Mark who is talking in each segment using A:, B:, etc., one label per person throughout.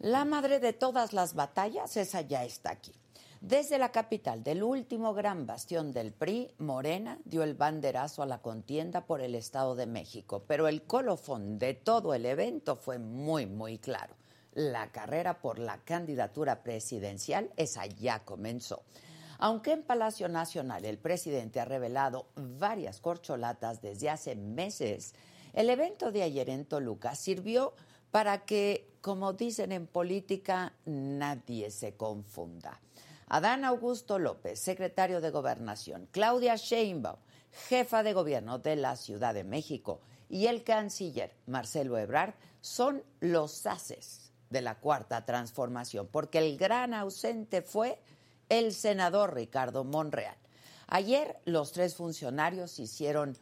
A: La madre de todas las batallas, esa ya está aquí. Desde la capital del último gran bastión del PRI, Morena dio el banderazo a la contienda por el Estado de México, pero el colofón de todo el evento fue muy, muy claro. La carrera por la candidatura presidencial, esa ya comenzó. Aunque en Palacio Nacional el presidente ha revelado varias corcholatas desde hace meses, el evento de ayer en Toluca sirvió para que, como dicen en política, nadie se confunda. Adán Augusto López, secretario de Gobernación, Claudia Sheinbaum, jefa de gobierno de la Ciudad de México, y el canciller Marcelo Ebrard son los haces de la cuarta transformación, porque el gran ausente fue el senador Ricardo Monreal. Ayer los tres funcionarios hicieron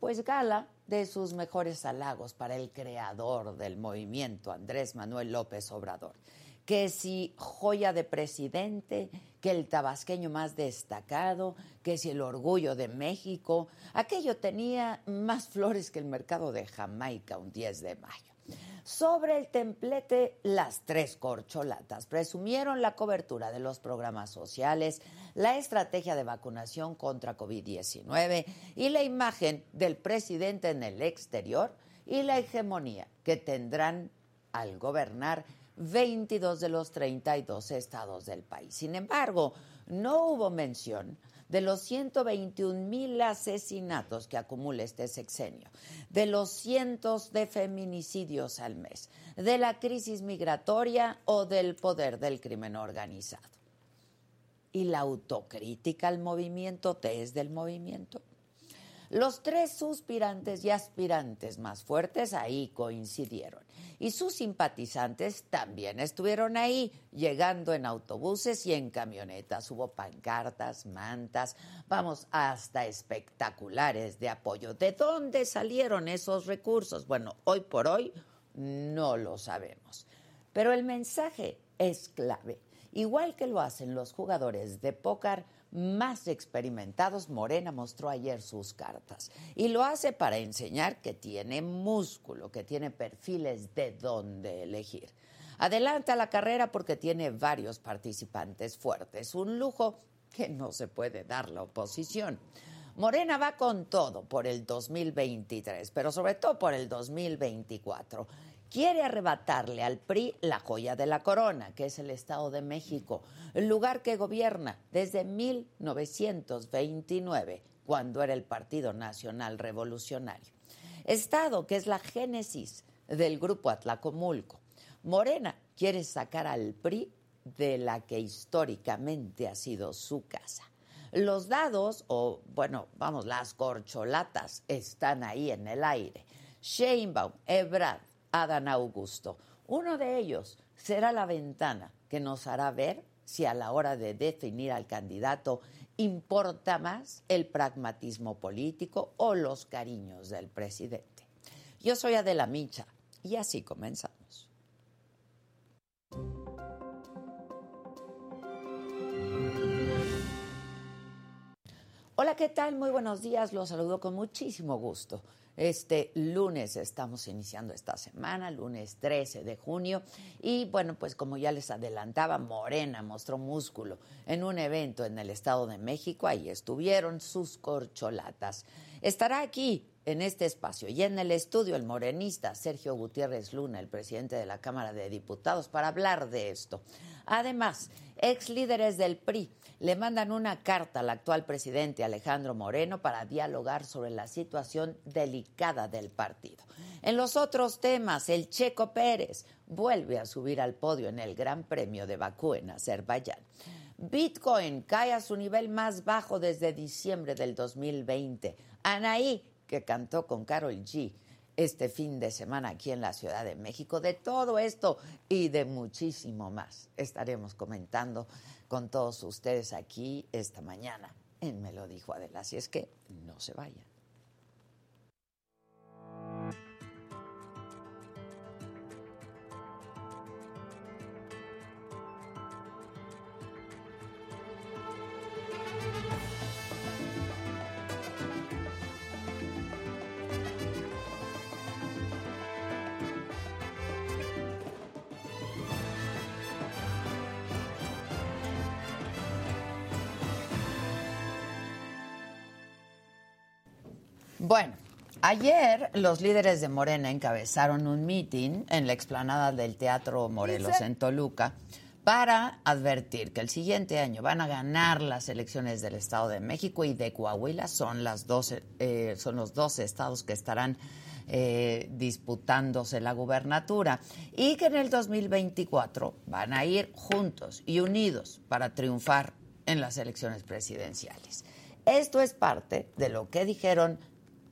A: pues gala de sus mejores halagos para el creador del movimiento, Andrés Manuel López Obrador que si joya de presidente, que el tabasqueño más destacado, que si el orgullo de México, aquello tenía más flores que el mercado de Jamaica un 10 de mayo. Sobre el templete, las tres corcholatas presumieron la cobertura de los programas sociales, la estrategia de vacunación contra COVID-19 y la imagen del presidente en el exterior y la hegemonía que tendrán al gobernar 22 de los 32 estados del país. Sin embargo, no hubo mención de los 121 mil asesinatos que acumula este sexenio, de los cientos de feminicidios al mes, de la crisis migratoria o del poder del crimen organizado. Y la autocrítica al movimiento desde el movimiento. Los tres suspirantes y aspirantes más fuertes ahí coincidieron. Y sus simpatizantes también estuvieron ahí, llegando en autobuses y en camionetas. Hubo pancartas, mantas, vamos, hasta espectaculares de apoyo. ¿De dónde salieron esos recursos? Bueno, hoy por hoy no lo sabemos. Pero el mensaje es clave. Igual que lo hacen los jugadores de póker, más experimentados, Morena mostró ayer sus cartas. Y lo hace para enseñar que tiene músculo, que tiene perfiles de dónde elegir. Adelanta la carrera porque tiene varios participantes fuertes, un lujo que no se puede dar la oposición. Morena va con todo por el 2023, pero sobre todo por el 2024 quiere arrebatarle al PRI la joya de la corona, que es el Estado de México, el lugar que gobierna desde 1929, cuando era el Partido Nacional Revolucionario. Estado que es la génesis del grupo Atlacomulco. Morena quiere sacar al PRI de la que históricamente ha sido su casa. Los dados, o bueno, vamos, las corcholatas están ahí en el aire. Sheinbaum, Ebrard, Adán Augusto. Uno de ellos será la ventana que nos hará ver si a la hora de definir al candidato importa más el pragmatismo político o los cariños del presidente. Yo soy Adela Micha y así comenzamos. Hola, ¿qué tal? Muy buenos días. Los saludo con muchísimo gusto. Este lunes estamos iniciando esta semana, lunes 13 de junio. Y bueno, pues como ya les adelantaba, Morena mostró músculo en un evento en el Estado de México. Ahí estuvieron sus corcholatas. Estará aquí en este espacio y en el estudio el morenista Sergio Gutiérrez Luna, el presidente de la Cámara de Diputados, para hablar de esto. Además, ex líderes del PRI le mandan una carta al actual presidente Alejandro Moreno para dialogar sobre la situación delicada del partido. En los otros temas, el Checo Pérez vuelve a subir al podio en el Gran Premio de Bakú en Azerbaiyán. Bitcoin cae a su nivel más bajo desde diciembre del 2020. Anaí, que cantó con Carol G este fin de semana aquí en la Ciudad de México. De todo esto y de muchísimo más estaremos comentando con todos ustedes aquí esta mañana en Me lo dijo Adela. Así es que no se vayan. Bueno, ayer los líderes de Morena encabezaron un mitin en la explanada del Teatro Morelos en Toluca para advertir que el siguiente año van a ganar las elecciones del Estado de México y de Coahuila. Son, las 12, eh, son los 12 estados que estarán eh, disputándose la gubernatura y que en el 2024 van a ir juntos y unidos para triunfar en las elecciones presidenciales. Esto es parte de lo que dijeron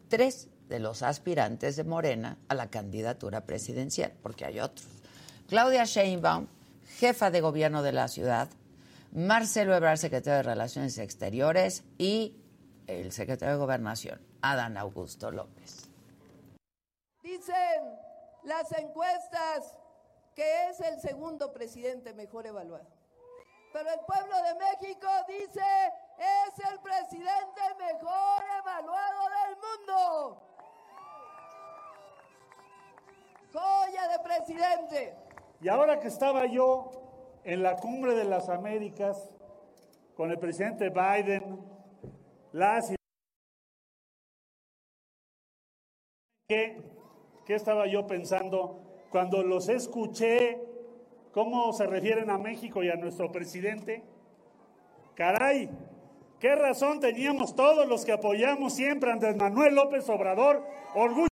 A: tres de los aspirantes de Morena a la candidatura presidencial, porque hay otros. Claudia Sheinbaum, jefa de gobierno de la ciudad, Marcelo Ebrard, secretario de Relaciones Exteriores y el secretario de Gobernación, Adán Augusto López.
B: Dicen las encuestas que es el segundo presidente mejor evaluado. Pero el pueblo de México dice es el presidente mejor evaluado del mundo. Joya de presidente.
C: Y ahora que estaba yo en la cumbre de las Américas con el presidente Biden, las y- ¿Qué, qué estaba yo pensando cuando los escuché cómo se refieren a México y a nuestro presidente? Caray, qué razón teníamos todos los que apoyamos siempre a Andrés Manuel López Obrador, orgullo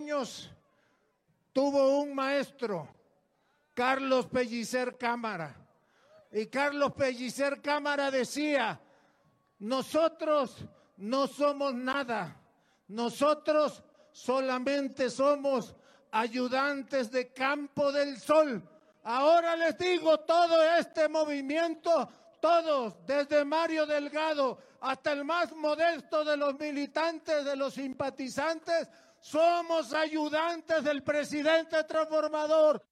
D: años tuvo un maestro, Carlos Pellicer Cámara. Y Carlos Pellicer Cámara decía, nosotros no somos nada, nosotros solamente somos ayudantes de campo del sol. Ahora les digo, todo este movimiento, todos, desde Mario Delgado hasta el más modesto de los militantes, de los simpatizantes, somos ayudantes del presidente transformador.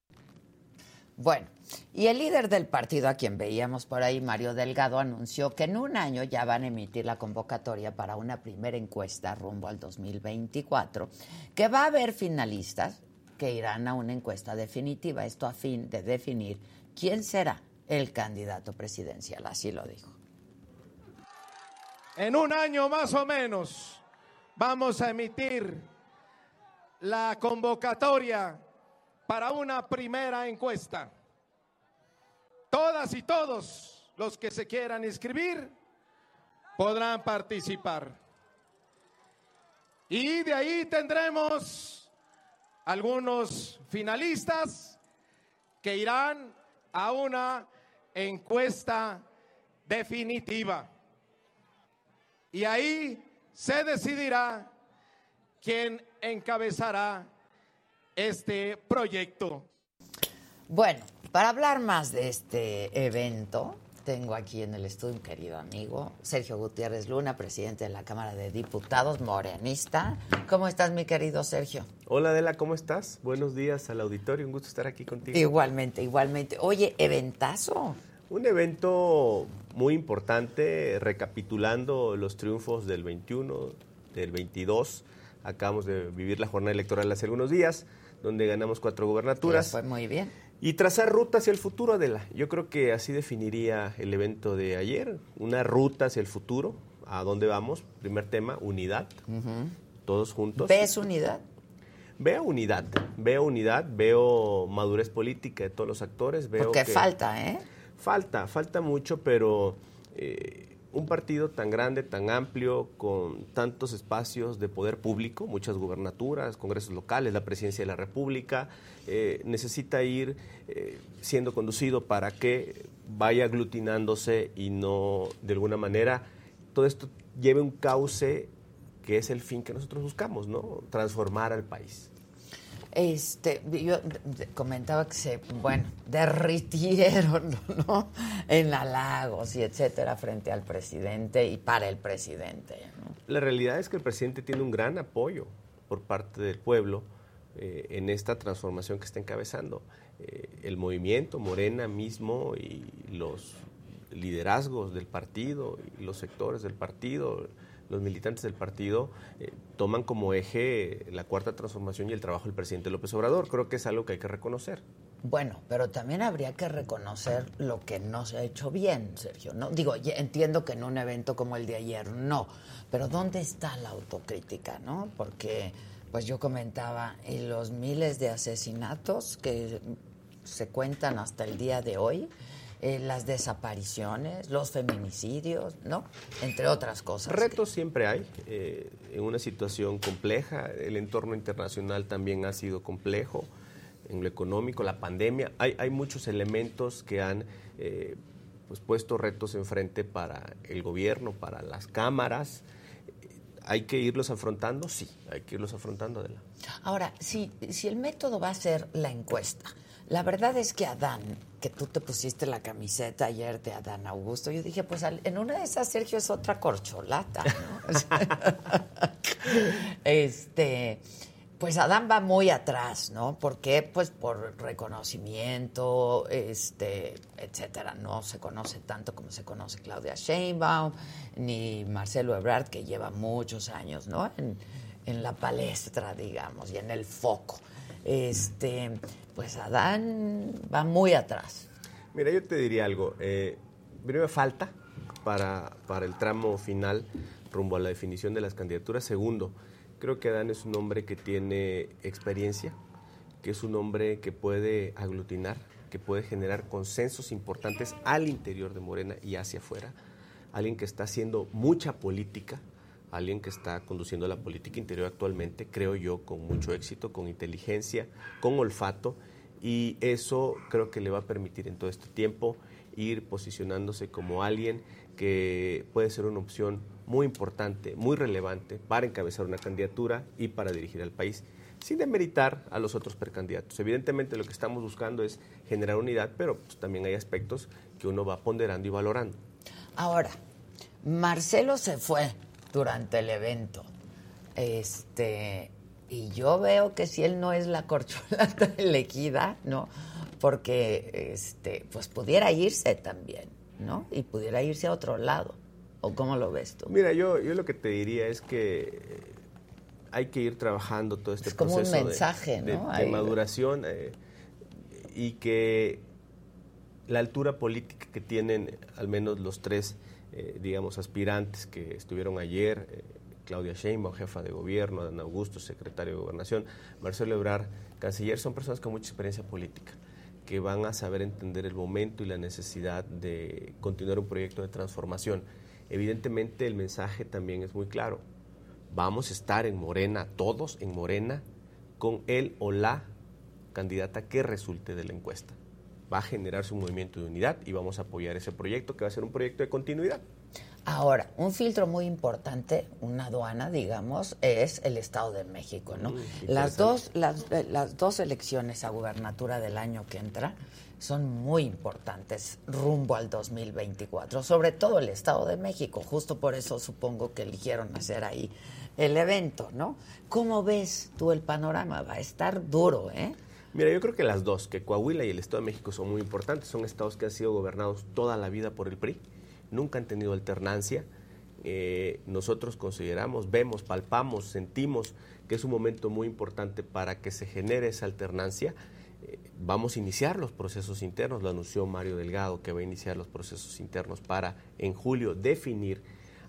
A: Bueno, y el líder del partido a quien veíamos por ahí, Mario Delgado, anunció que en un año ya van a emitir la convocatoria para una primera encuesta rumbo al 2024, que va a haber finalistas que irán a una encuesta definitiva, esto a fin de definir quién será el candidato presidencial, así lo dijo.
D: En un año más o menos vamos a emitir la convocatoria para una primera encuesta. Todas y todos los que se quieran inscribir podrán participar. Y de ahí tendremos algunos finalistas que irán a una encuesta definitiva y ahí se decidirá quién encabezará este proyecto.
A: Bueno, para hablar más de este evento, tengo aquí en el estudio un querido amigo, Sergio Gutiérrez Luna, presidente de la Cámara de Diputados, morenista. ¿Cómo estás, mi querido Sergio?
E: Hola Adela, ¿cómo estás? Buenos días al auditorio, un gusto estar aquí contigo.
A: Igualmente, igualmente. Oye, eventazo.
E: Un evento muy importante, recapitulando los triunfos del 21, del 22. Acabamos de vivir la jornada electoral hace algunos días, donde ganamos cuatro
A: Les
E: gubernaturas.
A: Fue muy bien.
E: Y trazar ruta hacia el futuro, Adela. Yo creo que así definiría el evento de ayer, una ruta hacia el futuro, a dónde vamos. Primer tema, unidad, todos juntos.
A: ¿Ves unidad?
E: Veo unidad, veo unidad, veo madurez política de todos los actores. Veo
A: Porque
E: que
A: falta, ¿eh?
E: Falta, falta mucho, pero eh, un partido tan grande, tan amplio, con tantos espacios de poder público, muchas gubernaturas, congresos locales, la presidencia de la República, eh, necesita ir eh, siendo conducido para que vaya aglutinándose y no, de alguna manera, todo esto lleve un cauce que es el fin que nosotros buscamos, ¿no? Transformar al país.
A: Este, yo de- comentaba que se, bueno, derritieron, ¿no? En halagos y etcétera frente al presidente y para el presidente, ¿no?
E: La realidad es que el presidente tiene un gran apoyo por parte del pueblo eh, en esta transformación que está encabezando. Eh, el movimiento Morena mismo y los liderazgos del partido, y los sectores del partido, los militantes del partido eh, toman como eje la cuarta transformación y el trabajo del presidente López Obrador. Creo que es algo que hay que reconocer.
A: Bueno, pero también habría que reconocer lo que no se ha hecho bien, Sergio. No digo, ya entiendo que en un evento como el de ayer no, pero ¿dónde está la autocrítica, no? Porque pues yo comentaba y los miles de asesinatos que se cuentan hasta el día de hoy, eh, las desapariciones, los feminicidios, ¿no? Entre otras cosas. que-
E: Retos siempre hay, eh, en una situación compleja, el entorno internacional también ha sido complejo, en lo económico, la pandemia, hay, hay muchos elementos que han eh, pues, puesto retos enfrente para el gobierno, para las cámaras. ¿Hay que irlos afrontando? Sí, hay que irlos afrontando, Adela.
A: Ahora, si, si el método va a ser la encuesta, la verdad es que Adán, que tú te pusiste la camiseta ayer de Adán Augusto, yo dije, pues al- en una de esas Sergio es otra corcholata, ¿no? O sea, este, pues Adán va muy atrás, ¿no? Porque, pues por reconocimiento, este, etcétera. No se conoce tanto como se conoce Claudia Sheinbaum ni Marcelo Ebrard, que lleva muchos años, ¿no? En, en la palestra, digamos, y en el foco. Este, pues Adán va muy atrás.
E: Mira, yo te diría algo. Eh, primero, falta para, para el tramo final rumbo a la definición de las candidaturas. Segundo, creo que Adán es un hombre que tiene experiencia, que es un hombre que puede aglutinar, que puede generar consensos importantes al interior de Morena y hacia afuera. Alguien que está haciendo mucha política, alguien que está conduciendo la política interior actualmente, creo yo, con mucho éxito, con inteligencia, con olfato, y eso creo que le va a permitir en todo este tiempo ir posicionándose como alguien que puede ser una opción muy importante, muy relevante para encabezar una candidatura y para dirigir al país, sin demeritar a los otros precandidatos. Evidentemente lo que estamos buscando es generar unidad, pero pues, también hay aspectos que uno va ponderando y valorando.
A: Ahora, Marcelo se fue durante el evento. Este, y yo veo que si él no es la corcholata elegida, ¿no? Porque este, pues pudiera irse también, ¿no? Y pudiera irse a otro lado. ¿O cómo lo ves tú?
E: Mira, yo, yo lo que te diría es que eh, hay que ir trabajando todo este
A: Es como un
E: proceso de-
A: mensaje,
E: de,
A: ¿no?
E: de
A: Ahí.
E: maduración eh, y que la altura política que tienen al menos los tres, eh, digamos, aspirantes que estuvieron ayer, eh, Claudia Sheinbaum, jefa de gobierno, Adán Augusto, secretario de Gobernación, Marcelo Ebrard, canciller, son personas con mucha experiencia política que van a saber entender el momento y la necesidad de continuar un proyecto de transformación. Evidentemente el mensaje también es muy claro. Vamos a estar en Morena, todos en Morena, con él o la candidata que resulte de la encuesta. Va a generarse un movimiento de unidad y vamos a apoyar ese proyecto que va a ser un proyecto de continuidad.
A: Ahora, un filtro muy importante, una aduana, digamos, es el Estado de México, ¿no?
E: Mm, qué
A: las
E: interesante.
A: dos, las, eh, las dos elecciones a gubernatura del año que entra son muy importantes rumbo al 2024, sobre todo el Estado de México. Justo por eso supongo que eligieron hacer ahí el evento, ¿no? ¿Cómo ves tú el panorama? Va a estar duro, ¿eh?
E: Mira, yo creo que las dos, que Coahuila y el Estado de México son muy importantes, son estados que han sido gobernados toda la vida por el PRI, nunca han tenido alternancia. Eh, nosotros consideramos, vemos, palpamos, sentimos que es un momento muy importante para que se genere esa alternancia. Eh, vamos a iniciar los procesos internos, lo anunció Mario Delgado, que va a iniciar los procesos internos para en julio definir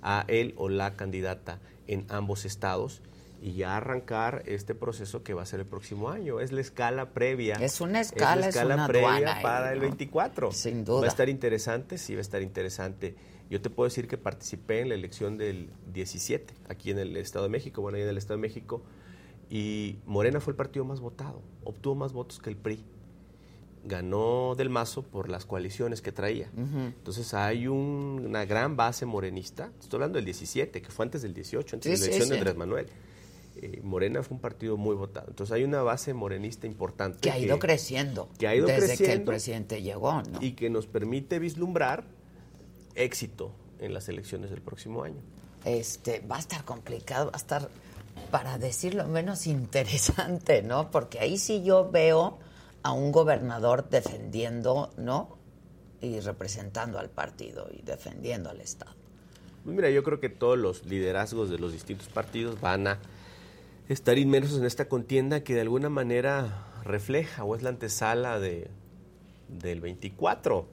E: a él o la candidata en ambos estados y ya arrancar este proceso que va a ser el próximo año. Es la escala previa.
A: Es una escala, es una
E: previa
A: aduana,
E: para
A: eh,
E: el
A: ¿no?
E: 24.
A: Sin duda.
E: Va a estar interesante, sí va a estar interesante. Yo te puedo decir que participé en la elección del 17 aquí en el Estado de México, bueno, ahí en el Estado de México, y Morena fue el partido más votado, obtuvo más votos que el PRI. Ganó del mazo por las coaliciones que traía.
A: Mm.
E: Entonces hay un- una gran base morenista. Estoy hablando del 17, que fue antes del 18,
A: Sí,
E: antes de la
A: sí,
E: elección de
A: sí.
E: Andrés Manuel. Eh, Morena fue un partido muy votado. Entonces hay una base morenista importante.
A: Que ha ido creciendo
E: que ha ido
A: desde que el
E: creciendo.
A: presidente llegó, ¿no?
E: y que nos permite vislumbrar éxito en las elecciones del próximo año.
A: este, va a estar complicado, va a estar, para decirlo menos, interesante, ¿no? Porque ahí sí yo veo a un gobernador defendiendo, ¿no? Y representando al partido y defendiendo al Estado.
E: Pues Mira, yo creo que todos los liderazgos de los distintos partidos van a estar inmersos en esta contienda que de alguna manera refleja o es la antesala de, del 24.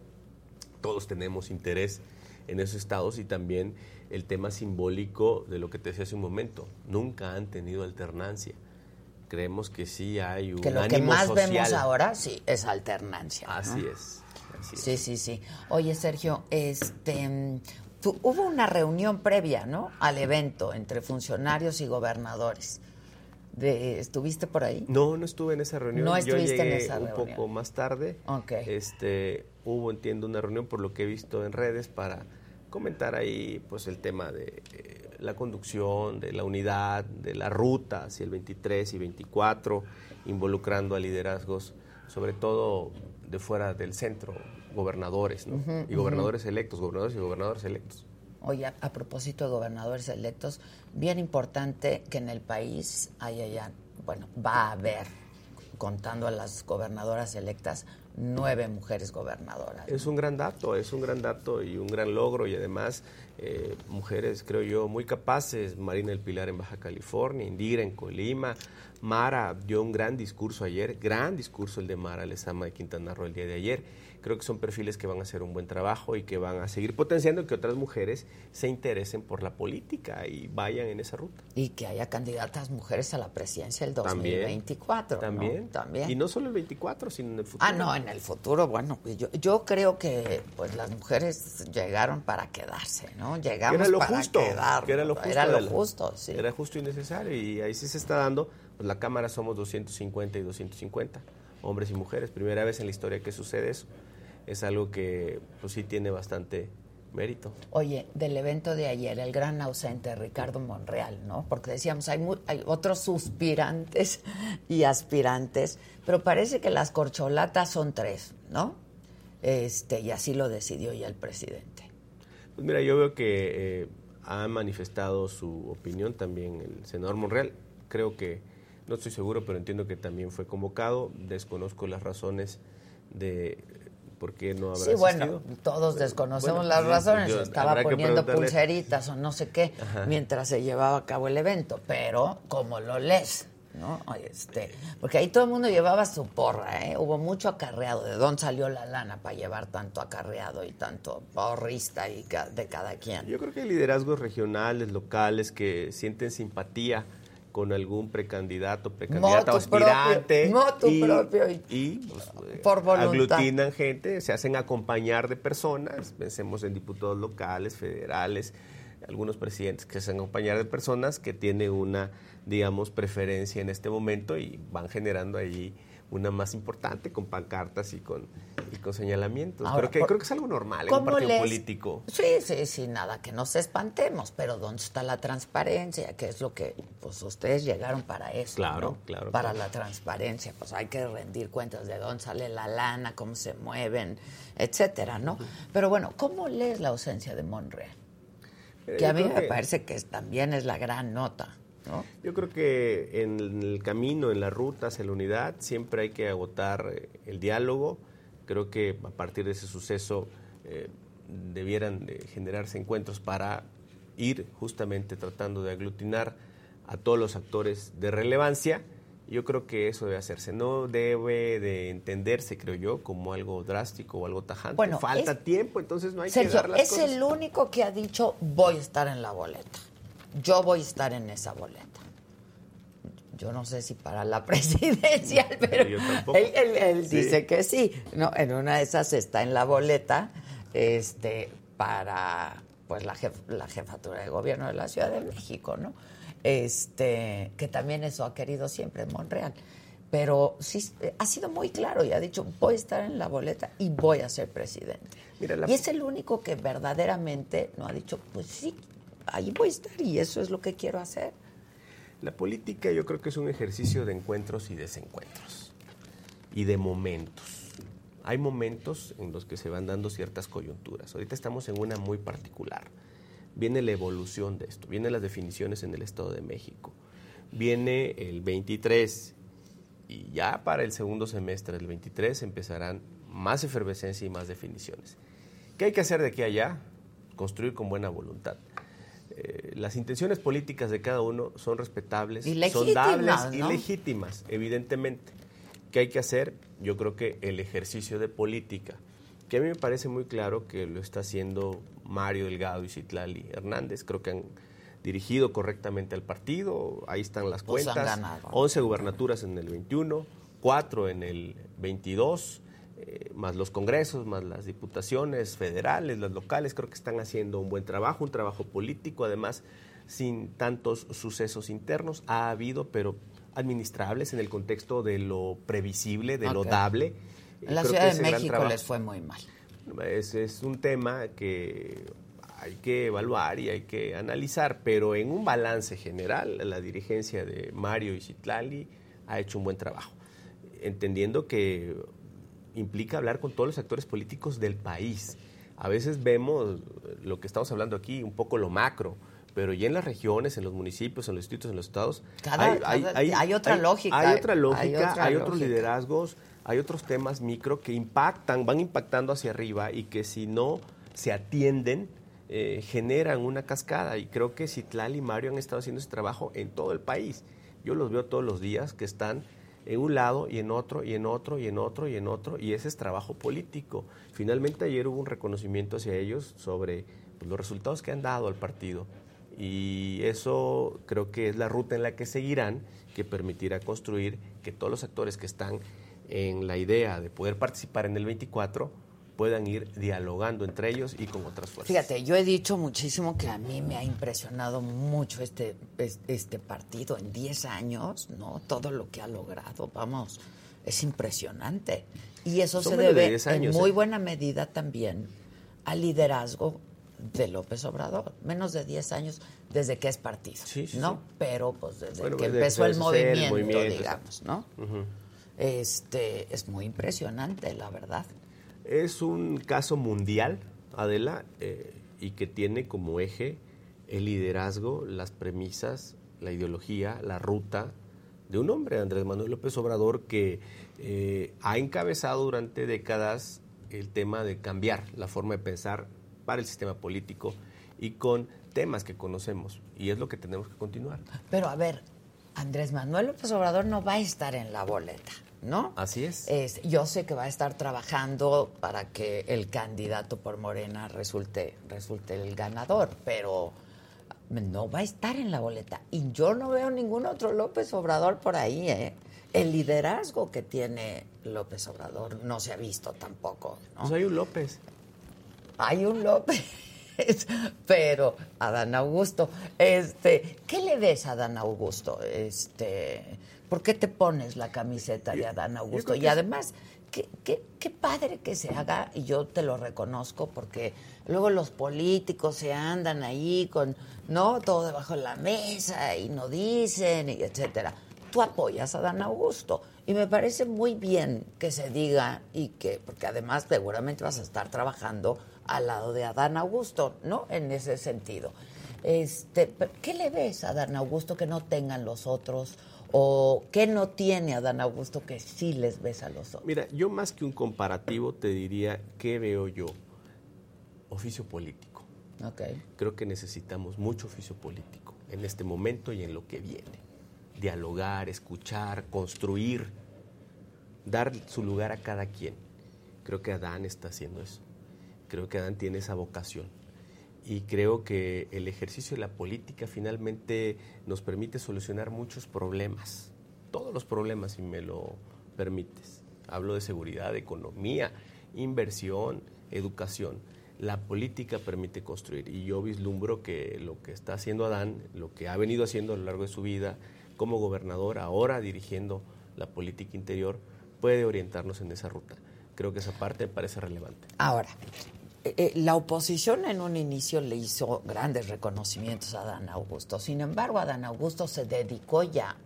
E: Todos tenemos interés en esos estados y también el tema simbólico de lo que te decía hace un momento. Nunca han tenido alternancia. Creemos que sí hay un
A: Que lo que
E: ánimo
A: más
E: social.
A: vemos ahora sí es alternancia. ¿no?
E: Así es. así es.
A: Sí, sí, sí. Oye, Sergio, este, mm, tú- hubo una reunión previa, ¿no? Al evento entre funcionarios y gobernadores. De, ¿Estuviste por ahí?
E: No, no estuve en esa reunión.
A: No
E: Yo
A: estuviste en
E: llegué
A: esa
E: un
A: reunión.
E: poco más tarde.
A: Ok.
E: Este, hubo, entiendo, una reunión por lo que he visto en redes para comentar ahí pues el tema de eh, la conducción, de la unidad, de la ruta hacia el 23 y 24, involucrando a liderazgos, sobre todo de fuera del centro, gobernadores, ¿no? y gobernadores electos, gobernadores y gobernadores electos.
A: Oye, a, a propósito de gobernadores electos, bien importante que en el país haya ya, bueno, va a haber, contando a las gobernadoras electas, nueve mujeres gobernadoras.
E: Es un gran dato, es un gran dato y un gran logro y además eh, mujeres, creo yo, muy capaces. Marina del Pilar en Baja California, Indira en Colima, Mara dio un gran discurso ayer, gran discurso el de Mara Lezama de Quintana Roo el día de ayer. Creo que son perfiles que van a hacer un buen trabajo y que van a seguir potenciando que otras mujeres se interesen por la política y vayan en esa ruta.
A: Y que haya candidatas mujeres a la presidencia el
E: También.
A: 2024. ¿no?
E: También.
A: También.
E: Y no solo el 24, sino en el futuro.
A: Ah, no, en el futuro, bueno, pues yo, yo creo que pues las mujeres llegaron para quedarse, ¿no? Llegamos
E: Que era lo
A: para
E: justo,
A: quedarnos,
E: que era lo justo,
A: Era lo
E: Adela.
A: justo, sí.
E: Era justo y necesario y ahí sí se está dando. Pues la cámara somos 250 y 250 hombres y mujeres. Primera vez en la historia que sucede eso. Es algo que pues sí tiene bastante mérito.
A: Oye, del evento de ayer, el gran ausente Ricardo Monreal, ¿no? Porque decíamos, hay, mu- hay otros suspirantes y aspirantes, pero parece que las corcholatas son tres, ¿no? Este, y así lo decidió ya el presidente.
E: Pues mira, yo veo que eh, ha manifestado su opinión también el senador Monreal. Creo que, no estoy seguro, pero entiendo que también fue convocado. Desconozco las razones de por qué no habrá
A: Sí, bueno,
E: asistido.
A: todos
E: Bueno,
A: desconocemos
E: bueno,
A: las
E: yo-
A: razones.
E: yo-
A: Estaba
E: habrá que
A: poniendo
E: preguntarle-
A: pulseritas o no sé qué mientras se llevaba a cabo el evento, pero como lo lees, ¿no? Este, porque ahí todo el mundo llevaba su porra, ¿eh? Hubo mucho acarreado. ¿De dónde salió la lana para llevar tanto acarreado y tanto porrista y ca- de cada quien?
E: Yo creo que hay liderazgos regionales, locales, que sienten simpatía con algún precandidato, precandidata o
A: Motu propio,
E: aspirante.
A: motu propio y-
E: y, pues, eh,
A: por voluntad.
E: aglutinan gente, se hacen acompañar de personas. Pensemos en diputados locales, federales, algunos presidentes que se hacen acompañar de personas que tienen una, digamos, preferencia en este momento y van generando allí una más importante con pancartas y con, y con señalamientos.
A: Ahora,
E: creo, que,
A: por-
E: creo que es algo normal en un partido
A: lees?
E: político.
A: Sí, sí, sí, nada, que nos espantemos, pero ¿dónde está la transparencia? Que es lo que, pues ustedes llegaron para eso.
E: Claro,
A: ¿no?
E: claro,
A: Para
E: claro.
A: la transparencia, pues hay que rendir cuentas de dónde sale la lana, cómo se mueven, etcétera, ¿no? Pero bueno, ¿cómo lees la ausencia de Monreal?
E: Mira,
A: Que a
E: Eh, yo
A: mí
E: creo
A: me
E: que-
A: parece que es- también es la gran nota, ¿no?
E: Yo creo que en el camino, en la ruta hacia la unidad, siempre hay que agotar eh, el diálogo. Creo que a partir de ese suceso eh, debieran de generarse encuentros para ir justamente tratando de aglutinar a todos los actores de relevancia. Yo creo que eso debe hacerse. No debe de entenderse, creo yo, como algo drástico o algo tajante.
A: Bueno,
E: Falta
A: es-
E: tiempo, entonces no hay que
A: Sergio,
E: dar las
A: es
E: cosas.
A: el único que ha dicho voy a estar en la boleta. Yo voy a estar en esa boleta. Yo no sé si para la presidencial, pero
E: yo tampoco.
A: él, él- él
E: Sí.
A: dice que sí. No, en una de esas está en la boleta, este, para pues la, jef- la jefatura de gobierno de la Ciudad de México, ¿no? Este, que también eso ha querido siempre en Monreal. Pero sí eh, ha sido muy claro y ha dicho voy a estar en la boleta y voy a ser presidente.
E: Mira, la-
A: Y es el único que verdaderamente no ha dicho, pues sí, ahí voy a estar y eso es lo que quiero hacer.
E: La política yo creo que es un ejercicio de encuentros y desencuentros y de momentos. Hay momentos en los que se van dando ciertas coyunturas. Ahorita estamos en una muy particular. Viene la evolución de esto, vienen las definiciones en el Estado de México, viene el 23 y ya para el segundo semestre del 23 empezarán más efervescencia y más definiciones. ¿Qué hay que hacer de aquí a allá? Construir con buena voluntad. Eh, las intenciones políticas de cada uno son respetables,
A: Y
E: son dables
A: legítimas,
E: y
A: ¿no?
E: legítimas, evidentemente. que hay que hacer, yo creo que el ejercicio de política, que a mí me parece muy claro que lo está haciendo Mario Delgado y Citlali Hernández, creo que han dirigido correctamente al partido, ahí están las
A: Pues han
E: cuentas,
A: ganado.
E: 11 gubernaturas en el 21, 4 en el 22, eh, más los congresos, más las diputaciones federales, las locales, creo que están haciendo un buen trabajo, un trabajo político, además sin tantos sucesos internos, ha habido, pero administrables en el contexto de lo previsible, de lo
A: Ok.
E: dable. Eh,
A: En la
E: creo que
A: Ciudad
E: ese
A: de
E: gran
A: México
E: trabajo-
A: les fue muy mal.
E: es, es un tema que hay que evaluar y hay que analizar, pero en un balance general, la dirigencia de Mario y Citlali ha hecho un buen trabajo, entendiendo que implica hablar con todos los actores políticos del país. A veces vemos lo que estamos hablando aquí, un poco lo macro, pero ya en las regiones, en los municipios, en los distritos, en los estados,
A: Cada- cada- hay otra lógica, eh,
E: Hay otra
A: hay
E: lógica, hay,
A: otra
E: otros
A: lógica.
E: liderazgos rasgos, hay otros temas micro que impactan, van impactando hacia arriba y que si no se atienden, eh, generan una cascada. Y creo que Citlal y Mario han estado haciendo ese trabajo en todo el país. Yo los veo todos los días que están en un lado y en otro y en otro y en otro y en otro y ese es trabajo político. Finalmente ayer hubo un reconocimiento hacia ellos sobre pues, los resultados que han dado al partido. Y eso creo que es la ruta en la que seguirán, que permitirá construir que todos los actores que están en la idea de poder participar en el 24 puedan ir dialogando entre ellos y con otras fuerzas.
A: Fíjate, yo he dicho muchísimo que a mí me ha impresionado mucho este, es- este partido en 10 años, ¿no? Todo lo que ha logrado, vamos, es impresionante. Y eso
E: Son
A: se
E: menos de
A: debe
E: 10 años,
A: en muy
E: ¿eh?
A: buena medida también al liderazgo de López Obrador. Menos de 10 años desde que es partido,
E: Sí, sí,
A: ¿no?
E: sí.
A: Pero pues desde
E: Bueno,
A: que
E: desde
A: empezó
E: que
A: el
E: empezó a hacer
A: movimiento,
E: el movimiento,
A: digamos, ¿no? Este, es muy impresionante, la verdad.
E: Es un caso mundial, Adela, eh, y que tiene como eje el liderazgo, las premisas, la ideología, la ruta de un hombre, Andrés Manuel López Obrador, que eh, ha encabezado durante décadas el tema de cambiar la forma de pensar para el sistema político y con temas que conocemos. Y es lo que tenemos que continuar.
A: Pero a ver, Andrés Manuel López Obrador no va a estar en la boleta, ¿no?
E: Así es.
A: Es- yo sé que va a estar trabajando para que el candidato por Morena resulte, resulte el ganador, pero no va a estar en la boleta. Y yo no veo ningún otro López Obrador por ahí, ¿eh? El liderazgo que tiene López Obrador no se ha visto tampoco, ¿no?
E: Pues hay un López.
A: Hay un López, pero Adán Augusto, este, ¿qué le ves a Adán Augusto? Este, ¿por qué te pones la camiseta de Adán Augusto?
E: creo
A: Y
E: que-
A: además, qué, qué- qué padre que se haga, y yo te lo reconozco, porque luego los políticos se andan ahí con, ¿no? Todo debajo de la mesa y no dicen, y etcétera. Tú apoyas a Adán Augusto. Y me parece muy bien que se diga y que, porque además seguramente vas a estar trabajando al lado de Adán Augusto, ¿no? En ese sentido. Este, pero ¿Qué le ves a Adán Augusto que no tengan los otros? ¿O qué no tiene Adán Augusto que sí les ves a los otros?
E: Mira, yo más que un comparativo te diría qué veo yo. Oficio político.
A: Ok.
E: Creo que necesitamos mucho oficio político en este momento y en lo que viene. Dialogar, escuchar, construir, dar su lugar a cada quien. Creo que Adán está haciendo eso. Creo que Adán tiene esa vocación. Y creo que el ejercicio de la política finalmente nos permite solucionar muchos problemas. Todos los problemas, si me lo permites. Hablo de seguridad, de economía, inversión, educación. La política permite construir. Y yo vislumbro que lo que está haciendo Adán, lo que ha venido haciendo a lo largo de su vida como gobernador, ahora dirigiendo la política interior, puede orientarnos en esa ruta. Creo que esa parte me parece relevante.
A: Ahora, eh, eh, la oposición en un inicio le hizo grandes reconocimientos a Adán Augusto. Sin embargo, Adán Augusto se dedicó ya,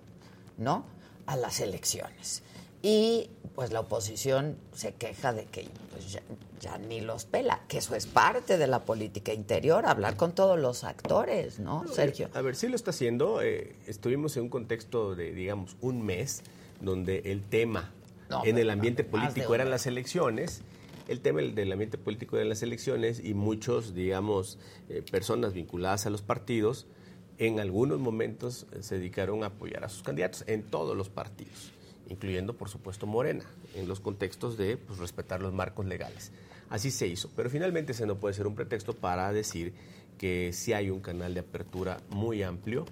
A: ¿no? A las elecciones. Y pues la oposición se queja de que pues, ya, ya ni los pela, que eso es parte de la política interior, hablar con todos los actores, ¿no, Sergio?
E: A ver, sí lo está haciendo. eh, estuvimos en un contexto de, digamos, un mes donde el tema
A: No,
E: en
A: hombre,
E: el ambiente
A: más de
E: político
A: un
E: eran
A: mes.
E: las elecciones. El tema del- del ambiente político eran las elecciones y muchos, digamos, eh, personas vinculadas a los partidos en algunos momentos eh, se dedicaron a apoyar a sus candidatos en todos los partidos. incluyendo por supuesto Morena, en los contextos de pues, respetar los marcos legales. Así se hizo, pero finalmente ese no puede ser un pretexto para decir que sí hay un canal de apertura muy amplio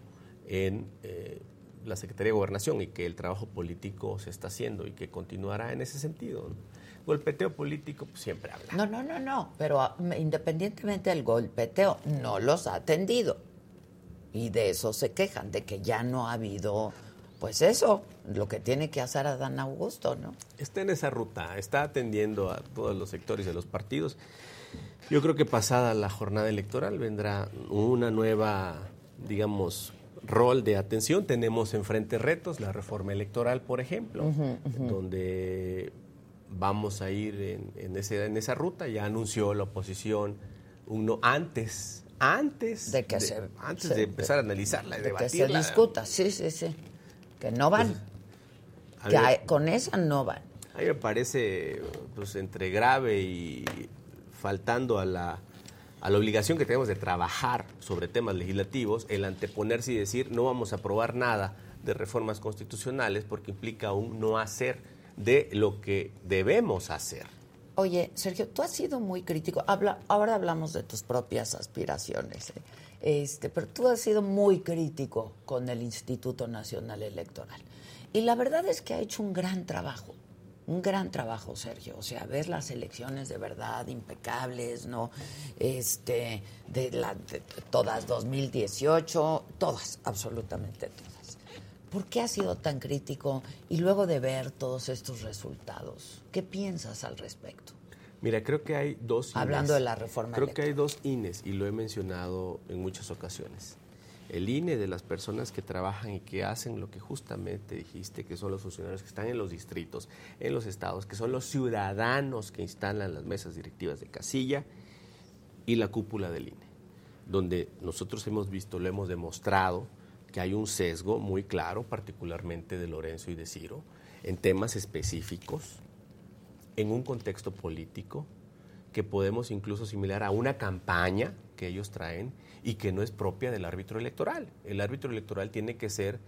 E: en eh, la Secretaría de Gobernación y que el trabajo político se está haciendo y que continuará en ese sentido. ¿no? Golpeteo político pues, siempre habla.
A: No, no, no, no, pero ah, independientemente del golpeteo, no los ha atendido. Y de eso se quejan, de que ya no ha habido, pues eso, lo que tiene que hacer Adán Augusto, ¿no?
E: está en esa ruta, está atendiendo a todos los sectores de los partidos. Yo creo que pasada la jornada electoral vendrá una nueva, digamos, rol de atención. Tenemos enfrente retos, la reforma electoral, por ejemplo, donde vamos a ir en, en ese- en esa ruta. Ya anunció la oposición uno antes, antes
A: De que se-
E: antes
A: se-
E: de empezar a analizarla, y
A: De que se
E: debatirla. Pues,
A: discuta, sí, sí, sí. Que no van,
E: A
A: que
E: ver.
A: a- con esa no van.
E: A mí me parece pues, entre grave y faltando a la, a la obligación que tenemos de trabajar sobre temas legislativos, el anteponerse y decir no vamos a aprobar nada de reformas constitucionales porque implica un no hacer de lo que debemos hacer.
A: Oye, Sergio, tú has sido muy crítico. Habla, ahora hablamos de tus propias aspiraciones, ¿eh? este, pero tú has sido muy crítico con el Instituto Nacional Electoral. Y la verdad es que ha hecho un gran trabajo, un gran trabajo, Sergio. O sea, ves las elecciones de verdad impecables, ¿no? Este, de, la, de todas 2018, todas, absolutamente todas. ¿Por qué has sido tan crítico? Y luego de ver todos estos resultados, ¿qué piensas al respecto?
E: Mira, creo que hay dos.
A: Hablando de la reforma
E: Creo que hay dos INES y lo he mencionado en muchas ocasiones. El INE de las personas que trabajan y que hacen lo que justamente dijiste, que son los funcionarios que están en los distritos, en los estados, que son los ciudadanos que instalan las mesas directivas de casilla y la cúpula del INE, donde nosotros hemos visto, lo hemos demostrado, que hay un sesgo muy claro, particularmente de Lorenzo y de Ciro, en temas específicos, en un contexto político que podemos incluso similar a una campaña que ellos traen y que no es propia del árbitro electoral. El árbitro electoral tiene que ser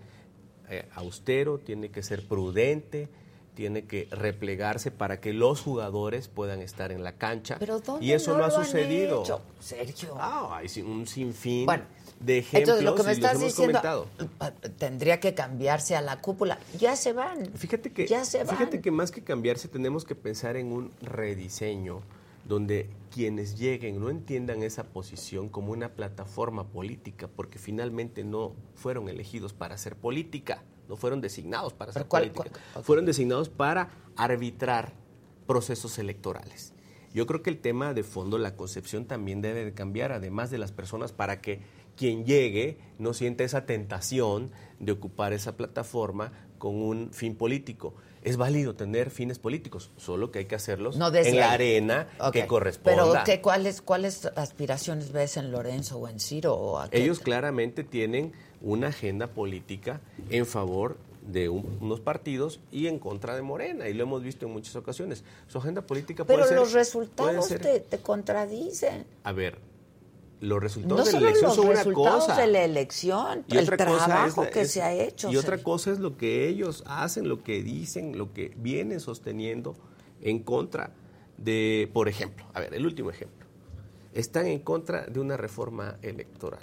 E: eh, austero, tiene que ser prudente, tiene que replegarse para que los jugadores puedan estar en la cancha.
A: Pero ¿dónde
E: y eso no, ha
A: lo han
E: sucedido.
A: hecho, Sergio.
E: Ah, hay sin- un sinfín
A: Bueno,
E: de ejemplos
A: Entonces, lo que me
E: y los
A: estás
E: hemos
A: diciendo
E: comentado.
A: pa- tendría que cambiarse a la cúpula. Ya se van.
E: Fíjate que,
A: ya se van.
E: fíjate que más que cambiarse tenemos que pensar en un rediseño donde quienes lleguen no entiendan esa posición como una plataforma política, porque finalmente no fueron elegidos para hacer política, no fueron designados para hacer
A: Pero ¿cuál-
E: política,
A: cuál- ok.
E: fueron designados para arbitrar procesos electorales. Yo creo que el tema de fondo, la concepción también debe de cambiar, además de las personas, para que quien llegue no sienta esa tentación de ocupar esa plataforma con un fin político. Es válido tener fines políticos, solo que hay que hacerlos
A: No desde
E: en la
A: ahí.
E: arena
A: Ok.
E: que corresponda.
A: Pero ¿qué, cuáles, ¿cuáles aspiraciones ves en Lorenzo o en Ciro? O a qué-
E: Ellos claramente tienen una agenda política en favor de un- unos partidos y en contra de Morena, y lo hemos visto en muchas ocasiones. Su agenda política
A: Pero
E: puede ser...
A: los
E: puede
A: resultados
E: ser-
A: te, te contradicen.
E: A ver, los resultados
A: No
E: de la
A: solo
E: elección
A: los
E: son una
A: resultados
E: cosa.
A: de la elección,
E: y
A: el
E: otra cosa es
A: trabajo
E: la-
A: que
E: es-
A: se ha hecho.
E: Y otra
A: Sergio.
E: cosa es lo que ellos hacen, lo que dicen, lo que vienen sosteniendo en contra de, por ejemplo, a ver, el último ejemplo. Están en contra de una reforma electoral.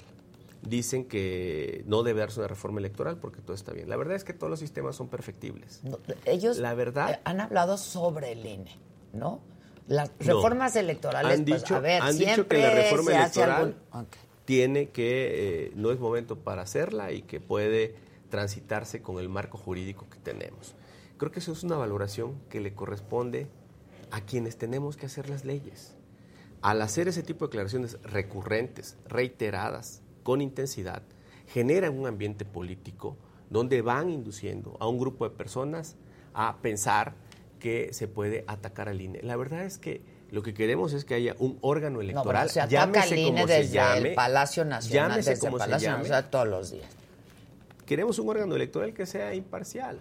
E: Dicen que no debe darse una reforma electoral porque todo está bien. La verdad es que todos los sistemas son perfectibles.
A: No, ellos
E: La verdad-
A: eh, han hablado sobre el INE, ¿no? Las reformas electorales,
E: Han
A: pues,
E: dicho-
A: a ver,
E: han dicho que
A: siempre
E: la reforma
A: se hace
E: electoral-
A: algún- Ok.
E: tiene que, eh, no es momento para hacerla y que puede transitarse con el marco jurídico que tenemos. Creo que eso es una valoración que le corresponde a quienes tenemos que hacer las leyes. Al hacer ese tipo de declaraciones recurrentes, reiteradas, con intensidad, generan un ambiente político donde van induciendo a un grupo de personas a pensar que se puede atacar al INE. La verdad es que lo que queremos es que haya un órgano
A: No,
E: electoral,
A: bueno, se ataca
E: llámese
A: al
E: como
A: INE
E: se
A: desde
E: llame,
A: el Palacio Nacional,
E: llámese
A: desde el
E: como se
A: Palacio
E: llame.
A: Nacional todos los días.
E: Queremos un órgano electoral que sea imparcial.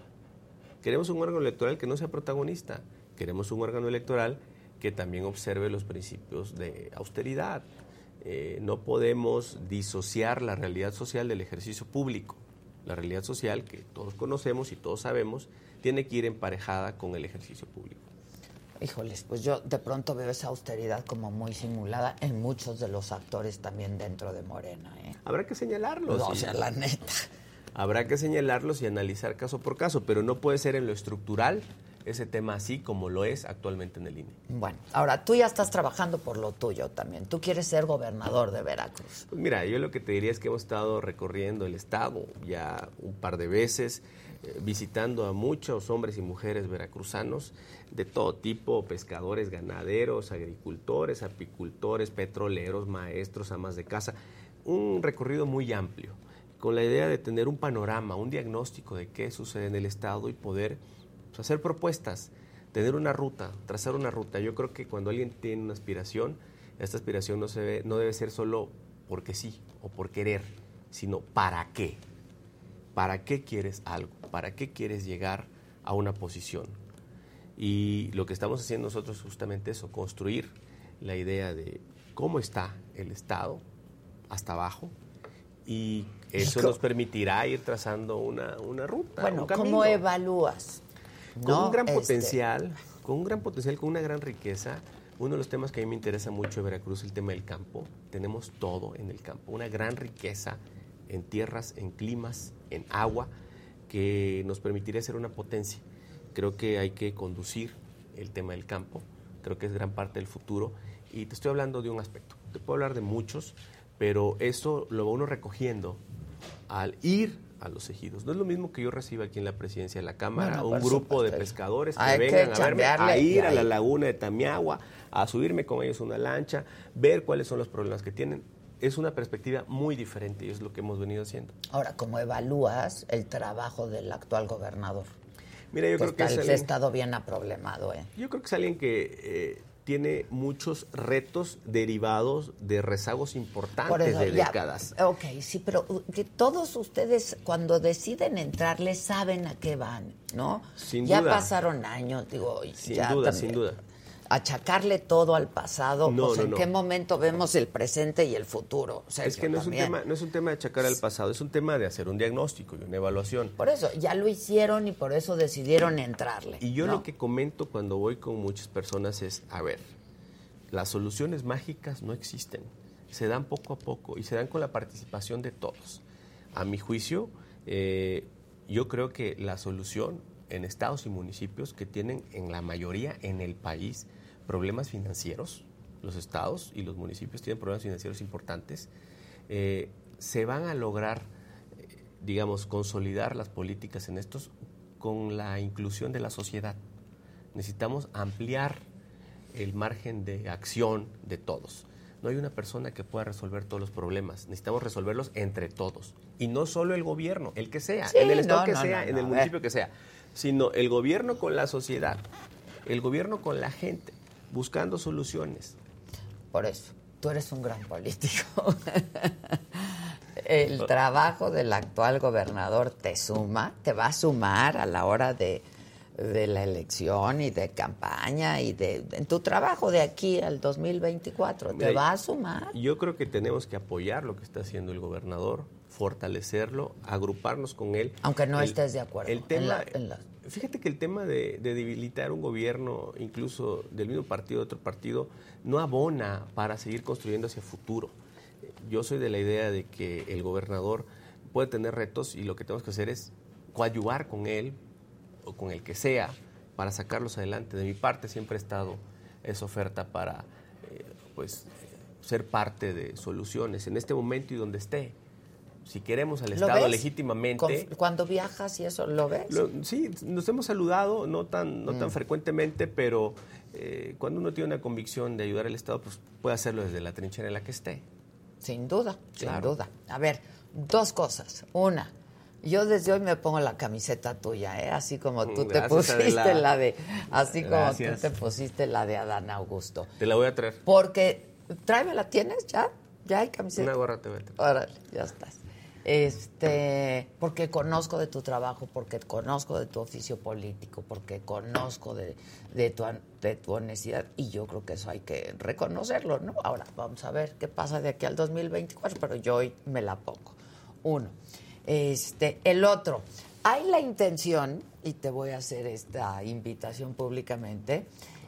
E: Queremos un órgano electoral que no sea protagonista. Queremos un órgano electoral que también observe los principios de austeridad. Eh, no podemos disociar la realidad social del ejercicio público. La realidad social que todos conocemos y todos sabemos tiene que ir emparejada con el ejercicio público.
A: Híjoles, pues yo de pronto veo esa austeridad como muy simulada en muchos de los actores también dentro de Morena. ¿eh?
E: Habrá que señalarlos.
A: No, o
E: y-
A: sea, la neta.
E: Habrá que señalarlos y analizar caso por caso, pero no puede ser en lo estructural ese tema así como lo es actualmente en el INE.
A: Bueno, ahora tú ya estás trabajando por lo tuyo también. Tú quieres ser gobernador de Veracruz.
E: Pues mira, yo lo que te diría es que hemos estado recorriendo el estado ya un par de veces, eh, visitando a muchos hombres y mujeres veracruzanos de todo tipo, pescadores, ganaderos, agricultores, apicultores, petroleros, maestros, amas de casa, un recorrido muy amplio, con la idea de tener un panorama, un diagnóstico de qué sucede en el estado y poder pues, hacer propuestas, tener una ruta, trazar una ruta. Yo creo que cuando alguien tiene una aspiración, esta aspiración no, se ve- no debe ser solo porque sí o por querer, sino para qué. ¿Para qué quieres algo? ¿Para qué quieres llegar a una posición? Y lo que estamos haciendo nosotros es justamente eso, construir la idea de cómo está el Estado hasta abajo y eso
A: co-
E: nos permitirá ir trazando una, una ruta.
A: Bueno,
E: un
A: ¿cómo
E: camino
A: evalúas?
E: con
A: ¿No?
E: un gran
A: Este,
E: potencial, con un gran potencial, con una gran riqueza. Uno de los temas que a mí me interesa mucho de Veracruz es el tema del campo. Tenemos todo en el campo, una gran riqueza en tierras, en climas, en agua, que nos permitiría ser una potencia. Creo que hay que conducir el tema del campo, creo que es gran parte del futuro. Y te estoy hablando de un aspecto, te puedo hablar de muchos, pero eso lo va uno recogiendo al ir a los ejidos. No es lo mismo que yo reciba aquí en la presidencia de la Cámara
A: No, no,
E: un
A: por
E: grupo de
A: supuesto.
E: pescadores que
A: Hay que
E: vengan a verme, a
A: chambearle y
E: ir a
A: ahí.
E: la laguna de Tamiagua, a subirme con ellos una lancha, ver cuáles son los problemas que tienen. Es una perspectiva muy diferente y es lo que hemos venido haciendo.
A: Ahora, ¿cómo evalúas el trabajo del actual gobernador?
E: Mira, yo
A: que
E: creo que
A: está-
E: es
A: se ha
E: alguien-
A: estado bien aproblemado, ¿eh?
E: Yo creo que es alguien que eh, tiene muchos retos derivados de rezagos importantes de
A: ya,
E: décadas.
A: Ok, sí, pero uh, que todos ustedes cuando deciden entrarle saben a qué van, ¿no?
E: Sin
A: ya
E: duda.
A: pasaron años, digo, y
E: Sin
A: ya
E: duda,
A: también.
E: sin duda.
A: Achacarle todo al pasado,
E: No,
A: pues,
E: no,
A: ¿en
E: no.
A: qué momento vemos el presente y el futuro?
E: Es
A: Sergio,
E: que no es, un
A: también.
E: tema, no es un tema de achacar al pasado, es un tema de hacer un diagnóstico y una evaluación.
A: Por eso, ya lo hicieron y por eso decidieron entrarle.
E: Y yo
A: ¿no?
E: lo que comento cuando voy con muchas personas es, a ver, las soluciones mágicas no existen, se dan poco a poco y se dan con la participación de todos. A mi juicio, eh, yo creo que la solución en estados y municipios que tienen en la mayoría en el país problemas financieros, los estados y los municipios tienen problemas financieros importantes, eh, se van a lograr, eh, digamos, consolidar las políticas en estos con la inclusión de la sociedad. Necesitamos ampliar el margen de acción de todos. No hay una persona que pueda resolver todos los problemas. Necesitamos resolverlos entre todos. Y no solo el gobierno, el que sea,
A: Sí,
E: en el estado
A: no,
E: que
A: no,
E: sea,
A: no,
E: en
A: no,
E: el
A: a ver.
E: municipio que sea, sino el gobierno con la sociedad, el gobierno con la gente, buscando soluciones.
A: Por eso, tú eres un gran político. El trabajo del actual gobernador te suma, te va a sumar a la hora de, de la elección y de campaña y de, en tu trabajo de aquí al 2024,
E: Mira,
A: te va a sumar.
E: Yo creo que tenemos que apoyar lo que está haciendo el gobernador, fortalecerlo, agruparnos con él.
A: Aunque no
E: El-
A: estés de acuerdo
E: El
A: en
E: tema,
A: la- en la-
E: Fíjate que el tema de, de debilitar un gobierno, incluso del mismo partido, de otro partido, no abona para seguir construyendo hacia futuro. Yo soy de la idea de que el gobernador puede tener retos y lo que tenemos que hacer es coadyuvar con él o con el que sea para sacarlos adelante. De mi parte siempre he estado esa oferta para eh, pues ser parte de soluciones en este momento y donde esté. Si queremos al
A: ¿Lo
E: Estado
A: ves?
E: legítimamente,
A: Con- cuando viajas y eso, ¿lo ves? Mm.
E: lo- sí, nos hemos saludado, no tan, no tan frecuentemente, pero eh, cuando uno tiene una convicción de ayudar al Estado, pues puede hacerlo desde la trinchera en la que esté.
A: Sin duda,
E: Claro.
A: sin duda. A ver, dos cosas. Una, yo desde hoy me pongo la camiseta tuya, ¿eh? así como tú te
E: Gracias,
A: pusiste
E: Adela.
A: la de, así como
E: Gracias.
A: tú te pusiste la de Adán Augusto.
E: Te la voy a traer.
A: Porque, tráeme la tienes ya, ya hay camiseta.
E: Una gorra te voy a traer.
A: Órale, ya estás. Este, porque conozco de tu trabajo, porque conozco de tu oficio político, porque conozco de, de tu, an- de tu honestidad y yo creo que eso hay que reconocerlo, ¿no? Ahora, vamos a ver qué pasa de aquí al 2024, pero yo hoy me la pongo. Uno. Este, el otro, Hay la intención, y te voy a hacer esta invitación públicamente,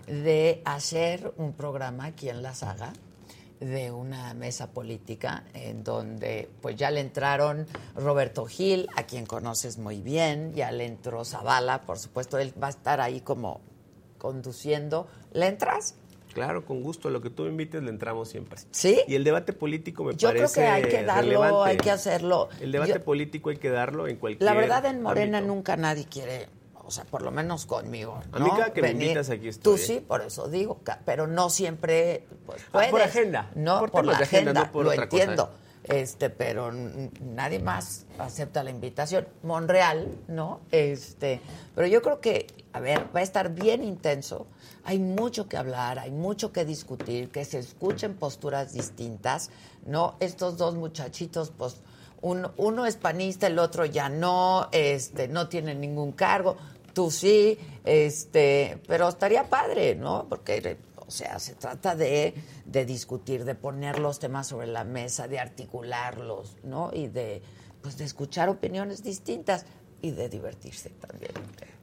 A: de hacer un programa aquí en la saga de una mesa política en donde pues ya le entraron Roberto Gil, a quien conoces muy bien, ya le entró Zavala, por supuesto, él va a estar ahí como conduciendo. ¿Le entras?
E: Claro, con gusto, a lo que tú me invites le entramos siempre.
A: ¿Sí?
E: Y el debate político me
A: Yo creo
E: parece
A: que hay que darlo,
E: relevante.
A: hay que hacerlo.
E: El debate
A: Yo-
E: político hay que darlo en cualquier
A: La verdad, en Morena
E: ámbito.
A: nunca nadie quiere, o sea, por lo menos conmigo.
E: A mí
A: ¿no?
E: cada que me invitas aquí estoy,
A: Tú
E: ¿eh?
A: sí, por eso digo, ca- pero no siempre. Pues,
E: Ah, por
A: puedes.
E: agenda.
A: No, por,
E: Por
A: la
E: temas de
A: agenda,
E: agenda, no por
A: lo
E: otra cosa, ¿eh?
A: entiendo. Este, pero n- nadie más acepta la invitación. Monreal, ¿no? Este, pero yo creo que, a ver, va a estar bien intenso. Hay mucho que hablar, hay mucho que discutir, que se escuchen posturas distintas, ¿no? Estos dos muchachitos, pues, un- uno es panista, el otro ya no, este, no tiene ningún cargo, tú sí, este, pero estaría padre, ¿no? Porque, o sea, se trata de, de discutir, de poner los temas sobre la mesa, de articularlos, ¿no? Y de, pues, de escuchar opiniones distintas y de divertirse también.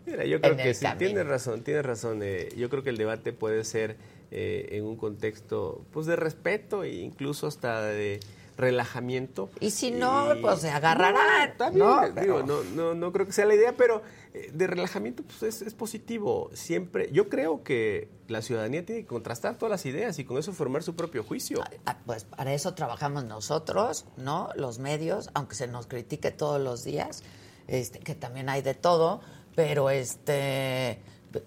E: Mira, yo
A: en
E: creo
A: el
E: que sí,
A: camino.
E: tienes razón, tienes razón. eh, yo creo que el debate puede ser eh, en un contexto pues de respeto e incluso hasta de relajamiento.
A: Y si no, pues, se agarrarán,
E: agarrará
A: ¿no? Pero-
E: no, no, no creo que sea la idea, pero eh, de relajamiento pues, es, es positivo. Siempre, yo creo que la ciudadanía tiene que contrastar todas las ideas y con eso formar su propio juicio.
A: Ah, Pues para eso trabajamos nosotros, ¿no? Los medios, aunque se nos critique todos los días, este, que también hay de todo, pero este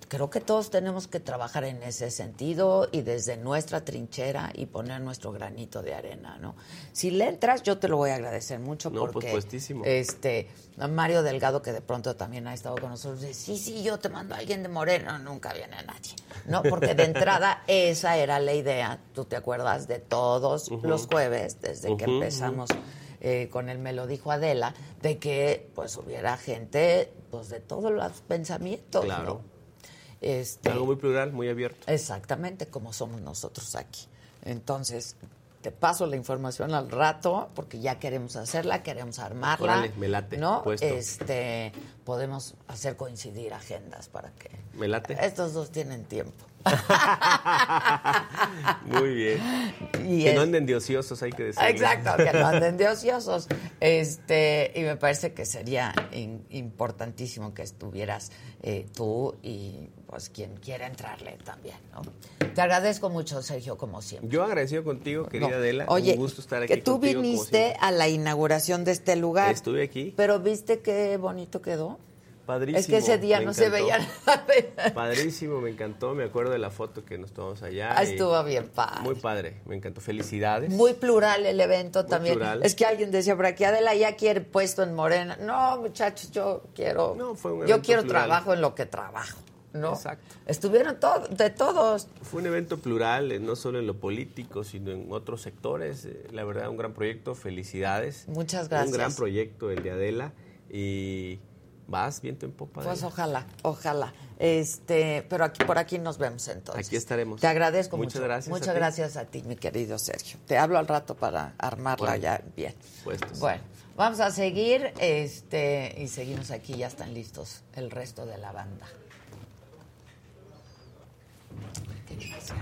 A: creo que todos tenemos que trabajar en ese sentido y desde nuestra trinchera y poner nuestro granito de arena, ¿no? Si le entras, yo te lo voy a agradecer mucho
E: No, pues,
A: porque
E: puestísimo.
A: este Mario Delgado que de pronto también ha estado con nosotros dice, sí sí yo te mando a alguien de Moreno nunca viene nadie no porque de entrada esa era la idea tú te acuerdas de todos los jueves desde que
E: Ujú,
A: empezamos eh, con el me lo dijo Adela de que pues hubiera gente pues de todos los pensamientos ¿no?
E: Claro.
A: este
E: Algo muy plural, muy abierto.
A: Exactamente como somos nosotros aquí. Entonces, te paso la información al rato, porque ya queremos hacerla, queremos armarla.
E: Órale, me late,
A: ¿No?
E: puesto.
A: Este, podemos hacer coincidir agendas para que.
E: Me late.
A: Estos dos tienen tiempo.
E: Muy bien.
A: Y
E: que
A: es-
E: no anden de ociosos, hay que decirlo.
A: Ah, Exacto, que no anden de ociosos. Este, y me parece que sería in- importantísimo que estuvieras eh, tú y pues quien quiera entrarle también, ¿no? Te agradezco mucho, Sergio, como siempre.
E: Yo agradecido contigo, querida
A: No.
E: Adela.
A: Oye,
E: un gusto estar aquí.
A: que tú
E: contigo, como
A: viniste
E: siempre.
A: a la inauguración de este lugar.
E: Estuve aquí.
A: Pero viste qué bonito quedó.
E: Padrísimo.
A: es que ese día
E: me
A: no se
E: encantó.
A: veía nada.
E: Padrísimo, me encantó. Me acuerdo de la foto que nos tomamos allá.
A: Ah,
E: y
A: Estuvo bien padre.
E: Muy
A: Muy,
E: padre, me encantó. Felicidades.
A: plural el evento también.
E: plural.
A: Es que alguien decía, por aquí Adela ya quiere puesto en Morena. No, muchachos, yo quiero.
E: No, fue un
A: yo
E: evento
A: quiero
E: plural.
A: trabajo en lo que trabajo. ¿no?
E: Exacto.
A: Estuvieron todos, de todos.
E: Fue un evento plural, eh, no solo en lo político, sino en otros sectores. Eh, La verdad, un gran proyecto. Felicidades.
A: Muchas
E: Un
A: gracias.
E: gran proyecto el de Adela. Y vas viento en popa.
A: Pues
E: Adela.
A: ojalá, ojalá. Este, pero aquí por aquí nos vemos entonces.
E: Aquí estaremos.
A: Te agradezco
E: Muchas
A: mucho.
E: gracias a
A: Muchas
E: ti.
A: gracias a ti, mi querido Sergio. Te hablo al rato para armarla
E: Órale.
A: ya bien.
E: Puestos.
A: Bueno, vamos a seguir este y seguimos aquí, ya están listos el resto de la banda. Qué desgracia.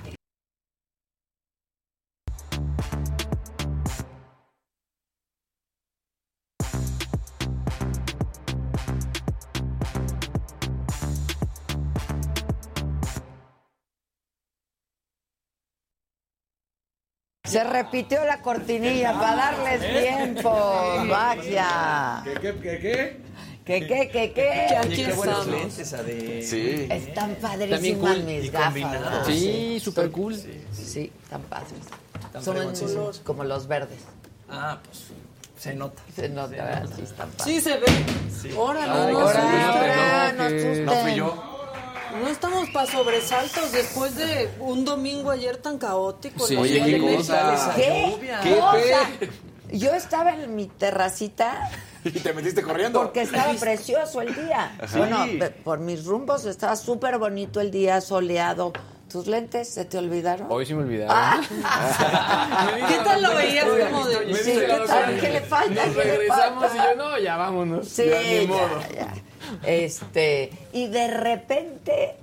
A: Se repitió la cortinilla para darles
F: ¿Eh?
A: tiempo. Vaya.
G: ¿Qué, qué, qué?
A: Que qué, que qué.
F: Qué buenos lentes, Sí.
A: Están
F: También
A: padrísimas
F: cool.
A: mis
F: Y
A: gafas.
F: Sí, súper cool.
A: Sí, están padres.
F: Están
A: Son
F: fregoncísimos.
A: como los verdes.
F: Ah, pues se nota.
A: Se nota, ¿verdad? sí, están padres.
H: Sí se ve. Órale, no,
A: Ahora,
H: sí.
A: ahora, no asusten.
H: No estamos para sobresaltos después de un domingo ayer tan caótico.
F: Sí,
H: ¿no?
F: oye, qué
H: Híjole,
F: cosa.
H: me sale esa
A: ¿Qué?
H: lluvia.
F: ¿Qué
A: cosa?
F: pe-
A: Yo estaba en mi terracita
F: Y te metiste corriendo.
A: porque estaba precioso el día. Bueno, pe- por mis rumbos estaba súper bonito el día, soleado. ¿Tus lentes se te olvidaron?
F: Hoy sí me olvidaron.
A: Ah.
H: ¿Qué tal lo veías como de.?
F: Me
A: Sí,
F: dice
A: ¿qué
F: la nos,
A: A ver, ¿qué le falta?
F: nos
A: ¿Qué le
F: regresamos y
A: falta?
F: yo, no, ya vámonos.
A: Sí,
F: ya, ni
A: ya,
F: modo.
A: ya. Este, y de repente,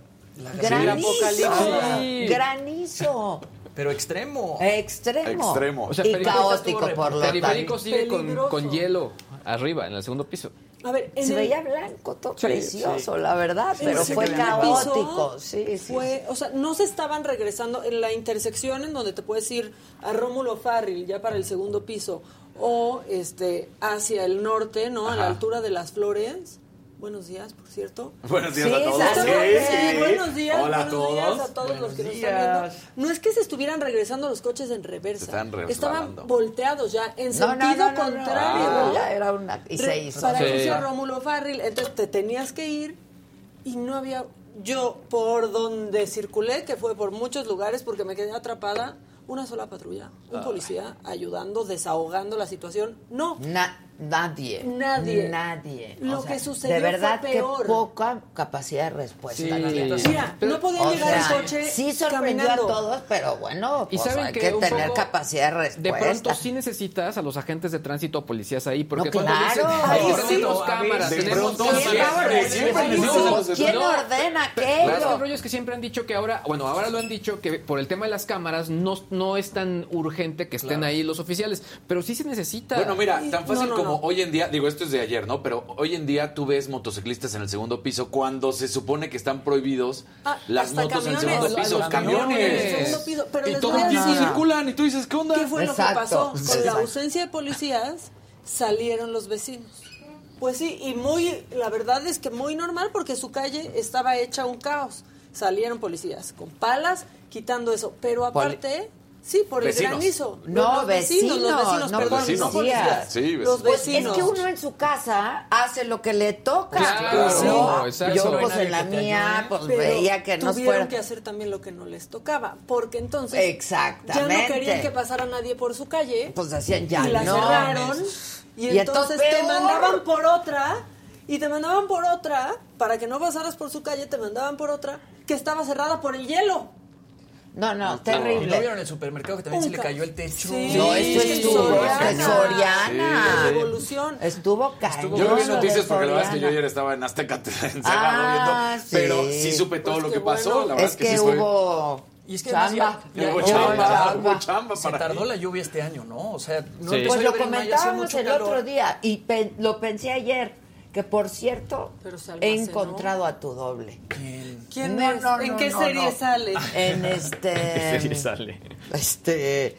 F: La-
A: granizo,
F: Sí, el apocalipsis.
A: granizo,
F: Pero extremo.
A: extremo,
G: Extremo. O sea,
A: y
I: Periférico
A: caótico
I: estuvo re-
A: por lo
I: Periférico
A: tanto.
I: sigue con,
H: Peligroso.
I: con hielo arriba, en el segundo piso.
H: A ver, en
A: Se
H: el-
A: veía blanco, todo
I: Sí,
A: precioso, la verdad, pero
H: Sí,
A: fue
H: que le
A: caótico.
H: pisó,
A: Sí, sí, sí.
H: Fue, o sea, no se estaban regresando en la intersección en donde te puedes ir a Rómulo Farril ya para el segundo piso o este hacia el norte, ¿no? A la
I: Ajá.
H: altura de las Flores. Buenos días, por cierto.
G: Buenos días
A: Sí,
G: a todos.
A: salud.
G: Sí, sí.
H: Buenos días,
G: Hola
H: buenos
G: a todos.
H: días a todos los que nos están viendo. No es que se estuvieran regresando los coches en reversa.
G: Se están resbalando.
H: Estaban volteados ya, en
A: No, no, no,
H: sentido
A: no, no.
H: contrario.
A: Ah,
H: ¿no?
A: ya era una- y se
H: Re-
A: hizo.
H: Para
I: Sí.
H: que sea Rómulo Farril. Entonces te tenías que ir y no había. Yo, por donde circulé, que fue por muchos lugares porque me quedé atrapada, una sola patrulla,
G: Ah.
H: un policía ayudando, desahogando la situación. No.
A: Na- nadie.
H: Nadie.
A: Nadie.
H: Lo que sucedió
A: De
H: fue
A: verdad que
H: peor.
A: poca capacidad de respuesta.
I: Sí.
A: tiene.
I: Sí.
H: Mira, no podía
A: O
H: llegar
A: sea,
H: el coche.
A: sí sorprendió
H: caminando.
A: a todos, pero bueno,
I: Y
A: pues,
I: saben
A: hay
I: que,
A: que,
I: un
A: tener
I: poco-
A: capacidad de respuesta.
I: De pronto sí necesitas a los agentes de tránsito o policías ahí, porque
A: No,
I: cuando dicen,
A: claro.
I: "Ay,
A: Ahí
I: tenemos
A: sí.
I: cámaras,
G: De
I: tenemos
G: pronto
I: cámaras".
G: siempre, siempre
I: Sí,
G: necesitas a
I: no,
G: los de-
A: ¿Quién
I: no,
A: ordena
I: Pero es que el
A: aquello?
I: rollo es que siempre han dicho que ahora, bueno, ahora lo han dicho que por el tema de las cámaras no, no es tan urgente que estén ahí los oficiales, pero sí se necesita.
G: Bueno, mira, tan fácil
H: No, no,
G: como
H: no.
G: hoy en día, digo, esto es de ayer, ¿no? Pero hoy en día tú ves motociclistas en el segundo piso cuando se supone que están prohibidos
H: Ah,
G: las
H: hasta
G: motos en el
H: camiones.
G: segundo
I: Los-
G: piso,
I: los camiones.
G: camiones.
H: En el segundo piso, pero
G: y
H: les
G: todo
H: voy a
G: el tiempo
H: decir-
G: circulan y tú dices, ¿qué onda?
H: ¿Qué fue
A: Exacto.
H: lo que pasó? Con la
A: Exacto.
H: ausencia de policías salieron los vecinos. Pues sí, y muy, la verdad es que muy normal porque su calle estaba hecha un caos. Salieron policías con palas quitando eso, pero aparte, sí, por el
G: Vecinos.
H: granizo.
A: No,
H: Los los
A: vecinos,
H: vecinos,
A: no
H: perdón,
G: policías.
H: no policías.
G: Sí, vecinos.
H: Los
A: Pues es
H: vecinos.
A: que uno en su casa hace lo que le toca.
I: Pues Claro,
A: ¿no?
I: sí.
A: Yo,
I: exacto. No hay
A: pues
I: nadie
A: en la
I: que te
A: mía,
I: ayude.
A: pues
H: Pero
A: veía que no
H: tuvieron
A: fuera.
H: que hacer también lo que no les tocaba, porque entonces
A: Exactamente.
H: ya no querían que pasara nadie por su calle.
A: Pues decían, ya
H: y la
A: no.
H: cerraron y,
A: Y entonces
H: entonces
A: peor.
H: te mandaban por otra y te mandaban por otra para que no pasaras por su calle te mandaban por otra que estaba cerrada por el hielo
A: No, no,
F: ¿Y no
A: terrible.
F: vieron el supermercado que también se le
H: Nunca.
F: cayó el techo?
H: Sí.
A: No, esto
H: Sí,
A: estuvo
H: Soriana.
A: de Soriana.
H: La revolución.
A: Estuvo cañón.
G: Yo no vi
A: lo de
G: noticias porque la verdad es que yo
A: Soriana.
G: ayer estaba en Azteca encerrado
A: Ah,
G: viendo,
A: sí.
G: pero sí supe todo
H: Pues
G: lo
H: qué
G: que pasó.
H: bueno.
G: La verdad
A: Es que
G: sí fue-
A: hubo
F: Y es que
A: chamba.
F: además ya-
G: Hubo
F: ya-
G: chamba,
F: chamba.
G: hubo chamba
F: Se
G: para
F: tardó
G: mí.
F: la lluvia este año, ¿no? O sea, no
I: Sí.
F: empezó
A: Pues
F: a
A: lo
F: llover en mayo, hacía
A: comentábamos
F: mucho
A: el
F: calor.
A: otro día y pe- lo pensé ayer, que por cierto
H: Pero se
A: he
H: almacenó.
A: encontrado a tu doble.
F: ¿Quién?
H: quién
A: No,
H: es
A: no, no,
H: en qué
A: no,
H: serie
A: no.
H: sale
A: En este...
I: sale.
A: Este...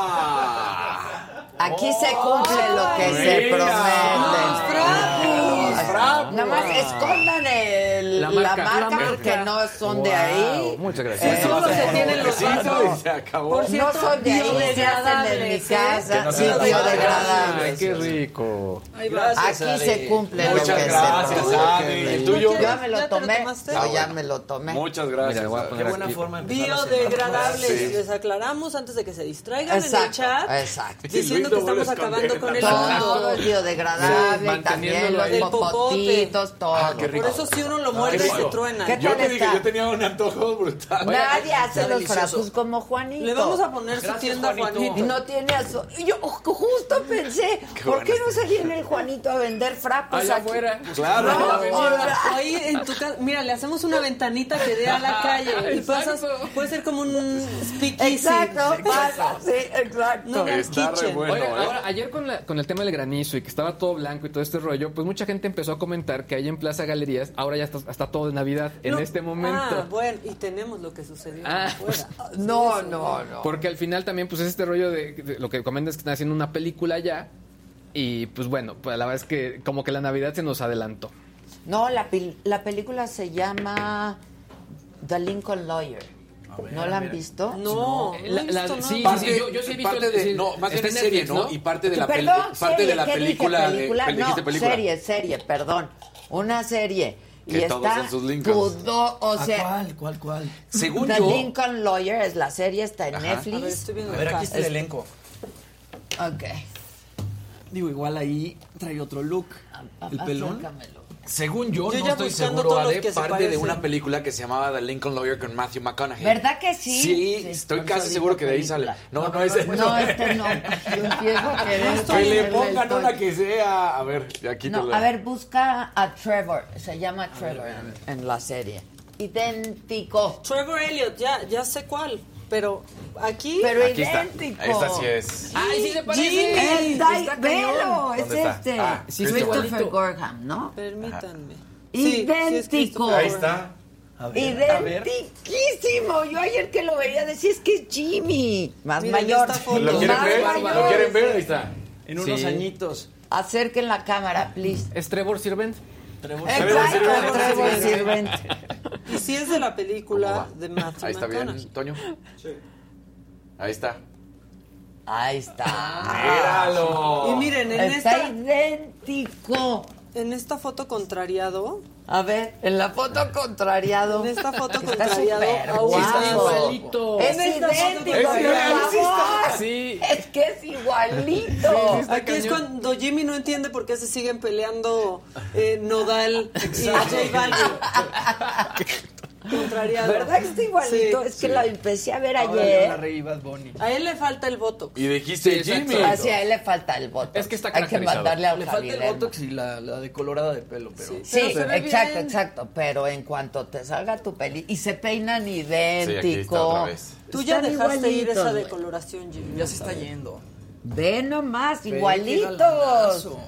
G: Ah,
A: Aquí se
H: Oh,
A: cumple lo que se
G: mira.
A: promete.
G: Los frapos.
A: Nada más escondan el- la
I: La
A: marca,
I: marca. La marca.
A: que no son de
I: Wow,
A: ahí.
I: muchas gracias.
A: Eh,
H: Ah, solo se
A: no,
H: tienen los
G: sí,
H: datos.
G: y se acabó.
H: Por
A: No
H: cierto,
A: son de ahí, se hacen en mi
H: biodegradables,
A: casa.
H: ¿eh?
A: sí, biodegradables.
I: Ay, qué rico.
H: Ahí va.
A: Aquí se cumple
G: Muchas
A: lo que
G: gracias,
A: se promete.
G: Adri. ¿El
H: tuyo?
A: Yo me
H: ¿Ya
A: lo
H: te lo
A: tomé.
H: tomaste?
A: No, ya
G: Bueno.
A: me lo tomé.
G: Muchas gracias.
I: Mira, voy a
G: Adri.
F: Qué buena
I: Aquí.
F: forma de empezar la
H: Biodegradables,
G: Sí.
H: les aclaramos antes de que se distraigan en el
A: Exacto,
H: chat
A: exacto.
H: diciendo
G: Luis
H: que
G: Doble
H: estamos acabando
G: esconde-
H: con el mundo.
A: Todo es biodegradable,
I: Sí,
A: también
I: manteniéndolo
A: los
I: ahí.
H: El popote.
A: popotitos, todo.
G: Ah, qué rico.
H: Por eso si uno lo muerde
G: rico.
H: se truena.
A: ¿Qué
G: Yo
A: tal
G: te dije,
A: está?
G: yo Ah, tenía un antojo brutal.
A: Nadie hace
F: está
A: los
F: delicioso.
A: frascos como Juanito.
H: Le vamos a poner su
F: Gracias,
H: tienda a
F: Juanito.
A: Y
H: Juanito.
A: no tiene aso- y Yo oh, justo pensé, ¿por
G: bueno
A: qué no se viene el Juanito a vender frapos
I: Allá
A: aquí?
I: afuera.
G: Claro.
A: No,
G: en la
A: o
G: avenida.
A: sea,
H: Ahí en tu casa, mira, le hacemos una ventanita que dé a la calle y pasas,
I: Exacto.
H: puede ser como un speakeasy.
A: Exacto, pasa, sí, exacto.
H: No, no,
G: Está re
H: Kitchen.
G: bueno,
I: Oigan,
G: ¿eh?
I: ahora, ayer con, la- con el tema del granizo y que estaba todo blanco y todo este rollo, pues mucha gente empezó a comentar que ahí en Plaza Galerías ahora ya está, está todo de Navidad en
H: No.
I: este
H: Ah,
I: momento.
H: bueno, y tenemos lo que sucedió
I: Ah,
H: afuera.
A: No, no, no.
I: Porque al final también, pues es este rollo de, de lo que comentas que están haciendo una película ya. Y pues bueno, pues la verdad es que como que la Navidad se nos adelantó.
A: No, la, pel- la película se llama The Lincoln Lawyer. ¿No la han visto?
H: No,
I: La- la-
H: no he visto
I: sí,
H: nada.
I: sí, sí, yo, yo sí he visto.
G: parte de,
I: sí,
G: no, más bien
I: está
G: es
I: en
G: serie,
I: Netflix,
G: ¿no? Y parte de la, peli-
A: Perdón,
G: parte de
A: serie,
G: la
A: ¿qué dije?
G: película. de-
A: película?
G: pe- dijiste
A: no,
G: película.
A: serie, serie, perdón. Una serie.
G: Que
A: y
G: todos
A: está
G: en sus Lincolns.
A: pudo- o
F: ¿A
A: sea,
F: ¿Cuál, cuál, cuál?
G: Según
A: The
G: yo,
A: Lincoln Lawyer es la serie, está en
H: A
A: Netflix.
H: ver, estoy viendo
F: A ver,
H: acá.
F: aquí está el elenco.
A: Ok.
F: Digo, igual ahí trae otro look. El pelón.
A: Acércamelo.
G: Según yo,
H: Yo
G: no
H: ya
G: estoy
H: buscando
G: seguro,
H: todos los
G: Ade,
H: que se
G: parte de
H: parecen.
G: una película que se llamaba The Lincoln Lawyer con Matthew McConaughey.
A: ¿Verdad que sí?
G: Sí,
A: Sí,
G: estoy
A: por
G: casi
A: eso
G: seguro
A: digo
G: que de ahí sale.
A: película.
G: No, no, es
A: No, este no. Yo empiezo a querer
G: Que le
A: saber la
G: pongan
A: historia.
G: una que sea. A ver, ya quítalo.
A: No, a ver, busca a Trevor. Se llama Trevor en, en la serie. Idéntico.
H: Trevor Elliot, ya, ya sé cuál, pero aquí...
A: Pero
G: Aquí está.
A: idéntico.
G: Esta sí es.
F: ¡Ay, sí se
A: El
F: parece!
A: Dai-
F: Está
A: velo,
F: cañón.
A: es
G: ¿Dónde está?
A: este.
G: Ah,
F: sí, está
A: Christopher
F: igualito.
A: Gorham, ¿no?
H: Permítanme.
A: Idéntico.
H: Christopher
G: Ahí está.
F: A ver, a ver.
A: Idéntiquísimo. Yo ayer que lo veía decía, es que es Jimmy. Más
H: Miren
A: mayor.
H: esta foto.
G: ¿Lo quieren
A: Más
G: ver?
A: mayor.
G: ¿Lo quieren ver? Ahí está.
F: En unos
I: Sí.
F: añitos.
A: Acerquen la cámara, please.
I: ¿Es Trevor Sirvent?
F: Trevor
A: Exacto,
H: Trevor
A: Trevor
H: Sirvent.
A: Sirvent.
H: Y si es de la película de Matthew
G: Ahí está bien,
H: McConaughey.
G: Toño. Ahí está.
A: Ahí está.
H: Y
G: ¡Míralo!
H: miren, en
A: Está
H: esta,
A: idéntico.
H: en esta foto contrariado,
A: A ver, en la foto contrariado.
H: en esta foto
A: Está
H: contrariado,
A: súper
H: aún
A: guapo.
H: más.
I: igualito.
A: Es
H: En esta foto
A: idéntico,
H: contrariado.
A: por favor.
I: Sí.
A: Es que es igualito.
I: Está
H: Aquí es
I: cañón.
H: cuando Jimmy no entiende por qué se siguen peleando eh, Nodal y J Balvin. Contrariado.
A: ¿Verdad que está igualito?
H: Sí.
A: es que la empecé a ver
F: Ahora le van a
A: ayer.
F: reír Bad Bunny.
H: A él le falta el voto.
G: Y dijiste
I: Sí,
G: Este, Jimmy.
I: exacto.
A: Así a él le falta el voto.
I: Es que está
A: Hay que
I: caracterizado.
A: mandarle a
F: Le
A: Javier
F: falta el
A: Hermo.
F: botox y la, la decolorada de pelo, pero...
H: Sí.
A: Sí,
H: Pero se ve
A: exacto,
H: bien.
A: exacto. Pero en cuanto te salga tu peli y se peinan
G: Sí, aquí está
A: idéntico.
G: otra vez.
H: Tú ya
A: Están
H: dejaste ir
A: igualitos,
H: esa
A: güey.
H: decoloración, Jimmy.
F: Ya se está yendo.
A: Ve nomás,
F: Pero qué
A: igualitos.
F: galanazo.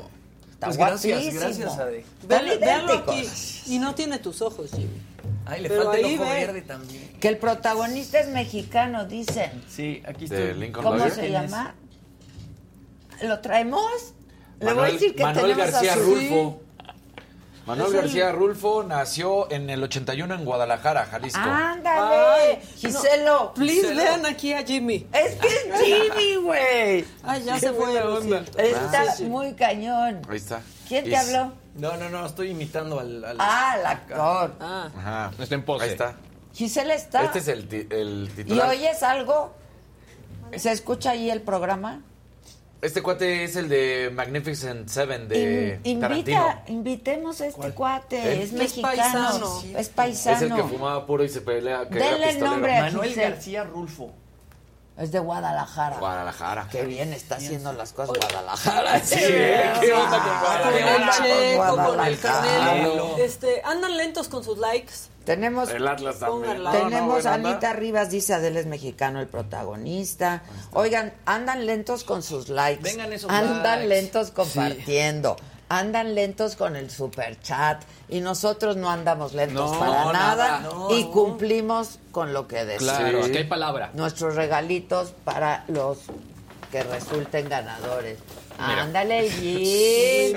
A: Está
F: Pues gracias,
A: guapísimo.
F: gracias, Ade.
A: Están
H: Vean- Véanlo aquí.
A: idénticos.
H: Y no tiene tus ojos, Jimmy.
F: Ay, le
H: Pero
F: falta el
H: ahí
F: ojo
H: ve.
F: verde también.
A: Que el protagonista es mexicano, dicen.
F: Sí, aquí
G: ¿De
F: estoy.
G: Lincoln
A: ¿Cómo
G: Lawyer?
A: se llama? ¿Lo traemos? Le voy a
G: Manuel,
A: decir que
G: Manuel
A: tenemos
G: García
A: a su...
G: Rulfo. Manuel García Rulfo nació en el 81 en Guadalajara, Jalisco.
A: Ándale,
H: Ay,
A: Giselo.
H: Please, vean aquí a Jimmy.
A: Es que es Jimmy, güey.
H: Ay, ya se fue. Lucía.
A: Está
H: Sí, sí.
A: muy cañón.
G: Ahí está.
A: ¿Quién te
G: Es-
A: habló?
F: No, no, no, estoy imitando al... al-
A: Ah, el actor.
H: Ah,
G: Ajá.
I: Está en pose.
G: Ahí está.
A: Gisela está.
G: Este es el, ti- el
A: ¿Y
G: titular.
A: oyes algo? ¿Se escucha ahí el programa?
G: Este cuate es el de Magnificent Seven de
A: In- invita,
G: Tarantino.
A: invitemos a este cuate.
G: ¿Eh?
A: Es
H: Es
A: mexicano.
H: paisano.
A: Es
G: Es el
A: paisano.
G: que fumaba puro y se pelea. Que
A: Denle
G: era pistolero.
A: nombre a-
F: Manuel
A: Giselle.
F: García Rulfo.
A: Es de Guadalajara.
G: Guadalajara.
A: Qué bien está haciendo las cosas Guadalajara.
G: Sí, ¿eh? ¿Qué onda con
H: Ah, con
G: Guadalajara?
H: el Checo, con el Canelo.
F: Canelo.
H: Este, andan lentos con sus likes.
A: Tenemos,
G: El Atlas también.
H: Póngala.
G: No, no,
A: tenemos
G: bueno,
A: a
G: anda.
A: Anita Rivas, dice Adel es mexicano el protagonista. Oigan, andan lentos con sus likes.
F: Vengan esos
A: andan
F: likes.
A: lentos compartiendo. Andan lentos con el super chat y nosotros no andamos lentos
I: No,
A: para
I: no,
A: nada,
I: nada,
F: no.
A: y cumplimos con lo que decimos.
I: Claro,
G: Sí.
I: aquí hay palabra.
A: Nuestros regalitos para los que resulten ganadores. Ándale, Jim.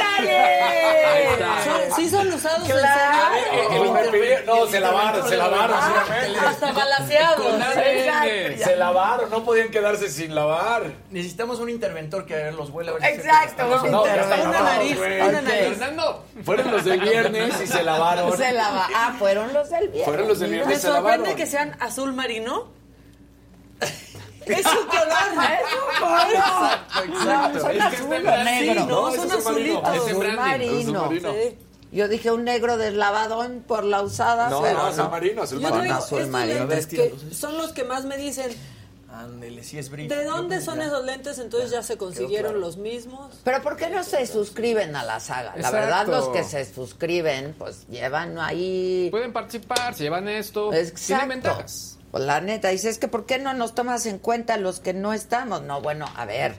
H: Ahí
A: Ándale.
H: está. Son- sí son usados
A: Claro.
H: en
G: Eh,
H: serio.
G: eh, lo que pidió- No, se lavaron, se lavaron.
A: Ah,
H: Hasta balaseados.
G: seguramente. Se lavaron, no podían quedarse sin lavar.
F: Necesitamos un interventor que a ver, los huela. a ver si
A: Exacto,
F: se-
A: vamos a
G: No, ya
A: intervenir.
G: está
H: Una
G: lavado,
H: nariz,
G: güey.
H: una
A: Ok.
H: nariz.
I: Fernando.
G: Fueron los del viernes y se lavaron.
A: Se lava. Ah, fueron los del viernes.
G: Fueron los del
A: Mira.
H: Me
G: viernes. se
H: sorprende
G: lavaron.
H: que sean azul marino. es su color. ¿eh?
A: Es un color. No, son
G: Es que
A: azul
G: está
A: o
G: en
A: negro.
H: Sí, no,
G: ese
H: son
G: es submarino.
H: azulitos.
G: Ese es
A: Azul
G: branding,
A: marino.
G: azul marino.
H: Sí.
A: Yo dije un negro deslavadón por la usada,
G: No,
A: pero
G: no,
A: no.
G: azul marino, azul
H: Yo traigo
A: Con
G: marino.
A: azul
H: estos
A: marino.
H: lentes
F: Vestido,
H: que son los que más me dicen,
F: Ándele, sí es brillo.
H: ¿de dónde son esos lentes? Entonces ya se consiguieron los mismos.
A: Pero ¿por qué no se suscriben a la saga? La
I: Exacto.
A: verdad, los que se suscriben, pues llevan ahí...
I: Pueden participar, se llevan esto. Tienen
A: Exacto.
I: ventajas.
A: Pues la neta, dices es que ¿por qué no nos tomas en cuenta los que no estamos? No, bueno, a ver,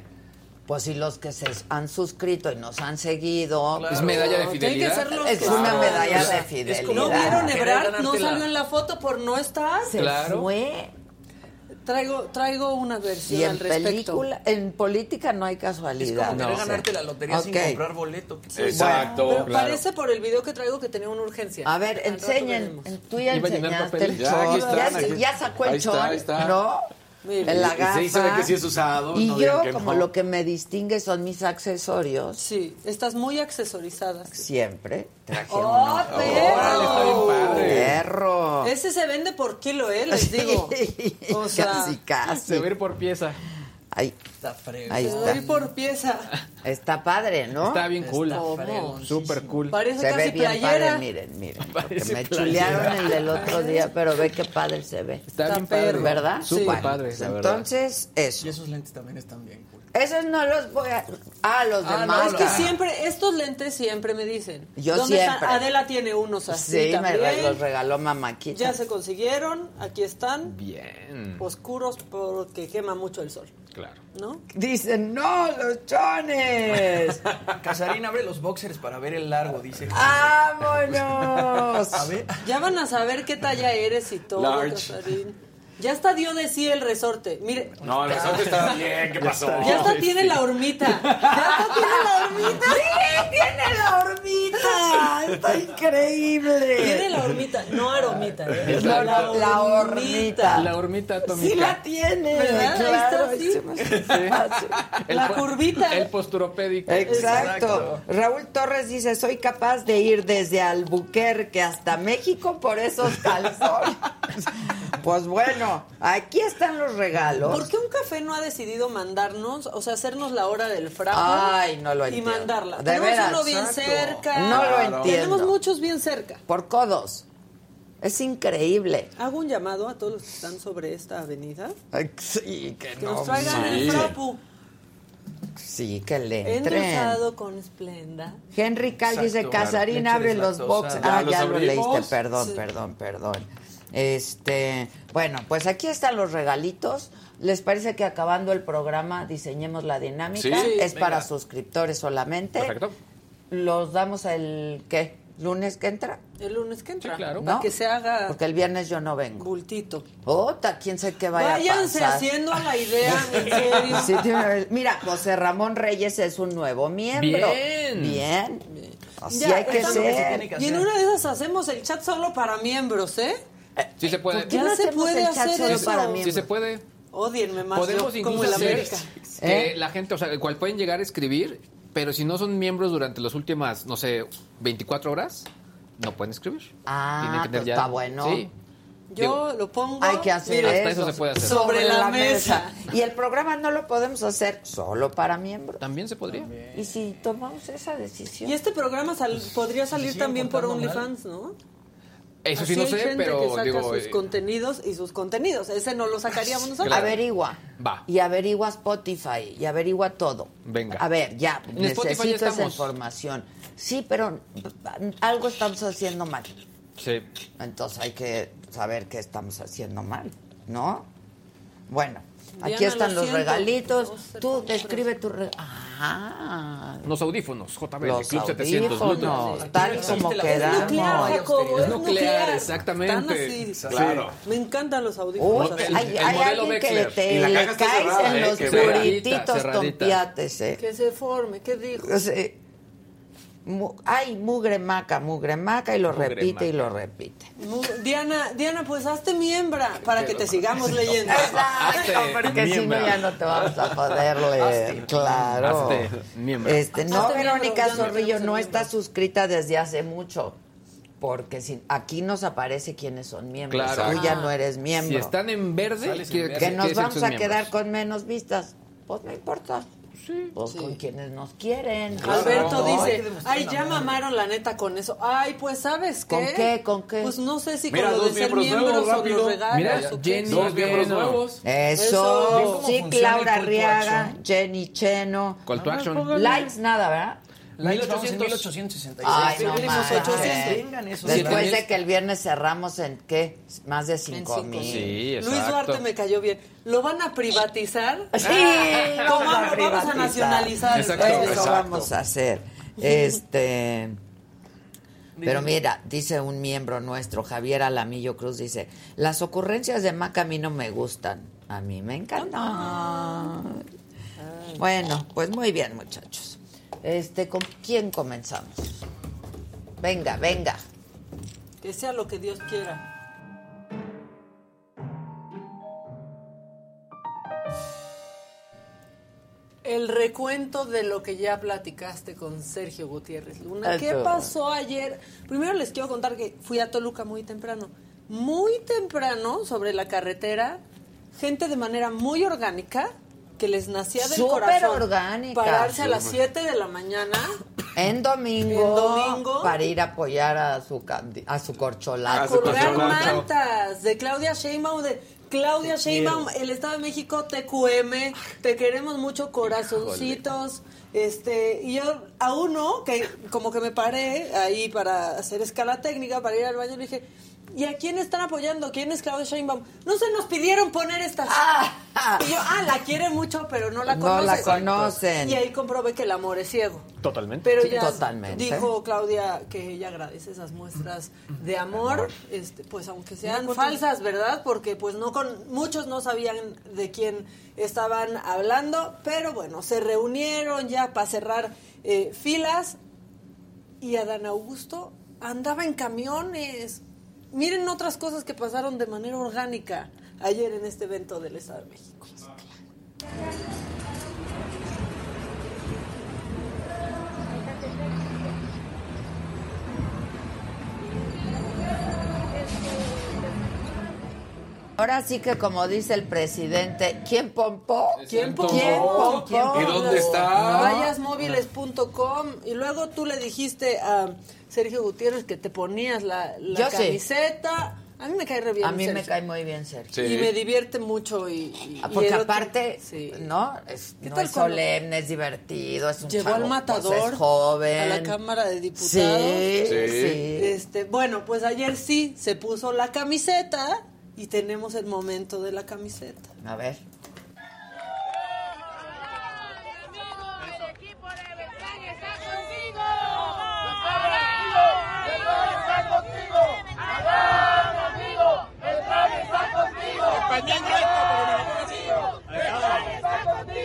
A: pues si los que se han suscrito y nos han seguido,
I: Es medalla de
H: Tienen que ser
I: fidelidad.
H: los
A: es
H: que-
A: una
H: Claro.
A: medalla de
F: es
A: fidelidad.
F: como-
H: ¿No
F: Claro.
H: vieron
F: Querer
H: Ebrard? ¿No
F: ganártela.
H: salió en la foto por no estar?
A: se
I: Claro.
A: fue
H: Traigo, traigo una
A: y
H: versión
A: en
H: al respecto.
A: película, en política no hay casualidad.
F: Como
A: no
F: querer
A: sé.
F: ganarte la lotería
A: Ok.
F: sin comprar boleto.
G: Exacto.
H: Pero parece por el video que traigo que tenía una urgencia.
A: A
H: Al
A: ver,
H: rato
A: enseñen.
H: veremos.
A: Tú ya
I: Iba a llenar
A: enseñaste
I: papel.
A: el
G: Ya, aquí
A: chor.
G: están,
A: Ya, se-
G: aquí-
A: ya sacó el
G: ahí está,
A: chor,
G: ahí está.
A: ¿no?
H: Mira.
A: En la
G: Y- y
A: gafa.
G: sí se ve que sí es usado,
A: Y
G: no digan
A: yo,
G: que
A: como
G: no.
A: lo que me distingue son mis accesorios,
H: Sí, estás muy accesorizadas.
A: siempre traje
H: ¡Oh,
A: uno.
H: perro!
A: ¡Perro!
H: Ese se vende por kilo, ¿eh? Les digo. O sea,
A: casi, casi.
I: Se va a ir por pieza.
A: Ay,
F: Está fregado.
A: Ahí
H: Te
A: está.
H: doy por pieza.
A: Está padre, ¿no?
I: Está bien cool.
H: Está fregón.
I: Súper cool.
H: Parece
A: Se ve
H: casi
A: bien
H: playera.
A: padre, miren, miren. Porque
I: Parece
A: me
I: playera.
A: chulearon el del otro día, pero ve qué padre se ve.
I: Está
H: Está
I: bien padre.
H: perro.
A: ¿Verdad?
I: Súper
A: Bueno,
I: padre,
A: pues
I: la verdad.
A: entonces,
F: Y
A: eso.
F: esos lentes también están bien cool.
A: Esos no los voy a... Ah, los
F: Ah,
A: de
F: no,
H: Es que
A: Marta.
H: siempre, estos lentes siempre me dicen.
A: Yo
H: ¿Dónde están?
A: siempre.
H: Adela tiene unos así
A: Sí, me
H: también.
A: re- los regaló mamaquita.
H: Ya se consiguieron, aquí están,
I: Bien.
H: oscuros porque quema mucho el sol,
I: Claro.
H: ¿no?
A: Dicen, no, los chones. Ah,
F: Casarín abre los boxers para ver el largo, dice.
A: ¡Vámonos!
F: A ver.
H: Ya van a saber qué talla eres y todo,
G: Large.
H: Casarín. Ya hasta dio de sí el resorte. Mire,
G: No, el resorte está bien, ¿qué pasó?
H: ya hasta tiene la hormita. Ya hasta tiene la hormita.
A: Este, ¡Sí, tiene la hormita! ¡Está increíble!
H: Tiene la hormita, no aromita. ¿eh?
I: Es la-
A: la hormita.
I: La hormita atómica.
A: ¡Sí la tiene!
H: ¿Verdad? Ahí
A: Claro,
H: está,
A: ahí
H: sí.
A: se me hace.
H: La
I: po-
H: curvita.
I: El posturopédico.
A: Exacto. Raúl Torres dice, soy capaz de ir desde Albuquerque hasta México por esos calzones. pues bueno, aquí están los regalos.
H: ¿Por qué un café no ha decidido mandarnos, o sea, hacernos la hora del fraude?
A: Ay, no lo entiendo.
H: Y mandarla.
A: De
H: Tenemos
A: veras,
H: uno bien
A: exacto.
H: cerca.
A: No lo entiendo.
H: Tenemos muchos bien cerca.
A: Por codos. Es increíble.
H: Hago un llamado a todos los que están sobre esta avenida
A: Ay, Sí, que
H: que
A: no.
H: nos traigan el
G: manches.
H: frapu.
A: Sí, que le entren.
H: Endulzado con esplenda.
A: Henry Cal dice,
F: Exacto, claro.
A: Casarín
F: Leche
A: abre los box.
F: deslactosada.
A: Ah,
G: ¿Ya los
A: ya lo
G: abrimos?
A: leíste, perdón,
H: Sí.
A: perdón, perdón. Este, bueno, pues aquí están los regalitos. ¿Les parece que acabando el programa diseñemos la dinámica?
G: Sí, Sí.
A: es para
G: venga.
A: suscriptores solamente.
I: Perfecto.
A: Los damos el qué? ¿Lunes que entra?
H: El lunes que entra.
I: Sí, claro.
H: Para que se haga
A: Porque el viernes yo no vengo.
H: bultito.
A: Ota, quién sé qué vaya
H: Váyanse
A: a pasar.
H: haciendo a la idea, en
F: Eh,
H: serio.
A: Sí, de una vez. Mira, José Ramón Reyes es un nuevo miembro.
I: Bien.
A: Bien. Así
H: Ya,
A: hay que
H: estamos-
F: que se tiene
A: ser.
F: que
H: Y en
F: hacer.
H: una de esas hacemos el chat solo para miembros, ¿eh?
I: Sí se puede.
A: ¿Por qué no
H: Ya se
A: hacemos
H: puede
A: el chat
H: hacer
A: solo
H: eso.
A: para
I: Sí
A: miembros?
I: se puede.
H: Odienme más.
I: Podemos
H: yo,
I: incluso
H: como el
I: hacer
H: América.
I: que
A: ¿Eh?
I: la gente, o sea, el cual pueden llegar a escribir, pero si no son miembros durante las últimas, no sé, 24 horas, no pueden escribir.
A: Ah,
I: Tienen
A: pues
I: ya-
A: está bueno.
I: Sí.
H: Yo lo pongo.
A: Hay que hacer
H: Mira,
I: hasta eso se puede hacer.
H: Sobre la mesa.
A: Y el programa no lo podemos hacer solo para miembros.
I: También se podría.
A: Y si tomamos esa
H: Y
A: decisión.
H: este programa sal-
I: Pues,
H: podría salir
F: siguen
H: también por
F: portando
H: OnlyFans, ¿no?
I: Eso
H: Así
I: sí no
H: hay
I: sé,
H: gente que
I: pero
H: saca
I: digo,
H: sus
I: eh,
H: contenidos y sus contenidos. Ese no lo sacaríamos nosotros.
I: claro.
A: Averigua.
I: Va.
A: Y averigua Spotify. Y averigua todo.
I: Venga.
A: A ver, ya.
I: En Spotify ya
A: necesito esa
I: estamos.
A: información. Sí, pero mm, algo estamos haciendo mal.
I: sí.
A: Entonces hay que saber qué estamos haciendo mal, ¿no? Bueno,
H: Diana,
A: aquí están
H: lo
A: los
H: siento.
A: regalitos.
H: No sé
A: Tú
H: cómo
A: describe tu regalo. Ah,
I: Los audífonos, JBL,
A: los
I: Club 700, Bluetooth.
A: audífonos, tal
F: Aquí
A: como
F: existe la austeridad.
H: Es nuclear,
A: quedamos.
H: Jacobo. Es
I: Es nuclear,
H: nuclear.
I: exactamente.
H: Están así.
G: Claro.
H: Me encantan los audífonos.
A: Uy,
I: el-
A: hay,
I: el
A: hay
I: modelo
A: alguien que le,
I: Wexler.
A: te-
G: Y la
A: le
G: caja está
A: caes
G: cerrada,
A: en
G: ¿eh?
A: los
G: Que
I: vea.
A: purititos
I: Cerradita, cerradita.
A: tompiates, ¿eh?
H: Que se forme. ¿Qué dijo?
A: O sea, eh, mu- ay, mugre maca, mugre maca, y lo
I: Mugre
A: repite y
I: maca.
A: lo repite.
H: Mu- Diana, Diana, pues hazte miembra para que te sigamos leyendo.
A: Exacto,
I: Hazte
A: porque si no
I: miembro.
A: ya no te vamos a poder leer. Claro.
I: Hazte miembro.
A: Este, no,
H: Hazte miembro, ya
A: Verónica
H: no
A: Zorrillo
H: tenemos el
A: no
H: miembro.
A: está suscrita desde hace mucho. Porque si, aquí nos aparece quiénes son miembros.
I: Claro.
A: Tú ya no eres miembro.
I: Si están en verde,
F: Sales
I: quiere
F: en verde.
A: que
I: quiere
A: nos
I: decir
A: vamos
I: sus
A: a
I: miembros.
A: quedar con menos vistas. Pues no importa. Pues con quienes nos quieren.
H: Alberto
A: ¿No?
H: dice, ay, ya mamaron la neta con eso. Ay, pues, ¿sabes qué?
A: ¿Con qué? ¿Con qué?
H: Pues no sé si
G: Mira,
H: con lo
G: dos
H: de ser
G: miembros
H: miembros
G: nuevos,
H: o los
G: rápido.
H: regalos.
I: Mira,
H: o qué.
I: Jenny
G: Dos miembros
I: Gueno.
G: nuevos.
F: Eso. ¿Ven
A: Eso.
F: cómo
A: Sí,
F: funciona el
A: Claura
F: call to
A: Arriaga,
F: action?
A: Jenny Cheno.
I: Call to action.
A: Likes nada, ¿verdad?
F: Likes, vamos en 1866.
A: Ay, no
H: Tenemos
A: más.
H: 800.
F: Vengan esos
A: Después
I: siete
A: de que el viernes cerramos en qué? Más de cinco
H: cinco.
A: mil. Sí.
I: Sí, exacto.
H: Luis Duarte me cayó bien. ¿Lo van a privatizar?
A: vamos
H: ¿Cómo
A: a
H: lo vamos a
A: privatizar.
H: nacionalizar?
I: Exacto,
A: Pues Eso
H: Entonces,
G: exacto.
A: vamos a hacer. Este. Pero mira, dice un miembro nuestro, Javier Alamillo Cruz, dice, las ocurrencias de Maca a mí no me gustan, a mí me
G: Ah.
A: encantan. Bueno, pues muy bien, muchachos. Este, ¿con quién comenzamos? Venga, venga.
H: Que sea lo que Dios quiera. El recuento de lo que ya platicaste con Sergio Gutiérrez Luna. ¿Qué
A: Eso.
H: pasó ayer? Primero les quiero contar que fui a Toluca muy temprano. Muy temprano, sobre la carretera, gente de manera muy orgánica que les nacía del
A: Súper
H: corazón.
A: orgánica.
H: Pararse a las 7 de la mañana.
A: En domingo,
H: En domingo.
A: para ir a apoyar a su, candi- a su corcholata.
G: A su
H: Colgar
G: corcholata.
H: mantas de Claudia Sheinbaum, de Claudia Sheinbaum, el Estado de México, TQM, te queremos mucho, corazoncitos. Este, y yo a uno, que como que me paré ahí para hacer escala técnica, para ir al baño, le dije, ¿y a quién están apoyando? ¿Quién es Claudia Sheinbaum? No se nos pidieron poner estas.
A: Ah.
H: Y yo, ah, la quiere mucho, pero no la
A: No
H: conocen.
A: la conocen.
H: Y ahí comprobé que el amor es ciego.
I: Totalmente.
H: Pero
A: Sí,
H: ya
A: totalmente.
H: dijo Claudia que ella agradece esas muestras de amor, este, pues aunque sean falsas, ¿verdad? Porque pues no con muchos no sabían de quién estaban hablando, pero bueno, se reunieron ya para cerrar eh, filas y Adán Augusto andaba en camiones. Miren otras cosas que pasaron de manera orgánica ayer en este evento del Estado de México.
A: Ahora sí que como dice el presidente, ¿quién pompó?
H: ¿Quién pompó?
A: ¿Quién pompó?
G: ¿Y dónde está?
H: Vallasmóviles.com y luego tú le dijiste a Sergio Gutiérrez que te ponías la, la
A: Yo sí.
H: camiseta. A mí me cae re bien.
A: A mí me
H: Sergio.
A: cae muy bien Sergio.
G: Sí.
H: Y me divierte mucho y... y-
A: Ah,
H: y
A: Porque
H: el otro-
A: aparte,
H: sí.
A: ¿no? Es,
H: ¿Qué
A: no
H: tal
A: es
H: cuando-
A: solemne, es divertido, es un
H: Llegó al
A: chavo,
H: matador
A: pues, es joven.
H: a la Cámara de Diputados.
A: Sí, sí.
G: Sí.
H: Este, bueno, pues ayer sí se puso la camiseta y tenemos el momento de la camiseta.
A: A ver.
J: El equipo de Besaña está contigo. está contigo. contigo. está contigo. está contigo.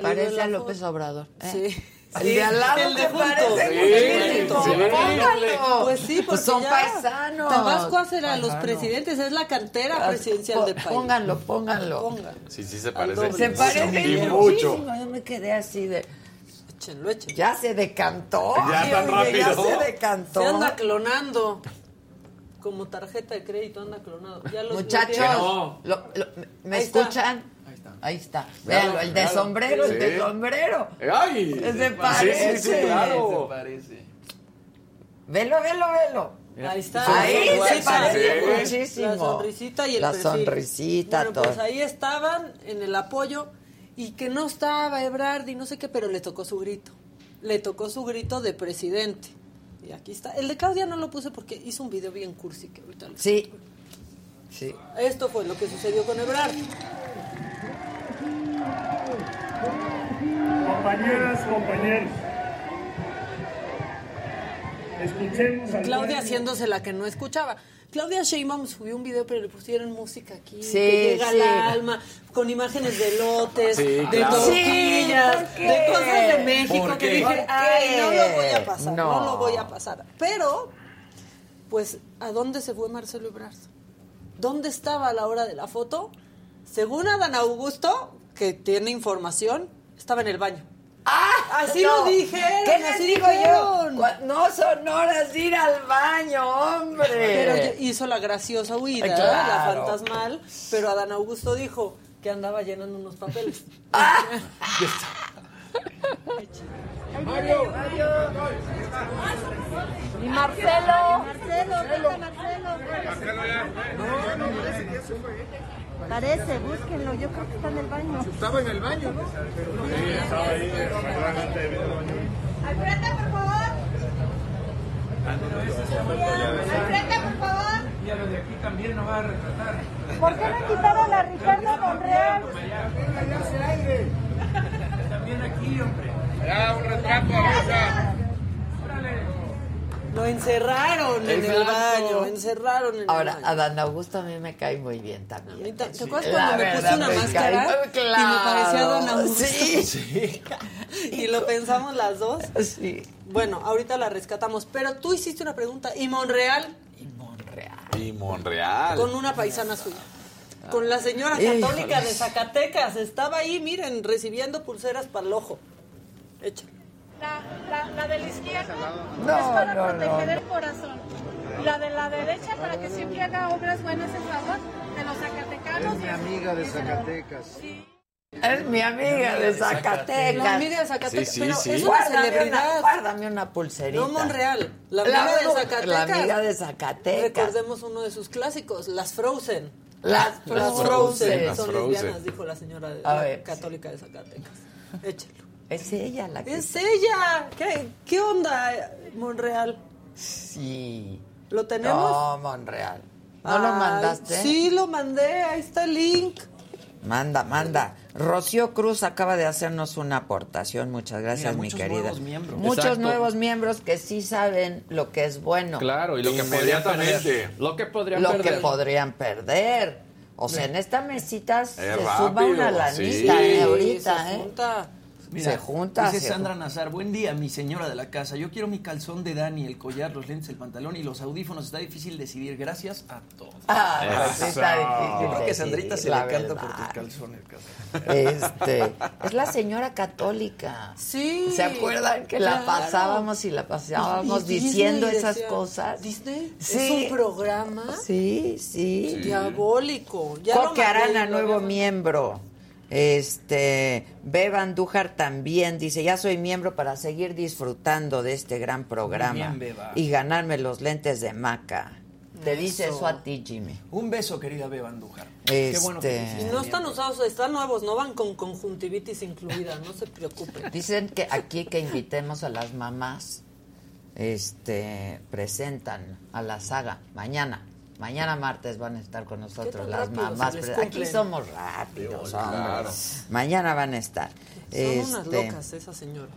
A: Parece a López Obrador. ¿eh?
H: Sí.
A: El de al lado
H: El
A: que
H: de junto.
A: parece
H: Sí,
A: Gustavo.
H: sí.
A: Póngalo.
H: Pues sí, porque
A: Pues son
H: ya
A: paisanos.
H: Tabasco hace a los
A: Paisano.
H: presidentes, es la cantera presidencial
A: Po-
H: del país.
A: Pónganlo, pónganlo.
H: Ponga.
G: Sí, sí se
H: doble.
G: parece.
A: Se
H: Sí,
A: parece
G: Y
A: muchísimo.
G: mucho.
A: Yo me quedé así de.
H: Échenlo, échenlo.
A: Ya se decantó.
G: Ya
A: Ay,
G: tan
A: oye, Ya
G: rápido.
A: se decantó.
H: Se anda clonando. Como tarjeta de crédito anda clonado. Ya los
A: Muchachos,
G: No.
A: lo- lo- ¿me- ¿me
H: Ahí está.
A: escuchan?
F: Ahí está.
A: Ahí está. Véanlo, el de
G: véalo.
A: sombrero, el de
G: Sí.
A: sombrero.
G: ¡Ay!
A: Se
G: Sí,
A: parece.
G: Sí, sí, claro.
F: parece.
A: Velo, velo, velo.
H: Ahí está.
A: Ahí
H: Sí,
A: se
H: sí,
A: parece
H: sí.
A: muchísimo.
H: La sonrisita y el
A: La
H: perfil.
A: sonrisita,
H: Bueno,
A: todo.
H: pues ahí estaban en el apoyo y que no estaba Ebrard y no sé qué, pero le tocó su grito. Le tocó su grito de presidente. Y aquí está. El de Claudia no lo puse porque hizo un video bien cursi que ahorita les-
A: Sí. Sí.
H: Esto fue lo que sucedió con Ebrard.
C: Compañeras, compañeros. Escuchemos al
H: Claudia
C: pueblo.
H: haciéndose la que no escuchaba. Claudia Sheinbaum subió un video, pero le pusieron música aquí.
A: Sí,
H: que llega
A: sí.
H: al alma, con imágenes de lotes,
G: Sí,
H: de
G: claro.
A: Sí,
H: tortillas,
A: ¿por qué?
H: de cosas de
G: ¿Por
H: México. Que
G: qué? ¿Por
H: dije,
A: qué?
H: ay, no lo voy a pasar, no.
A: No.
H: lo voy a pasar. Pero, pues, ¿a dónde se fue Marcelo Ebrard? ¿Dónde estaba a la hora de la foto? Según Adán Augusto, que tiene información, estaba en el baño.
A: ¡Ah!
H: Así lo dijeron,
A: ¿Qué les
H: así
A: digo
H: dijeron.
A: yo? Cu- No son horas de ir al baño, hombre.
H: Pero ya hizo la graciosa
A: Eh. Ay,
H: huida,
A: claro.
H: la fantasmal, pero Adán Augusto dijo que andaba llenando unos papeles.
A: Ah.
J: Y Marcelo. Marcelo, Marcelo. Parece, búsquenlo, yo creo que está en el baño. Estaba en el baño, ¿no? Sí, estaba ahí. Al frente, por favor. Al frente, por favor. Y a los de aquí también nos va a retratar. ¿Por qué me quitaron a Ricardo Monreal?
H: Lo encerraron en el baño, encerraron en
A: Ahora,
H: el baño.
A: Adán Augusto a mí me cae muy bien también.
H: ¿Te te acuerdas
A: La
H: cuando me
A: verdad,
H: puse una
A: me
H: máscara
A: cae-
H: y me parecía
A: Claro.
H: Adán Augusto?
A: Sí.
H: y lo pensamos las dos.
A: Sí.
H: Bueno, ahorita la rescatamos, pero tú hiciste una pregunta y Monreal
A: Y Monreal.
G: Y Monreal.
H: con una paisana suya. Con la señora
A: Híjoles.
H: católica de Zacatecas. Estaba ahí, miren, recibiendo pulseras para el ojo. Échale.
J: La, la, la de la izquierda
K: No,
J: es para
K: no,
J: proteger
K: no.
J: el corazón. La de la derecha para que siempre haga obras buenas en favor de los zacatecanos.
K: Es mi
J: y-
K: amiga de
J: y-
K: Zacatecas.
A: Es mi amiga de Zacatecas.
H: La amiga de Zacatecas,
A: Sí, sí,
H: pero
A: sí.
H: es una
A: Guárdame
H: celebridad.
A: una- guárdame una pulserita.
H: No Monreal, la amiga de
A: mu-
H: Zacatecas.
A: La amiga de Zacatecas.
H: Recordemos uno de sus clásicos, las Frozen.
A: Las Frozen. Las
H: Son
A: Frozen.
H: lesbianas, dijo la señora de-
A: A ver.
H: católica de Zacatecas. Échalo.
A: Es ella la que...
H: Es ella. ¿Qué, qué onda, Monreal?
A: Sí.
H: ¿Lo tenemos?
A: No, Monreal. ¿No lo
H: Ay,
A: mandaste?
H: Sí, lo mandé. Ahí está el link.
A: Manda, manda. Rocío Cruz acaba de hacernos una aportación. Muchas gracias,
F: Mira,
A: mi
F: muchos
A: querida.
F: nuevos miembros.
A: Muchos
F: Exacto.
A: nuevos miembros que sí saben lo que es bueno.
I: Claro, y lo que podrían perder. Lo que podrían
A: lo
I: perder.
A: que podrían perder. O sea, en esta mesita se suba
G: rápido,
A: una
G: sí.
A: lanita eh, ahorita,
H: se
A: ¿eh?
H: junta.
A: se junta.
F: Dice
A: se
F: Sandra
A: junta.
F: Nazar, buen día, mi señora de la casa. Yo quiero mi calzón de Dani, el collar, los lentes, el pantalón y los audífonos. Está difícil decidir. Gracias a todos.
A: Ah, pues sí está difícil
F: Yo creo que
A: decidir,
F: Sandrita se le
A: la
F: canta por
A: verdad.
F: tus calzones. casa.
A: Este, es la señora católica.
H: Sí.
A: ¿Se acuerdan que la
H: Claro.
A: pasábamos y la pasábamos
H: Y Disney
A: diciendo esas
H: decía,
A: cosas?
H: Disney
A: Sí.
H: es un programa
A: Sí, sí.
H: diabólico. Ya lo
A: Coque
H: mandé,
A: Arana,
H: lo
A: nuevo
H: había-
A: miembro. Este, Beba Andújar también dice, ya soy miembro para seguir disfrutando de este gran programa
F: Muy bien, Beba.
A: y ganarme los lentes de maca. Te dice
F: Eso.
A: eso a ti, Jimmy.
F: Un beso, querida Beba Andújar. Qué bueno
A: Este.
F: que te
H: Y
F: hiciste
H: no están
F: miembro.
H: usados, están nuevos, no van con conjuntivitis incluida, no se preocupen.
A: Dicen que aquí que invitemos a las mamás, este, presentan a la saga mañana. Mañana martes van a estar con nosotros
H: tan
A: las
H: rápido se
A: mamás.
H: les
A: pre-
H: cumplen.
A: Aquí somos rápidos, hombre.
G: claro.
A: Mañana van a estar.
H: Son unas
A: Este,
H: locas esas señoras.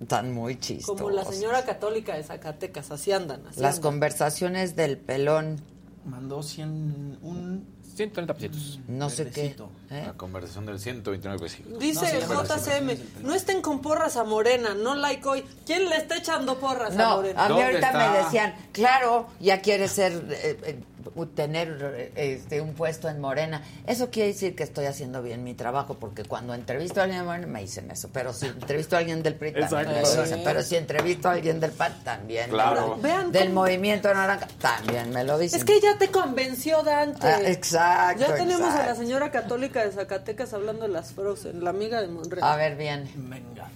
A: Están muy chistosas.
H: Como la señora católica de Zacatecas, así andan. Así
A: Las
H: andan.
A: conversaciones del pelón,
F: Mandó 100, un
I: 130 pesitos.
A: no sé qué.
F: Verdecito.
A: ¿eh?
G: La conversación del 129 vecinos.
H: Dice
F: No, sí,
H: JCM, no estén con porras a Morena, no like hoy. ¿Quién le está echando porras a
A: No,
H: Morena?
A: a mí
G: ¿Dónde
A: ahorita
G: está?
A: me decían, claro, ya quieres ser, eh, eh, u- tener eh, este, un puesto en Morena. Eso quiere decir que estoy haciendo bien mi trabajo, porque cuando entrevisto a alguien de Morena me dicen eso, pero si entrevisto a alguien del PRI también me lo
F: Exacto.
A: dicen, pero si entrevisto a alguien del PAN también me
G: Claro.
A: lo dicen.
H: Vean
A: del
H: cómo-
A: Movimiento Naranja también me lo dicen.
H: Es que ya te convenció Dante.
A: Ah, exacto,
H: Ya tenemos a la
A: exacto.
H: señora católica de Zacatecas hablando de las Frozen, la amiga de Monreal.
A: A ver, bien.
F: Venga.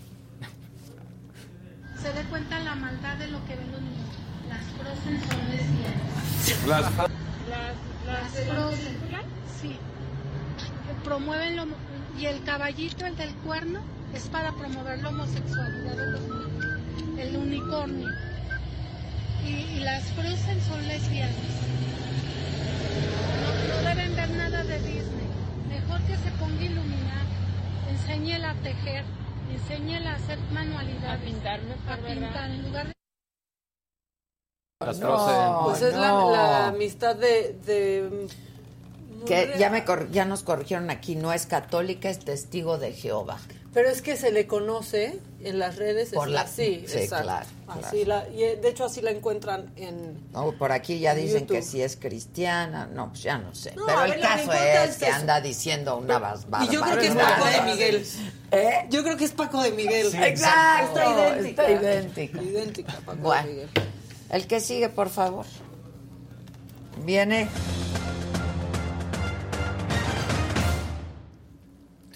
J: Se dé cuenta la maldad de lo que ven los niños. Las frozen son lesbianas.
G: Las-
J: Las, las frozen. Sí. Promueven lo, y el caballito, el del cuerno, es para promover la homosexualidad de los niños. El unicornio. Y, y las frozen son lesbianas. No, no deben ver nada de Disney. Mejor que se ponga a iluminar. Enséñela a tejer. Enséñela a hacer manualidades. A pintar, A pintar. En lugar de
I: Las Frozen.
H: Pues es la,
A: no.
H: la amistad de. de
A: Oh. Que
H: Monreal.
A: ya, me cor- ya nos corrigieron aquí, no es católica, es testigo de Jehová.
H: Pero es que se le conoce en las redes.
A: Por
H: es
A: la-
H: así,
A: sí,
H: exacto.
A: claro, claro.
H: Así la, y eh, de hecho, así la encuentran en.
A: No, por aquí ya dicen
H: YouTube.
A: que si es cristiana, no, pues ya no sé.
H: No,
A: Pero
H: a
A: el
H: ver, lo que
A: caso
H: importa
A: es
H: es
A: que
H: eso.
A: anda diciendo una barbaridad.
H: Y yo creo que es Paco de Miguel.
A: ¿Eh?
H: Yo creo que es Paco de Miguel.
A: exacto.
H: Está idéntica.
A: Está idéntica.
H: Idéntica, Paco
A: Bueno.
H: de Miguel.
A: El que sigue, por favor. Viene.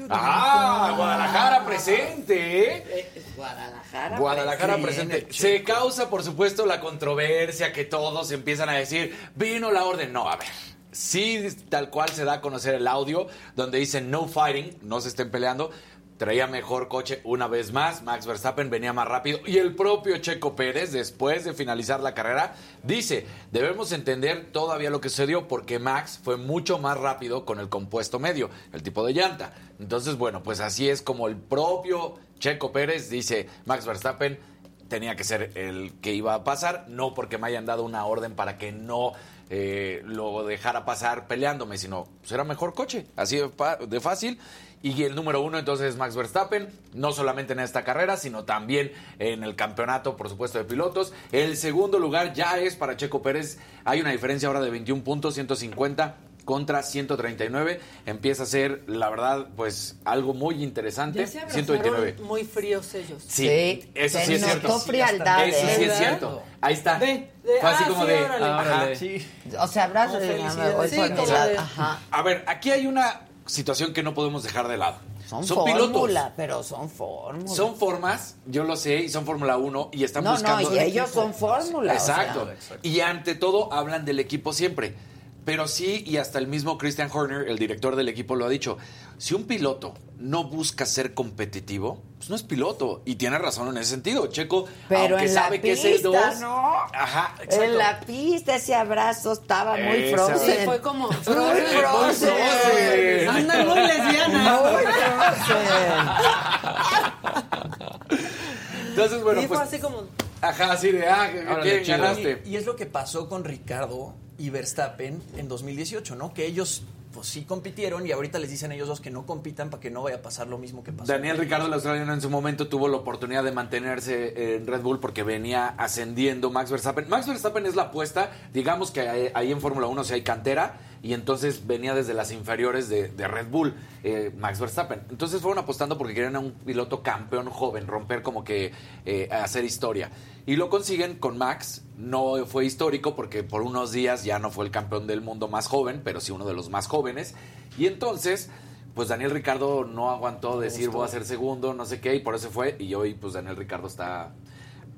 G: Ah, Guadalajara presente, ¿eh?
A: Guadalajara.
G: Guadalajara presente. Se causa, por supuesto, la controversia que todos empiezan a decir, vino la orden. No, a ver. Sí, tal cual se da a conocer el audio donde dicen no fighting, no se estén peleando. Traía mejor coche una vez más, Max Verstappen venía más rápido y el propio Checo Pérez, después de finalizar la carrera, dice, debemos entender todavía lo que sucedió porque Max fue mucho más rápido con el compuesto medio, el tipo de llanta. Entonces, bueno, pues así es como el propio Checo Pérez dice, Max Verstappen tenía que ser el que iba a pasar, no porque me hayan dado una orden para que no eh, lo dejara pasar peleándome, sino pues era mejor coche, así de, fa- de fácil. Y el número uno entonces es Max Verstappen, no solamente en esta carrera, sino también en el campeonato, por supuesto, de pilotos. El segundo lugar ya es para Checo Pérez, hay una diferencia ahora de 21 puntos, 150 contra 139. Empieza a ser, la verdad, pues algo muy interesante.
H: Ya se abrazaron
G: 129.
H: muy fríos ellos.
G: Sí,
A: Sí,
G: eso
A: se
G: sí es
A: notó
G: cierto.
A: frialdad, ¿eh?
G: Eso sí es
H: ¿verdad?
G: cierto. Ahí está.
H: Ve, de,
G: Fue así
H: ah,
G: como
H: sí,
G: de.
H: órale.
G: ajá.
F: Órale. Sí.
A: O sea, abrazos
H: Con
A: de
H: felicidad.
A: me voy
H: Sí,
A: por mi
H: como
A: lado.
H: de-
A: Ajá.
G: A ver, aquí hay una situación que no podemos dejar de lado.
A: Son,
G: pilotos.
A: fórmula, pero son fórmula.
G: Son formas, yo lo sé, y son Fórmula 1 y están
A: no,
G: buscando.
A: no, y ellos son fórmula. o sea.
G: Exacto. Y ante todo hablan del equipo siempre. Pero sí, y hasta el mismo Christian Horner, el director del equipo, lo ha dicho. Si un piloto no busca ser competitivo, pues no es piloto. Y tiene razón en ese sentido. Checo,
A: Pero
G: aunque
A: en la
G: sabe que es el
A: pista,
G: 2.
A: ¿no?
G: Ajá, exacto.
A: en la pista ese abrazo estaba muy
G: Esa-
A: frozen.
H: Se fue como.
A: Muy frozen.
G: frozen.
H: Andan muy lesbianas.
A: Muy frozen.
G: Entonces, bueno,
H: Dijo
G: pues.
H: así como.
G: Ajá, así de, ah,
F: Órale,
G: ¿quién
F: chido.
G: ganaste?
F: Y, y es lo que pasó con Ricardo y Verstappen en 2018, ¿no? Que ellos pues sí compitieron y ahorita les dicen ellos dos que no compitan para que no vaya a pasar lo mismo que pasó.
G: Daniel Ricardo, el australiano, en su momento tuvo la oportunidad de mantenerse en Red Bull porque venía ascendiendo Max Verstappen. Max Verstappen es la apuesta, digamos que ahí- ahí en Fórmula 1 se hay cantera y entonces venía desde las inferiores de, de Red Bull, eh, Max Verstappen. Entonces fueron apostando porque querían a un piloto campeón joven, romper como que eh, hacer historia. Y lo consiguen con Max, no fue histórico porque por unos días ya no fue el campeón del mundo más joven, pero sí uno de los más jóvenes. Y entonces pues Daniel Ricardo no aguantó decir voy a ser segundo, no sé qué, y por eso fue. Y hoy, pues Daniel Ricardo está.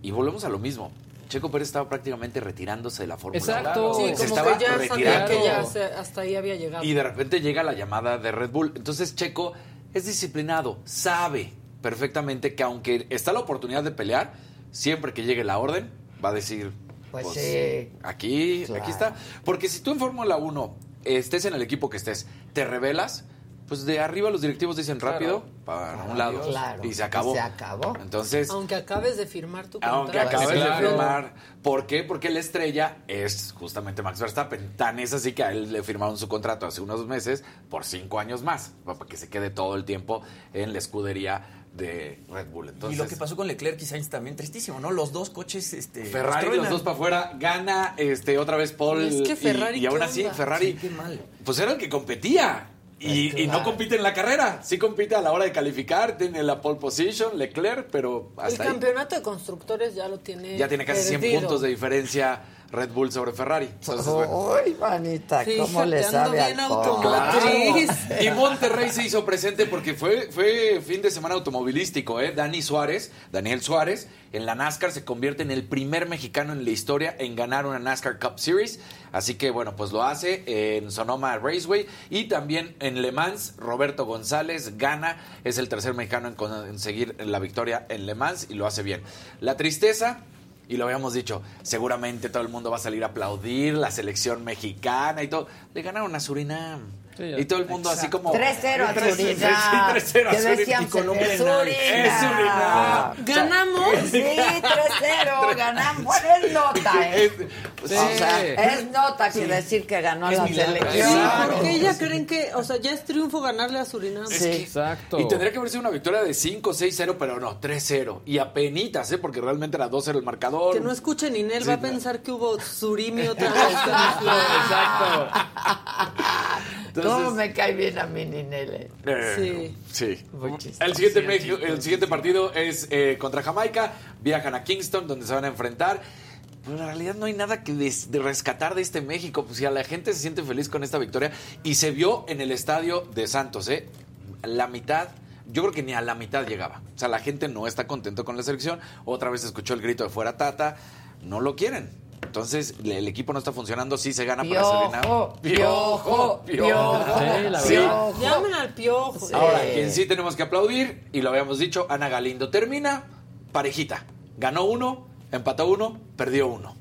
G: Y volvemos a lo mismo. Checo Pérez estaba prácticamente retirándose de la Fórmula
I: Exacto.
G: uno.
I: Sí,
G: Se
I: como
G: estaba
H: que ya sabía
G: retirando.
H: que ya se- hasta ahí había llegado.
G: Y de repente llega la llamada de Red Bull. Entonces Checo es disciplinado, sabe perfectamente que aunque está la oportunidad de pelear, siempre que llegue la orden, va a decir,
A: Pues
H: eh,
A: sí. Pues
G: aquí,
A: Claro.
G: aquí está. Porque si tú en Fórmula 1 estés en el equipo que estés, te revelas, pues de arriba los directivos dicen rápido, para un lado,
A: Claro.
G: y se acabó.
A: Y se acabó.
G: Entonces,
H: Aunque acabes de firmar tu contrato.
G: aunque acabes de
I: Claro.
G: firmar. ¿Por qué? Porque la estrella es justamente Max Verstappen. Tan es así que a él le firmaron su contrato hace unos meses por cinco años más, para que se quede todo el tiempo en la escudería de Red Bull. Entonces,
F: y lo que pasó con Leclerc y Sainz también tristísimo, ¿no? Los dos coches, este.
G: Ferrari,
F: truenan.
G: los dos para afuera, gana este, otra vez Paul.
H: Es que
G: y-
H: Ferrari,
G: y, aún
H: ¿qué
G: así,
H: onda?
G: Ferrari,
F: Sí, qué mal.
G: pues era el que competía. Y, y no compite en la carrera, sí compite a la hora de calificar, tiene la pole position, Leclerc, pero
H: El
G: hasta ahí.
H: campeonato de constructores ya lo tiene.
G: Ya tiene casi 100
H: perdido. Oh,
G: puntos de diferencia Red Bull sobre Ferrari. Entonces, bueno.
A: Uy, manita, cómo
H: Fíjate,
A: le
H: ando
A: sabe
H: bien
A: al coco.
H: automático. Matriz.
G: Y Monterrey se hizo presente porque fue, fue fin de semana automovilístico, ¿eh? Dani Suárez, Daniel Suárez, en la NASCAR se convierte en el primer mexicano en la historia en ganar una NASCAR Cup Series. Así que, bueno, pues lo hace en Sonoma Raceway y también en Le Mans. Roberto González gana, es el tercer mexicano en conseguir la victoria en Le Mans y lo hace bien. La tristeza. Y lo habíamos dicho, seguramente todo el mundo va a salir a aplaudir la selección mexicana y todo. Le ganaron a Surinam.
I: Sí, ya.
G: y todo el mundo así como...
A: 3-0 a
G: 3-0,
A: Surinam.
G: sí, 3-0 a
A: Que
G: Surinam.
A: decíamos,
G: Y Colombia
A: es
G: en la- Es
A: Surinam.
G: Surinam.
H: Ganamos.
A: Sí, 3-0, ganamos. Bueno, es nota, ¿eh?
G: Es-
A: O
G: sí.
A: sea, es nota que decir que ganó la
H: Sí,
A: selección.
G: Claro.
H: porque ellas creen que, o sea, ya es triunfo ganarle a Surinam.
A: Sí.
I: Exacto.
G: Y tendría que haber sido una victoria de 5, 6-0, pero no, 3-0. Y apenitas, ¿eh? Porque realmente era 2-0 el marcador.
H: Que no escuche Ninel,
G: Sí,
H: va a
G: no.
H: pensar que hubo surimi otra vez.
I: Exacto.
A: ¿Cómo
G: Entonces-
A: me cae bien a mí, Ninele?
G: Eh, sí.
A: Muy chistoso.
G: El siguiente, México- el siguiente partido es eh, contra Jamaica. Viajan a Kingston, donde se van a enfrentar. Pero en realidad no hay nada que des- de rescatar de este México. Pues si a la gente se siente feliz con esta victoria. Y se vio en el estadio de Santos, ¿eh? La mitad. Yo creo que ni a la mitad llegaba. O sea, la gente no está contento con la selección. Otra vez escuchó el grito de fuera Tata. No lo quieren. Entonces, le- el equipo no está funcionando. Sí se gana para
A: Piojo,
G: Surinam.
A: piojo, piojo,
I: Sí, la
A: piojo.
H: Llamen al piojo.
A: Sí.
G: Ahora,
H: eh,
G: quien sí tenemos que aplaudir, y lo habíamos dicho, Ana Galindo termina parejita. Ganó uno, empató uno, perdió uno.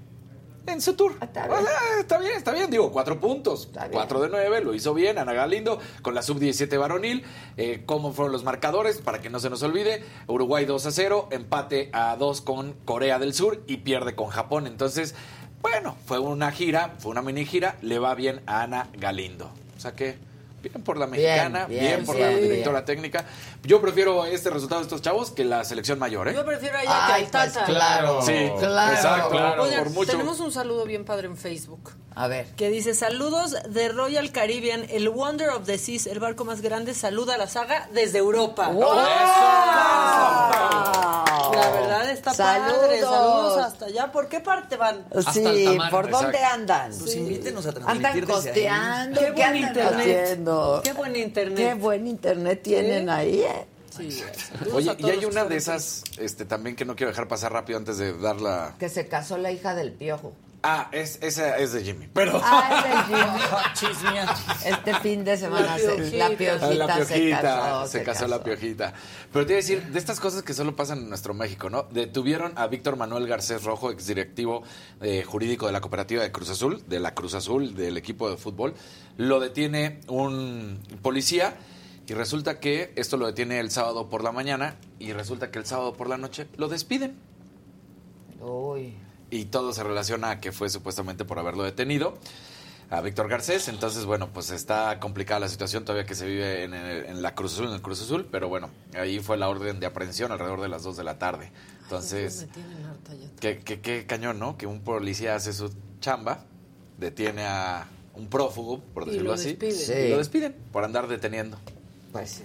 G: En su tour.
A: Ah, está
G: O sea, está bien, está bien. Digo, cuatro puntos.
A: Está bien.
G: Cuatro de nueve, lo hizo bien Ana Galindo con la sub-17 varonil. Eh, ¿Cómo fueron los marcadores? Para que no se nos olvide. Uruguay 2 a 0, empate a 2 con Corea del Sur y pierde con Japón. Entonces, bueno, fue una gira, fue una mini gira. Le va bien a Ana Galindo. O sea que Bien por la
A: Bien,
G: mexicana, bien,
A: bien,
G: por
A: bien,
G: la
A: bien.
G: directora técnica. Yo prefiero este resultado de estos chavos que la selección mayor, ¿eh?
H: Yo prefiero a ella que
A: Ay,
H: al
A: pues
H: Tata.
A: claro.
G: Sí,
A: claro.
G: exacto, claro,
H: Oigan,
G: por mucho.
H: tenemos un saludo bien padre en Facebook.
A: A ver.
H: Que dice, saludos de Royal Caribbean, el Wonder of the Seas, el barco más grande, saluda a la saga desde Europa.
A: ¡Wow!
H: La verdad está padre. Saludos hasta allá. ¿Por qué parte van?
A: Sí,
F: Altamar,
A: ¿por dónde
G: exacto.
A: andan?
F: Pues invítenos a transmitir
A: Andan
F: desde ahí.
A: costeando,
H: Qué
A: ¿qué,
H: buen
A: andan
H: internet.
A: haciendo?
H: Qué buen internet.
A: Qué buen internet tienen ahí, ¿eh?
H: Sí, saludos a
G: Oye, y
H: todos
G: hay
H: los
G: una de
H: que están
G: esas este, también que no quiero dejar pasar rápido antes de darla.
A: Que se casó la hija del piojo.
G: Ah, es, esa es de Jimmy. Pero.
A: Ah, es el Jimmy.
F: Chismea.
A: Este fin de semana
H: La
A: se-
H: piojita.
A: la piojita,
G: la
A: se
G: piojita,
A: casó.
G: se casó la piojita. Pero te iba a decir, de estas cosas que solo pasan en nuestro México, ¿no? Detuvieron a Víctor Manuel Garcés Rojo, exdirectivo eh, jurídico de la cooperativa de Cruz Azul, de la Cruz Azul, del equipo de fútbol. Lo detiene un policía y resulta que esto lo detiene el sábado por la mañana y resulta que el sábado por la noche lo despiden.
A: Uy.
G: y todo se relaciona a que fue supuestamente por haberlo detenido a Víctor Garcés. Entonces, bueno, pues está complicada la situación todavía que se vive en, el- en la Cruz Azul, en el Cruz Azul, pero bueno, ahí fue la orden de aprehensión alrededor de las 2 de la tarde. Entonces,
H: pues Me tienen harta ya.
G: qué, qué- qué cañón, ¿no? Que un policía hace su chamba, detiene a un prófugo, por
H: Y
G: decirlo
H: lo
G: así,
H: despiden.
A: Sí.
G: y lo despiden por andar deteniendo.
A: Pues sí.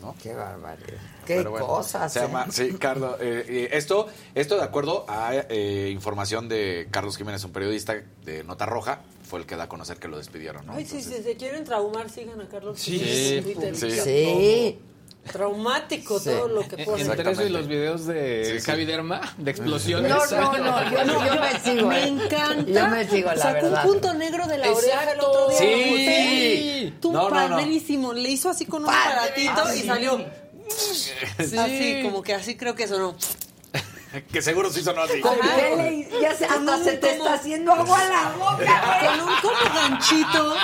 G: ¿No?
A: Qué barbaridad. Qué
G: Pero bueno,
A: cosas.
G: Se
A: ¿eh?
G: llama, sí, Carlos. eh, eh, esto, esto de acuerdo a eh, información de Carlos Jiménez, un periodista de Nota Roja, fue el que da a conocer que lo despidieron. ¿no?
H: Ay, sí, si
G: Entonces,
H: se quieren traumar, sigan a Carlos.
F: Sí.
H: Jiménez en Twitter.
G: Sí.
A: Sí.
H: Traumático
A: Sí.
H: todo lo que ponen.
G: Exacto.
I: Entre eso y los videos de
G: Sí, sí.
I: Javi Derma, de explosiones.
A: No, no, no. Yo, yo me sigo.
H: Me
A: ¿eh?
H: encanta.
A: Yo me sigo, la
H: Sacó
A: verdad.
H: un punto negro de la oreja el
I: Exacto.
H: otro día.
G: Sí.
H: Sí. Tú
G: No, no, no.
H: padrísimo. Le hizo así con un
A: Padrísimo.
H: aparatito y
A: Sí.
H: salió. Así, como que así creo que sonó.
G: que seguro sí sonó así.
A: ¿Con
H: Ajá.
A: qué le- ya se, hasta
H: un
A: se te
H: como-
A: está haciendo agua a la boca.
H: Con un como ganchito.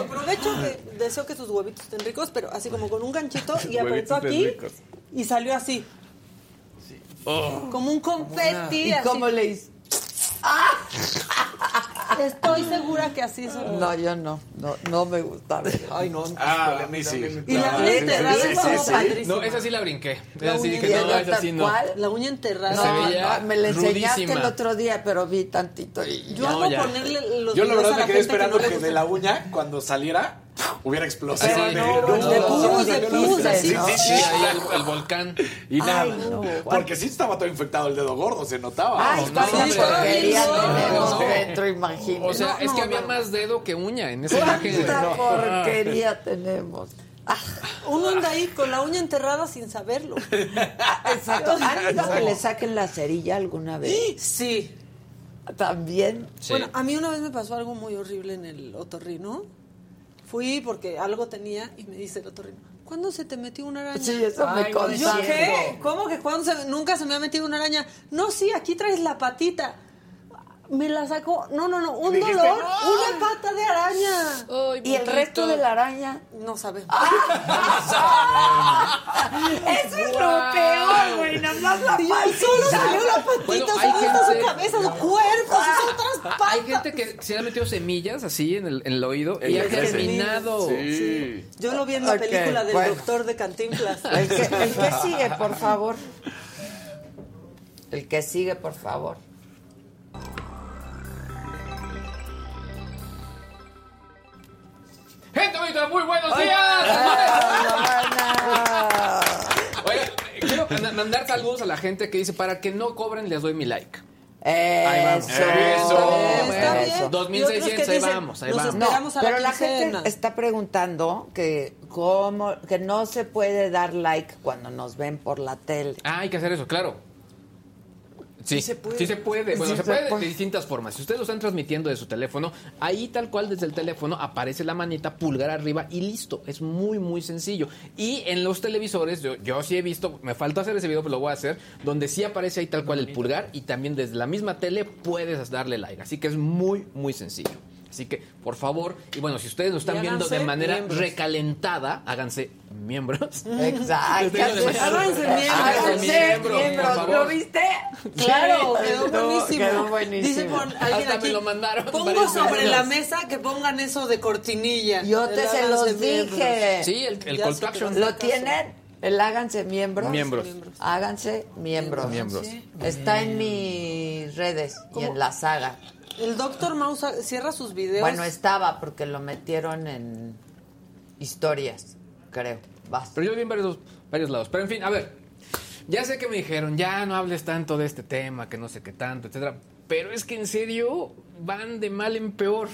H: Provecho, provecho. que- deseo que tus huevitos estén ricos, pero así como con un ganchito y apretó aquí y salió así. Como un confeti. así.
A: ¿Y
H: Ah.
A: cómo le hice?
H: Estoy segura que así sonó.
A: No, yo no. No, no me gusta.
F: Ay, no.
G: Ah, a mí sí.
H: Y la
G: Ah,
H: uña
G: sí,
H: enterrada
G: sí,
H: es
G: sí,
H: como
G: sí.
H: padrísima.
I: No, esa sí la brinqué.
H: La
I: Esa sí dije,
H: uña
I: no,
H: de
I: esa sí no.
H: La uña enterrada.
I: Se
A: No,
I: veía
A: no, Ah, me la enseñaste
I: rudísima.
A: el otro día, pero vi tantito y
H: Yo
I: No,
H: amo
I: ya.
H: ponerle los
G: Yo la
H: dedos
G: verdad
H: a
G: me quedé
H: gente
G: esperando
H: no
G: que,
H: le gusta.
G: de la uña, cuando saliera, hubiera explosión.
I: Pero
G: de,
I: no, no,
H: de pus,
G: puros
H: de pus, así.
G: Sí, sí,
I: Sí,
G: sí.
I: ahí el, el volcán.
G: Y nada.
A: no.
G: porque sí estaba todo infectado el dedo gordo, se notaba.
A: Ay,
I: no,
A: cuánta
I: hombre.
A: porquería
H: No,
A: tenemos
I: no.
A: dentro, imagínate.
I: O sea, es que había más dedo que uña en esa imagen.
A: cuánta
I: No.
A: porquería tenemos. Ah,
H: Uno anda ahí con la uña enterrada sin saberlo.
A: exacto. ¿Han ido a que le saquen la cerilla alguna vez?
H: Sí.
A: También.
I: Sí.
H: Bueno, a mí una vez me pasó algo muy horrible en el otorrino. Fui porque algo tenía y me dice el otorrino, ¿cuándo se te metió una araña?
A: Sí, eso me
H: Y yo,
A: contaron.
H: ¿qué? ¿Cómo que cuándo se- nunca se me ha metido una araña? No, sí, aquí traes la patita. Me la sacó. No, no, no, un dolor, una pata de araña.
A: Y
H: Oh.
A: el resto de la araña.
H: No sabemos.
A: Eso es lo peor, güey. Nada más la
H: Y yo, y solo salió la patita,
I: Bueno, hay
H: solo está su
I: gente- Ah,
H: cabeza, su cuerpo, sus otras patas.
I: Hay gente que se le ha metido semillas así en el, en el oído
G: El
I: y ha
G: ejercicio.
I: terminado.
G: Sí.
H: Yo lo vi en la
A: Ok,
H: película del
A: bueno.
H: doctor de Cantinflas.
A: El que, el que sigue, por favor. El que sigue, por favor.
I: Gente bonita, muy buenos días.
A: Bueno,
I: Oye, quiero manda- mandar saludos a la gente que dice, para que no cobren, les doy mi like. Ahí
A: Eso.
I: vamos.
H: Eso,
A: Está bien.
H: eso.
I: 2600, ahí
H: Y otros que dicen,
I: vamos, ahí
H: "Nos
I: vamos.
A: No,
H: esperamos a la
A: pero la gente
H: quincena".
A: está preguntando que cómo que no se puede dar like cuando nos ven por la tele.
I: Ah, hay que hacer eso, claro. Sí,
H: se puede.
I: sí se puede. Bueno,
A: Sí
I: se,
A: se
I: puede,
A: puede.
I: de distintas formas. Si ustedes lo están transmitiendo de su teléfono, ahí tal cual desde el teléfono aparece la manita, pulgar arriba y listo. Es muy, muy sencillo. Y en los televisores, yo, yo sí he visto, me faltó hacer ese video, pero lo voy a hacer, donde sí aparece ahí tal cual el pulgar y también desde la misma tele puedes darle like. Así que es muy, muy sencillo. Así que, por favor, y bueno, si ustedes lo están
H: Y
I: viendo de
H: háganse
I: manera
H: miembros.
I: calentada, háganse miembros.
A: Exacto.
I: Háganse
A: Háganse
H: miembros.
A: miembros.
I: Háganse miembros, por
A: ¿Lo
I: favor.
A: viste?
H: Claro, quedó
A: No,
H: buenísimo.
A: Quedó buenísimo.
H: Dice pon- alguien
I: Hasta
H: aquí,
I: me lo mandaron
H: Pongo
I: varias
H: sobre
I: veces.
H: la mesa que pongan eso de cortinilla.
A: Yo te
H: El
A: se
H: háganse
A: los
H: miembros.
A: dije.
I: Sí, el, el
H: Ya
I: call
H: sé
I: to
H: que
I: action.
H: vas
A: ¿Lo tienen? El háganse miembros.
I: Miembros.
A: Háganse
F: Ah,
A: miembros.
I: Miembros.
A: Está en mis redes y en la saga.
H: El doctor Mouse cierra sus videos.
A: Bueno, estaba porque lo metieron en historias, creo. Vas.
I: Pero yo lo vi en varios, varios lados. Pero en fin, a ver. Ya sé que me dijeron, ya no hables tanto de este tema, que no sé qué tanto, etcétera. Pero es que en serio van de mal en peor.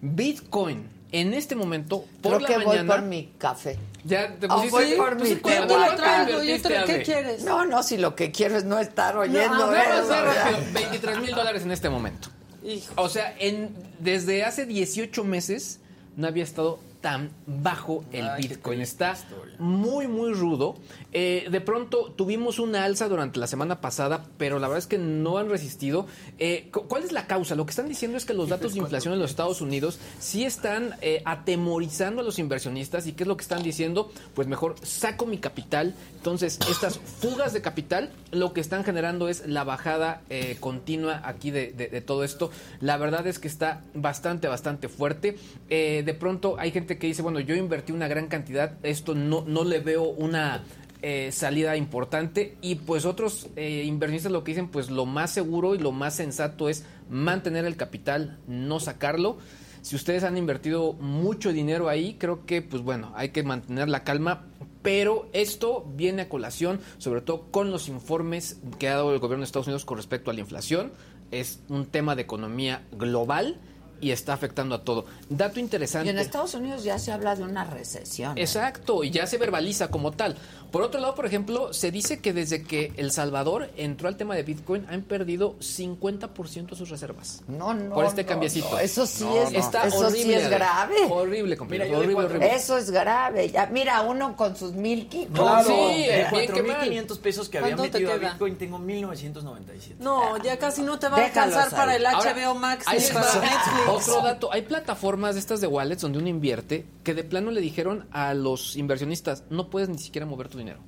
I: Bitcoin, en este momento, por
A: Creo
I: la
A: que voy
I: mañana.
A: por mi café.
I: Ya te
A: Ah,
I: pusiste. pues,
A: voy por
I: Entonces,
A: mi
I: ¿cuánto
H: yo te lo
A: cuando
H: traigo, yo
I: invertiste,
H: te lo- ¿qué
I: Ade?
H: quieres?
A: No, no, si lo que quiero es no estar oyendo
H: No,
I: Vamos
F: ¿eh?
I: a
A: eso,
I: hacer rápido.
A: ¿verdad?
I: 23 mil dólares en este momento.
H: Hijo.
I: O sea, en, desde hace 18 meses no había estado tan bajo el
F: Ay, qué
I: Bitcoin.
F: triste
I: Está
F: historia.
I: muy, muy rudo. Eh, de pronto tuvimos una alza durante la semana pasada, pero la verdad es que no han resistido. Eh, cu- ¿Cuál es la causa? Lo que están diciendo es que los datos de inflación en los Estados Unidos sí están eh, atemorizando a los inversionistas. ¿Y qué es lo que están diciendo? Pues mejor saco mi capital. Entonces, estas fugas de capital lo que están generando es la bajada eh, continua aquí de, de- de todo esto. La verdad es que está bastante, bastante fuerte. Eh, de pronto hay gente que dice, bueno, yo invertí una gran cantidad, esto no, no le veo una eh, salida importante. Y pues otros eh, inversionistas lo que dicen, pues lo más seguro y lo más sensato es mantener el capital, no sacarlo. Si ustedes han invertido mucho dinero ahí, creo que, pues bueno, hay que mantener la calma. Pero esto viene a colación, sobre todo con los informes que ha dado el gobierno de Estados Unidos con respecto a la inflación. Es un tema de economía global y está afectando a todo. Dato
A: Y
I: interesante.
A: en Estados Unidos ya se habla de una recesión. ¿eh?
I: Exacto, y ya se verbaliza como tal. Por otro lado, por ejemplo, se dice que desde que El Salvador entró al tema de Bitcoin han perdido 50% de sus reservas.
A: No, no.
I: Por este
A: no,
I: cambiecito.
A: no. Eso sí es,
I: Está
A: eso
I: horrible.
A: sí es
I: Adela.
A: grave.
I: Horrible, compañero.
F: Mira, yo
I: horrible,
F: de cuatro-
I: horrible.
A: Eso es grave. Ya, mira, uno con sus mil kikos.
I: Claro. Sí,
F: de
I: bien que mal.
F: 4.500 pesos que había
H: eh, ¿Cuánto te
F: metido a
H: queda?
F: Bitcoin, tengo 1.997.
H: No, ya casi no te va a
A: Déjalos
H: alcanzar para
A: ahí.
H: el
I: Ahora,
H: HBO Max
I: ahí
H: ni
I: les
H: para
I: va
H: Netflix.
I: Otro dato, hay plataformas de estas de wallets donde uno invierte que de plano le dijeron a los inversionistas, no puedes ni siquiera mover tu dinero.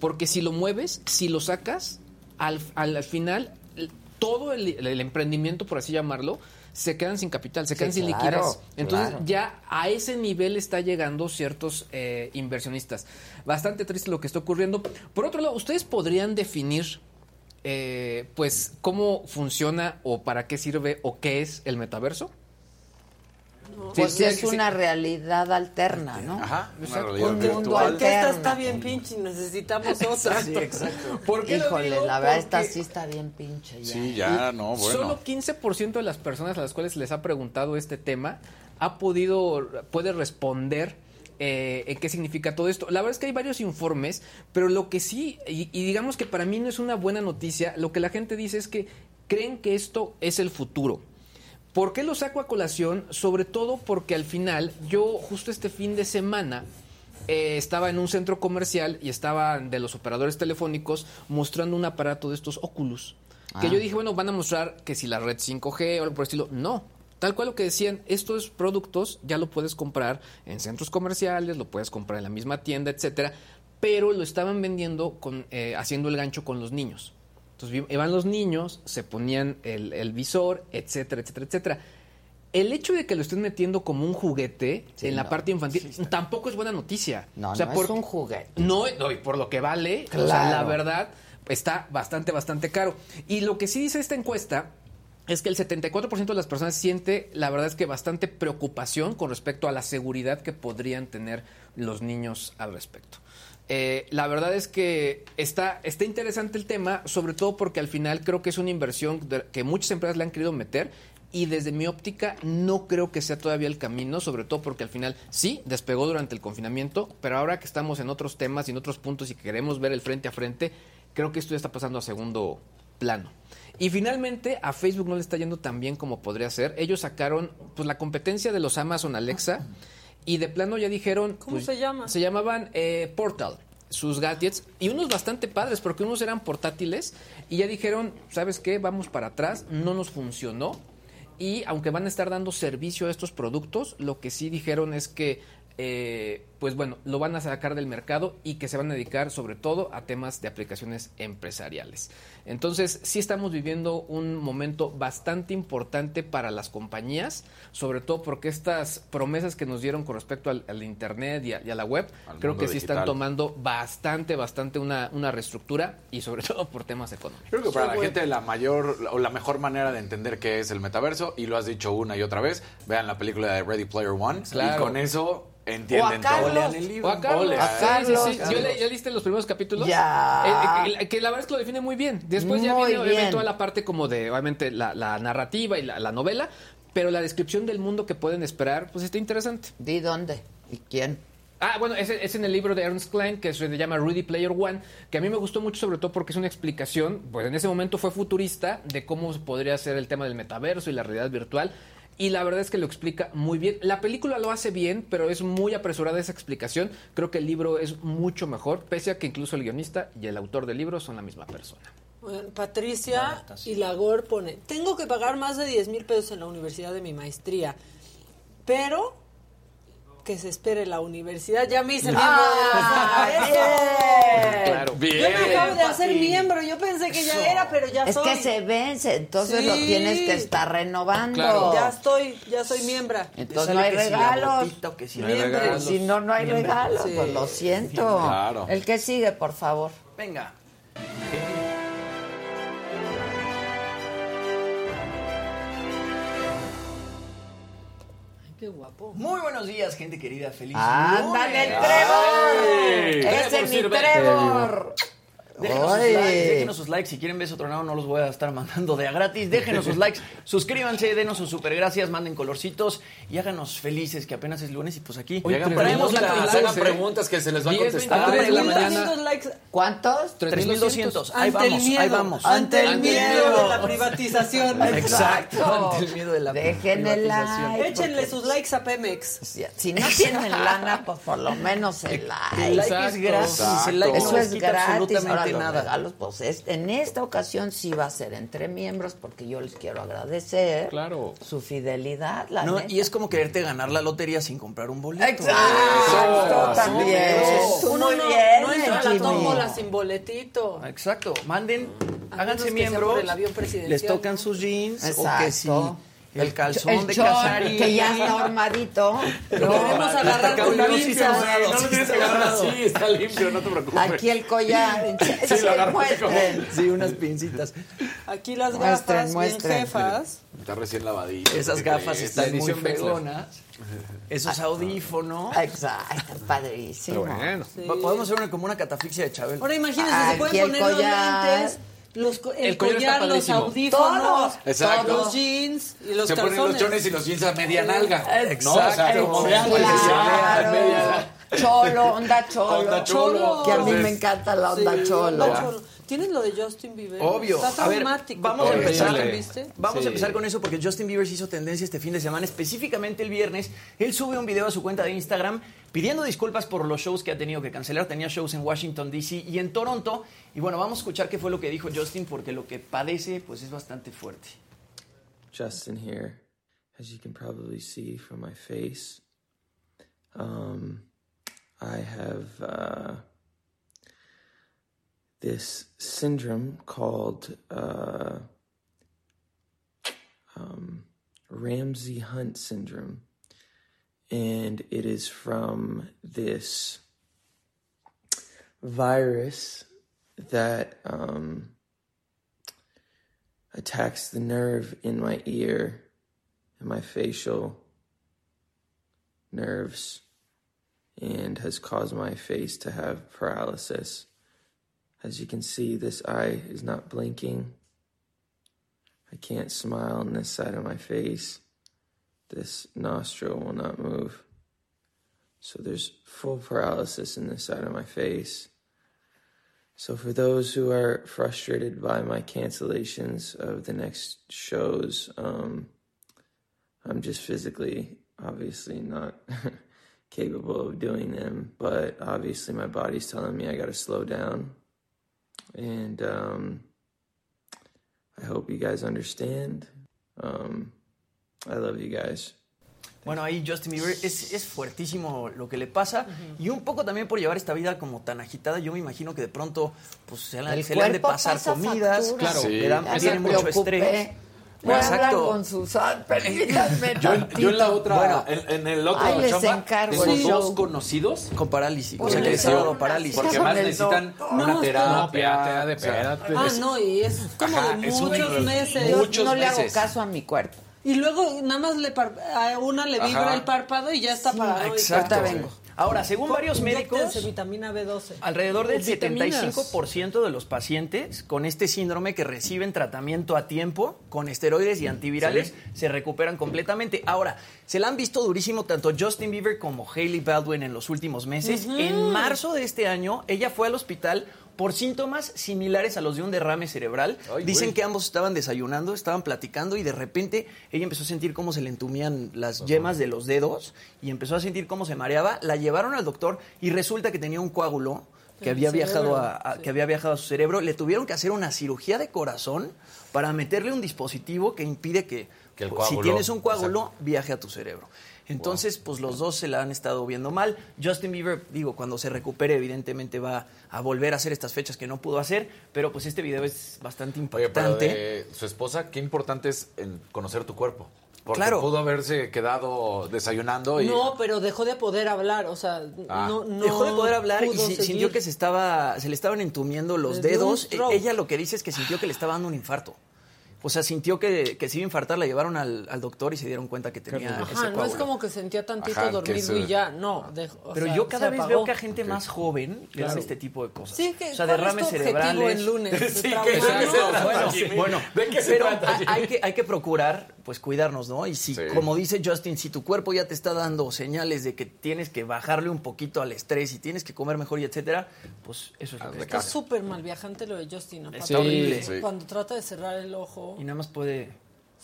I: Porque si lo mueves, si lo sacas, al, al- al final l- todo el, el emprendimiento, por así llamarlo, se quedan sin capital, se quedan sin
A: claro,
I: liquidez. Entonces
A: claro.
I: ya a ese nivel está llegando ciertos eh, inversionistas. Bastante triste lo que está ocurriendo. Por otro lado, ¿ustedes podrían definir eh, pues cómo funciona o para qué sirve o qué es el metaverso? Sí,
A: Pues
I: sí,
A: es
I: sí.
A: una realidad alterna, ¿no?
G: Ajá, una
I: Exacto.
G: realidad
A: Un mundo
G: virtual.
H: Porque esta
A: Alterno.
H: está bien pinche y necesitamos otra.
F: Sí, exacto.
I: ¿Por qué lo
A: Híjole,
I: digo?
A: la verdad, esta
I: Porque
A: sí está bien pinche. Ya.
G: Sí, ya, no, bueno.
I: Solo 15% de las personas a las cuales les ha preguntado este tema ha podido, puede responder eh, en qué significa todo esto. La verdad es que hay varios informes, pero lo que sí, y, y digamos que para mí no es una buena noticia, lo que la gente dice es que creen que esto es el futuro. ¿Por qué lo saco a colación? Sobre todo porque al final, yo justo este fin de semana eh, estaba en un centro comercial y estaban de los operadores telefónicos mostrando un aparato de estos Oculus. Que yo dije, bueno, van a mostrar que si la red 5G o algo por el estilo. No. Tal cual lo que decían, estos productos ya lo puedes comprar en centros comerciales, lo puedes comprar en la misma tienda, etcétera. Pero lo estaban vendiendo con, eh, haciendo el gancho con los niños. Entonces vi- iban los niños, se ponían el, el visor, etcétera, etcétera, etcétera. El hecho de que lo estén metiendo como un juguete
A: Sí,
I: en la
A: no.
I: parte infantil tampoco es buena noticia.
A: No,
I: O sea,
A: no
I: por-
A: es un juguete.
I: no, no, y por lo que vale, o sea,
A: Claro.
I: la verdad está bastante, bastante caro. Y lo que sí dice esta encuesta es que el 74% de las personas siente, la verdad es que bastante preocupación con respecto a la seguridad que podrían tener los niños al respecto. Eh, la verdad es que está, está interesante el tema, sobre todo porque al final creo que es una inversión de- que muchas empresas le han querido meter y desde mi óptica no creo que sea todavía el camino, sobre todo porque al final sí despegó durante el confinamiento, pero ahora que estamos en otros temas y en otros puntos y que queremos ver el frente a frente, creo que esto ya está pasando a segundo plano. Y finalmente a Facebook no le está yendo tan bien como podría ser. Ellos sacaron pues la competencia de los Amazon Alexa y de plano ya dijeron pues,
H: ¿Cómo se llama?
I: se llamaban eh, Portal, sus gadgets, y unos bastante padres, porque unos eran portátiles, y ya dijeron, ¿sabes qué? Vamos para atrás, no nos funcionó. Y aunque van a estar dando servicio a estos productos, lo que sí dijeron es que eh, pues bueno, lo van a sacar del mercado y que se van a dedicar sobre todo a temas de aplicaciones empresariales. Entonces, sí estamos viviendo un momento bastante importante para las compañías, sobre todo porque estas promesas que nos dieron con respecto al, al Internet y a, y a la web,
G: Al
I: creo
G: mundo
I: que sí están
G: digital.
I: tomando bastante, bastante una, una reestructura y sobre todo por temas económicos.
G: Creo que para la gente la mayor o la mejor manera de entender qué es el metaverso, y lo has dicho una y otra vez, vean la película de Ready Player One y
I: Claro.
G: con eso entienden
A: O a
G: todo.
A: Carlos.
F: Lean el libro.
I: O a Carlos.
G: Ole, Ah,
I: Sí,
A: a
I: sí, sí.
A: Carlos.
I: ¿Yo le- ¿Ya leíste los primeros capítulos?
A: Ya.
I: Eh, eh, que- que la verdad es que lo define muy bien. Después ya
A: Muy
I: viene obviamente
A: bien.
I: toda la parte como de, obviamente, la, la narrativa y la, la novela, pero la descripción del mundo que pueden esperar, pues está interesante.
A: ¿Di dónde? ¿Y quién?
I: Ah, bueno, es, es en el libro de Ernst Klein que se llama Ready Player One, que a mí me gustó mucho sobre todo porque es una explicación, pues en ese momento fue futurista, de cómo podría ser el tema del metaverso y la realidad virtual. Y la verdad es que lo explica muy bien. La película lo hace bien, pero es muy apresurada esa explicación. Creo que el libro es mucho mejor, pese a que incluso el guionista y el autor del libro son la misma persona.
H: Bueno, Eh, Patricia y Lagor pone, tengo que pagar más de 10 mil pesos en la universidad de mi maestría, pero que se espere la universidad, ya me hice
A: ¡Ah,
H: miembro de la
A: bien!
I: Claro.
H: Yo me acabo de
B: Bien,
H: hacer
B: Pati.
H: miembro, yo pensé que ya era, pero ya
A: Es
H: soy.
A: que se vence, entonces
H: Sí.
A: lo tienes que estar renovando.
I: Claro.
H: Ya estoy, ya soy miembra.
A: Entonces no hay
F: Sale que si la
A: regalos.
F: botita o que si
G: No
F: la-
G: hay
H: Miembro.
G: regalos.
A: Si no, no hay regalos.
H: Sí.
A: Pues lo siento.
G: Claro.
A: El que sigue, por favor.
F: Venga.
H: Qué guapo.
F: Muy buenos días, gente querida. Feliz
A: ¡Ándale,
F: lunes.
A: el Trevor!
G: Ay,
A: ¡Ese
G: Trevor
A: es mi
G: sirve.
A: Trevor!
F: Déjenos sus,
A: Ay.
F: likes, déjenos sus likes. Si quieren beso tronado, no los voy a estar mandando de a gratis. Déjenos sus likes, suscríbanse, denos sus supergracias, manden colorcitos y háganos felices, que apenas es lunes y pues aquí
G: Hagan
F: traemos
G: preguntas,
F: la
G: hagan
F: conversación.
G: preguntas que se les va a
I: 10,
G: contestar.
F: Ah,
I: 23 de la
F: preguntas.
I: mañana.
H: 3.200 likes
A: ¿Cuántos?
F: 3200. Ahí
H: ante el
F: vamos, ahí
H: miedo,
F: vamos.
H: Ante el
I: Ante el
H: miedo de
I: miedo.
H: la privatización.
F: Exacto. Ante el miedo de la
A: Dejen el
F: privatización.
A: like.
H: Échenle sus likes a Pemex.
A: Si- Si no tienen lana, pues por lo menos el
F: El
A: like.
F: like es gratis, el like
A: Eso
F: no les
A: es
F: quita
A: gratis. Ahora
F: absolutamente
A: los
F: nada.
A: regalos, pues es- en esta ocasión sí va a ser entre miembros, porque yo les quiero agradecer
I: Claro.
A: su fidelidad. La
F: No,
A: neta.
F: y es como quererte ganar la lotería sin comprar un boleto.
A: Exacto, también.
H: Eso.
A: Tú
H: Uno
A: muy
H: no,
A: bien,
H: no entra a la
A: Jimmy.
H: tómbola sin boletito.
F: Exacto. Manden,
H: A menos que
F: háganse
H: sea
F: miembros.
H: por el avión presidencial,
F: les tocan
H: ¿no?
F: sus jeans o que sí.
A: Exacto.
F: El calzón
A: el
F: de
A: short,
F: Casari.
A: que ya está hormadito.
H: Lo queremos agarrar con
F: cabello sí
H: pinzas.
F: está dorado.
G: No lo tienes que agarrar así, está limpio, no te preocupes.
A: Aquí el collar.
G: Sí, lo agarró así como-
A: muestren.
F: Sí, unas pincitas.
H: Aquí las
A: Muestren,
H: gafas
A: muestren.
H: bien jefas.
G: Está recién lavadito.
F: Esas
G: ¿qué
F: gafas
G: crees?
F: están muy
I: Eh, edición Bexler.
F: fregonas. Esos audífonos.
A: Exacto, padrísimo.
I: Bueno.
F: Po- Podemos hacer una, como una catafixia de Chabelo.
H: Ahora imagínense,
A: Aquí
H: se pueden
A: el
H: poner
A: collar.
H: los lentes, los co- el,
I: El collar está
H: collar, los
I: padrísimo.
H: audífonos,
G: Exacto.
H: los jeans y los
G: se ponen los
H: calzones.
G: chones y los jeans a media nalga.
F: Exacto.
G: No, o sea, como de antes.
F: Claro.
G: decía, a media-
A: Claro. Cholo, onda cholo.
G: Onda cholo.
A: Que a mí
G: Entonces-
A: me encanta la
H: Sí,
A: onda cholo.
H: onda cholo. ¿Tienes lo de Justin Bieber?
F: Obvio.
H: Está
F: A ver,
H: traumático.
F: vamos a
H: ¿Lo
F: empezar.
H: ¿Viste?
F: Vamos a empezar con eso porque Justin Bieber se hizo tendencia este fin de semana, específicamente el viernes. Él sube un video a su cuenta de Instagram pidiendo disculpas por los shows que ha tenido que cancelar. Tenía shows en Washington, D.C. y en Toronto. Y bueno, vamos a escuchar qué fue lo que dijo Justin porque lo que padece pues es bastante fuerte.
K: Justin here, as you can probably see from my face. Um, I have uh, this syndrome called uh, um, Ramsey Hunt syndrome, and it is from this virus that. Um, attacks the nerve in my ear and my facial nerves and has caused my face to have paralysis. As you can see, this eye is not blinking. I can't smile on this side of my face. This nostril will not move. So there's full paralysis in this side of my face. So, for those who are frustrated by my cancellations of the next shows, um, I'm just physically, obviously, not capable of doing them. But obviously, my body's telling me I got to slow down. And um, I hope you guys understand. Um, I love you guys.
F: Bueno, ahí Justin Bieber es, es fuertísimo lo que le pasa y un poco también por llevar esta vida como tan agitada, yo me imagino que de pronto pues se, le-
A: El
F: se le han de
A: cuerpo
F: pasar
A: pasa
F: comidas,
A: factura.
F: claro,
G: Sí.
F: le dan,
A: Ya
F: tiene
A: me
F: mucho
A: preocupé.
F: estrés.
A: Voy a hablar
F: Exacto.
A: con Susan, permítanme
G: Yo en, yo en la
A: tantito.
G: otra,
F: Bueno.
G: en, en el otro
A: Ay, les
G: chamba,
A: encargo
G: tengo
A: el
G: dos
A: show.
G: conocidos
F: Con parálisis, o
A: Pues
F: sea que
A: le
F: les ha
A: dio
F: dado
A: una
F: parálisis.
A: cita
G: porque
A: con
G: más
A: el
G: necesitan
A: doctor.
G: una
H: No,
I: No,
G: terapia.
I: espérate,
G: o sea,
I: espérate.
H: Ah, no, y es como
G: Ajá,
H: de
G: es un-
H: muchos meses.
A: Yo
G: Muchos
A: no le hago
G: meses.
A: caso a mi cuerpo.
H: Y luego nada más le par- a una le vibra
G: Ajá.
H: el párpado y ya está parado.
A: Ahorita vengo.
F: Ahora, según varios médicos,
H: vitamina B12.
F: Alrededor del
H: O vitaminas.
F: 75% de los pacientes con este síndrome que reciben tratamiento a tiempo con esteroides y antivirales se recuperan completamente. Ahora, se la han visto durísimo tanto Justin Bieber como Hailey Baldwin en los últimos meses. En marzo de este año, ella fue al hospital por síntomas similares a los de un derrame cerebral.
G: Ay,
F: Dicen
G: güey.
F: que ambos estaban desayunando, estaban platicando y de repente ella empezó a sentir cómo se le entumían las yemas de los dedos y empezó a sentir cómo se mareaba. La llevaron al doctor y resulta que tenía un coágulo
H: En
F: que
H: el
F: había viajado a,
H: cerebro,
F: a- que había viajado a su cerebro. Le tuvieron que hacer una cirugía de corazón para meterle un dispositivo que impide que,
G: Que el
F: pues, si
G: coágulo-
F: tienes un coágulo viaje a tu cerebro. Entonces, pues los dos se la han estado viendo mal. Justin Bieber, digo, cuando se recupere, evidentemente va a volver a hacer estas fechas que no pudo hacer, pero pues este video es bastante
G: Oye, pero
F: impactante.
G: de su esposa, qué importante es en conocer tu cuerpo. Porque
F: Claro.
G: pudo haberse quedado desayunando y...
H: No, pero dejó de poder hablar, o sea,
G: Ah.
H: no, no
F: Dejó de poder hablar y
H: pudo
F: si-
H: seguir.
F: sintió que se estaba se le estaban entumiendo los
H: Le dio un
F: dedos. E-
H: stroke.
F: Ella lo que dice es que sintió que le estaba dando un infarto. O sea, sintió que, que se iba a infartar, la llevaron al, al doctor y se dieron cuenta que tenía ese
H: Ajá, no es
F: coágulo.
H: como que sentía tantito
G: Ajá, que
H: dormido
G: se-
H: y ya, no. dejó- o
F: Pero
H: sea,
F: yo cada
H: se
F: vez
H: apagó.
F: veo que a gente más joven le hacen este tipo de cosas.
H: Sí, que
F: o
H: ¿cuál es
F: sea,
H: tu
F: derrames
H: objetivo
F: cerebrales.
H: el lunes?
G: Sí,
H: ¿Te
G: que
H: traumaron?
G: se- trata,
F: bueno,
G: Jimmy?
F: bueno,
G: ¿De qué se
F: pero
G: trata,
F: hay, hay que, hay que procurar, pues, cuidarnos, ¿no? Y si,
G: Sí.
F: como dice Justin, si tu cuerpo ya te está dando señales de que tienes que bajarle un poquito al estrés y tienes que comer mejor y etcétera, pues eso es lo
G: Hazle
F: que está.
H: Está súper mal viajante lo de Justin. aparte.
F: Está horrible.
G: Sí.
H: Cuando trata de cerrar el ojo.
F: Y nada más puede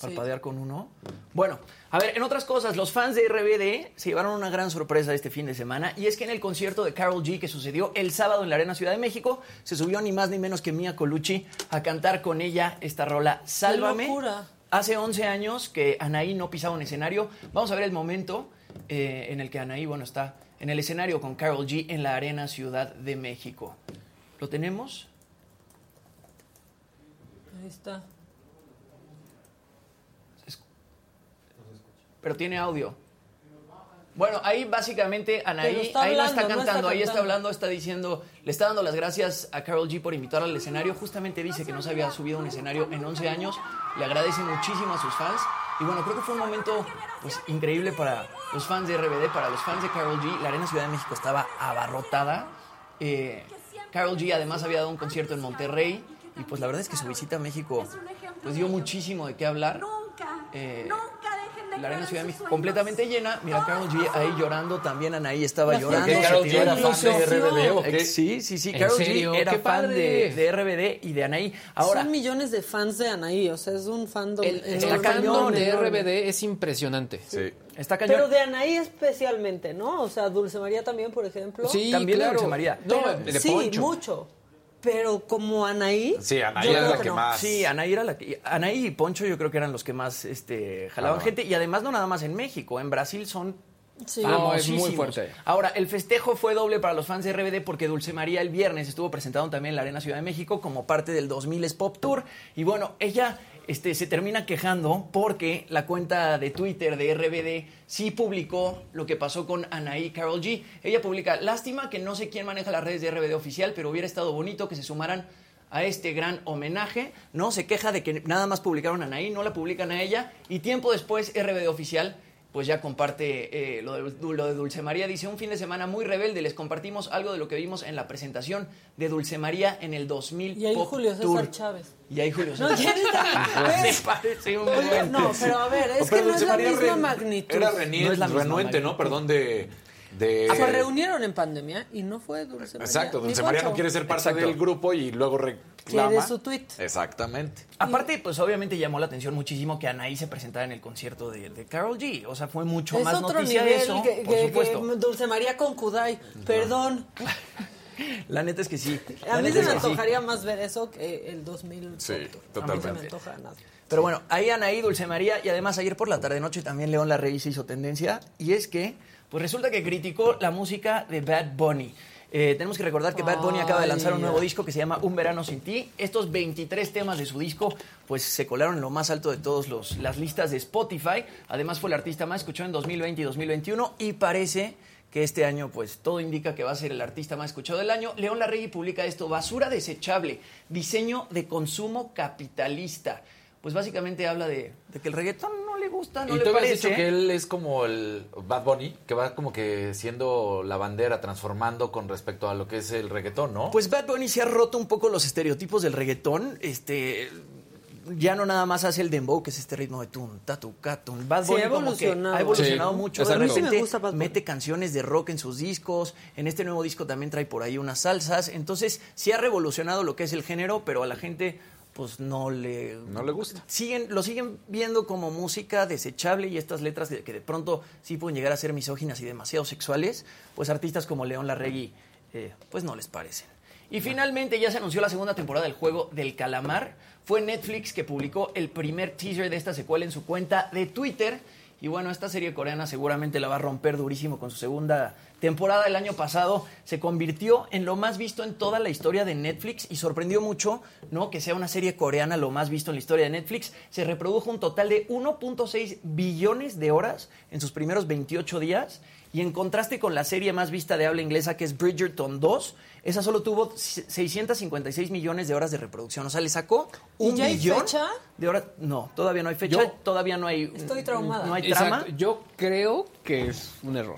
F: parpadear con uno. Bueno, a ver, en otras cosas, los fans de RBD se llevaron una gran sorpresa este fin de semana y es que en el concierto de Carol G que sucedió el sábado en la Arena Ciudad de México, se subió ni más ni menos que Mia Colucci a cantar con ella esta rola Sálvame.
H: locura!
F: Hace 11 años que Anaí no pisaba un escenario. Vamos a ver el momento eh, en el que Anaí, bueno, está en el escenario con Carol G en la Arena Ciudad de México. ¿Lo tenemos?
H: Ahí está.
F: pero tiene audio. Bueno, ahí básicamente Anaí,
H: Pero está
F: ahí la está
H: hablando, no
F: cantando,
H: está
F: ahí está
H: cantando.
F: hablando, está diciendo, le está dando las gracias a Carol G por invitarla al escenario. Justamente dice que no se había subido a un escenario en 11 años. Le agradece muchísimo a sus fans. Y bueno, creo que fue un momento pues, increíble para los fans de RBD, para los fans de Carol G. La Arena Ciudad de México estaba abarrotada. Eh, Carol G además había dado un concierto en Monterrey. Y pues la verdad es que su visita a México pues, dio muchísimo de qué hablar.
L: Nunca,
F: Eh,
L: nunca dejen de
F: la Arena
L: creer
F: Ciudad de
L: en sus
F: México
L: sueños.
F: completamente llena. Mira, Carol G ahí llorando también. Anaí estaba
H: La
F: llorando.
H: gente
F: se
H: Karol
G: Carol
H: G
F: tiró
G: G
H: era
G: era
F: la
H: fan
G: fan
H: de ilusión.
G: de RBD
H: RBD,
G: o
H: ¿o
G: qué?
F: Eh, Sí, sí, sí.
I: ¿En
F: Carol
I: serio?
F: G era
I: ¡Qué
F: fan de,
I: padre!
F: de RBD y de Anaí. Ahora,
H: Son millones de fans de Anaí, o sea, es un fandom.
I: El, el
H: enorme,
I: cañón de
H: enorme.
I: RBD es impresionante.
G: Sí.
F: está cañón.
H: Pero de Anaí especialmente, ¿no? O sea, Dulce María también, por ejemplo.
I: Sí,
F: También de
I: claro.
F: Dulce María.
I: No,
H: Pero-
I: de
H: sí,
I: Poncho.
H: mucho. Pero como Anaí.
G: Sí, Anaí
H: yo
G: es
H: creo
G: la
H: que
G: que
H: no.
G: más...
F: Sí, Anaí, era la que- Anaí y Poncho yo creo que eran los que más este, jalaban
G: Jalaban.
F: gente. Y además no nada más en México, en Brasil son
H: Sí.
I: Ah, No, es muy
F: famosísimos.
I: fuerte.
F: Ahora, el festejo fue doble para los fans de RBD porque Dulce María el viernes estuvo presentado también en la Arena Ciudad de México como parte del 2000 es Pop Tour. Y bueno, ella este, se termina quejando porque la cuenta de Twitter de RBD sí publicó lo que pasó con Anaí Carol G. Ella publica, lástima que no sé quién maneja las redes de RBD oficial, pero hubiera estado bonito que se sumaran a este gran homenaje, ¿no? Se queja de que nada más publicaron a Anaí, no la publican a ella, y tiempo después RBD Oficial pues ya comparte eh, lo, de, lo de Dulce María. Dice, un fin de semana muy rebelde, les compartimos algo de lo que vimos en la presentación de Dulce María en el 2000
H: Y ahí
F: Pop
H: Julio César
F: Tour".
H: Chávez.
F: Y ahí Julio
H: No,
F: César
H: ¿quién está?
F: Me parece un
H: Oye,
F: buen...
H: no, pero a ver, es
G: Oh, Pero
H: que no
G: Dulce
H: es la
G: María
H: misma
G: Ren-
H: magnitud.
G: Era reni-
F: No es la misma
G: renuente,
F: magnitud.
G: ¿no? Perdón, de... de-
H: Ah, Se reunieron en pandemia y no fue Dulce María.
G: Exacto,
H: Ni
G: Dulce María no
H: Poncho.
G: quiere ser parte
F: Exacto.
G: del grupo y luego reclama.
H: Quiere su tweet.
G: Exactamente.
F: Aparte, pues obviamente llamó la atención muchísimo que Anaí se presentara en el concierto de, de Carol G. O sea, fue mucho
H: Es
F: más
H: otro
F: noticia
H: nivel
F: eso,
H: que,
F: por
H: que-
F: supuesto.
H: que Dulce María con Kudai. Perdón.
F: La neta es que sí. La
H: A mí
F: neta
H: se
F: es
H: me
F: que sí.
H: antojaría más ver eso que el 2000.
G: Sí,
H: No se me
G: totalmente.
H: antoja nada.
F: Pero bueno, ahí Anaí, Dulce María, y además ayer por la tarde-noche también León Larrey se hizo tendencia, y es que, pues resulta que criticó la música de Bad Bunny. Eh, tenemos que recordar que Bad Bunny acaba de lanzar un nuevo disco que se llama Un Verano Sin Ti. Estos 23 temas de su disco, pues se colaron en lo más alto de todas las listas de Spotify. Además fue el artista más escuchado en 2020 y 2021, y parece que este año, pues todo indica que va a ser el artista más escuchado del año. León Larrey publica esto, basura desechable, diseño de consumo capitalista pues básicamente habla de, de que el reggaetón no le gusta, no
G: y
F: le
G: tú habías
F: parece.
G: dicho que él es como el Bad Bunny, que va como que siendo la bandera, transformando con respecto a lo que es el reggaetón, ¿no?
F: Pues Bad Bunny se ha roto un poco los estereotipos del reggaetón, este ya no nada más hace el dembow, que es este ritmo de tun, tatu, catun. Bad
H: Sí,
F: Bunny
H: ha
F: como que
H: evolucionado.
F: ha evolucionado
G: Sí,
F: mucho.
G: exacto.
F: De
G: A mí sí me
F: repente
H: gusta Bad Bunny.
F: mete canciones de rock en sus discos. En este nuevo disco también trae por ahí unas salsas. Entonces, sí ha revolucionado lo que es el género, pero a la gente pues no le
G: no le gusta.
F: siguen, lo siguen viendo como música desechable y estas letras de- que de pronto sí pueden llegar a ser misóginas y demasiado sexuales, pues artistas como León Larregui, eh, pues no les parecen. Y finalmente ya se anunció la segunda temporada del juego del calamar. Fue Netflix que publicó el primer teaser de esta secuela en su cuenta de Twitter. Y bueno, esta serie coreana seguramente la va a romper durísimo con su segunda temporada. El año pasado se convirtió en lo más visto en toda la historia de Netflix y sorprendió mucho, ¿no? Que sea una serie coreana lo más visto en la historia de Netflix. Se reprodujo un total de 1.6 billones de horas en sus primeros 28 días. Y en contraste con la serie más vista de habla inglesa que es Bridgerton 2, esa solo tuvo 656 millones de horas de reproducción. O sea, le sacó un
H: ¿Y ya hay
F: billón
H: fecha?
F: de horas. No, todavía no hay fecha,
I: Yo-
F: todavía no hay.
H: Estoy traumada.
F: No hay trama.
I: Exacto. Yo creo que es un error.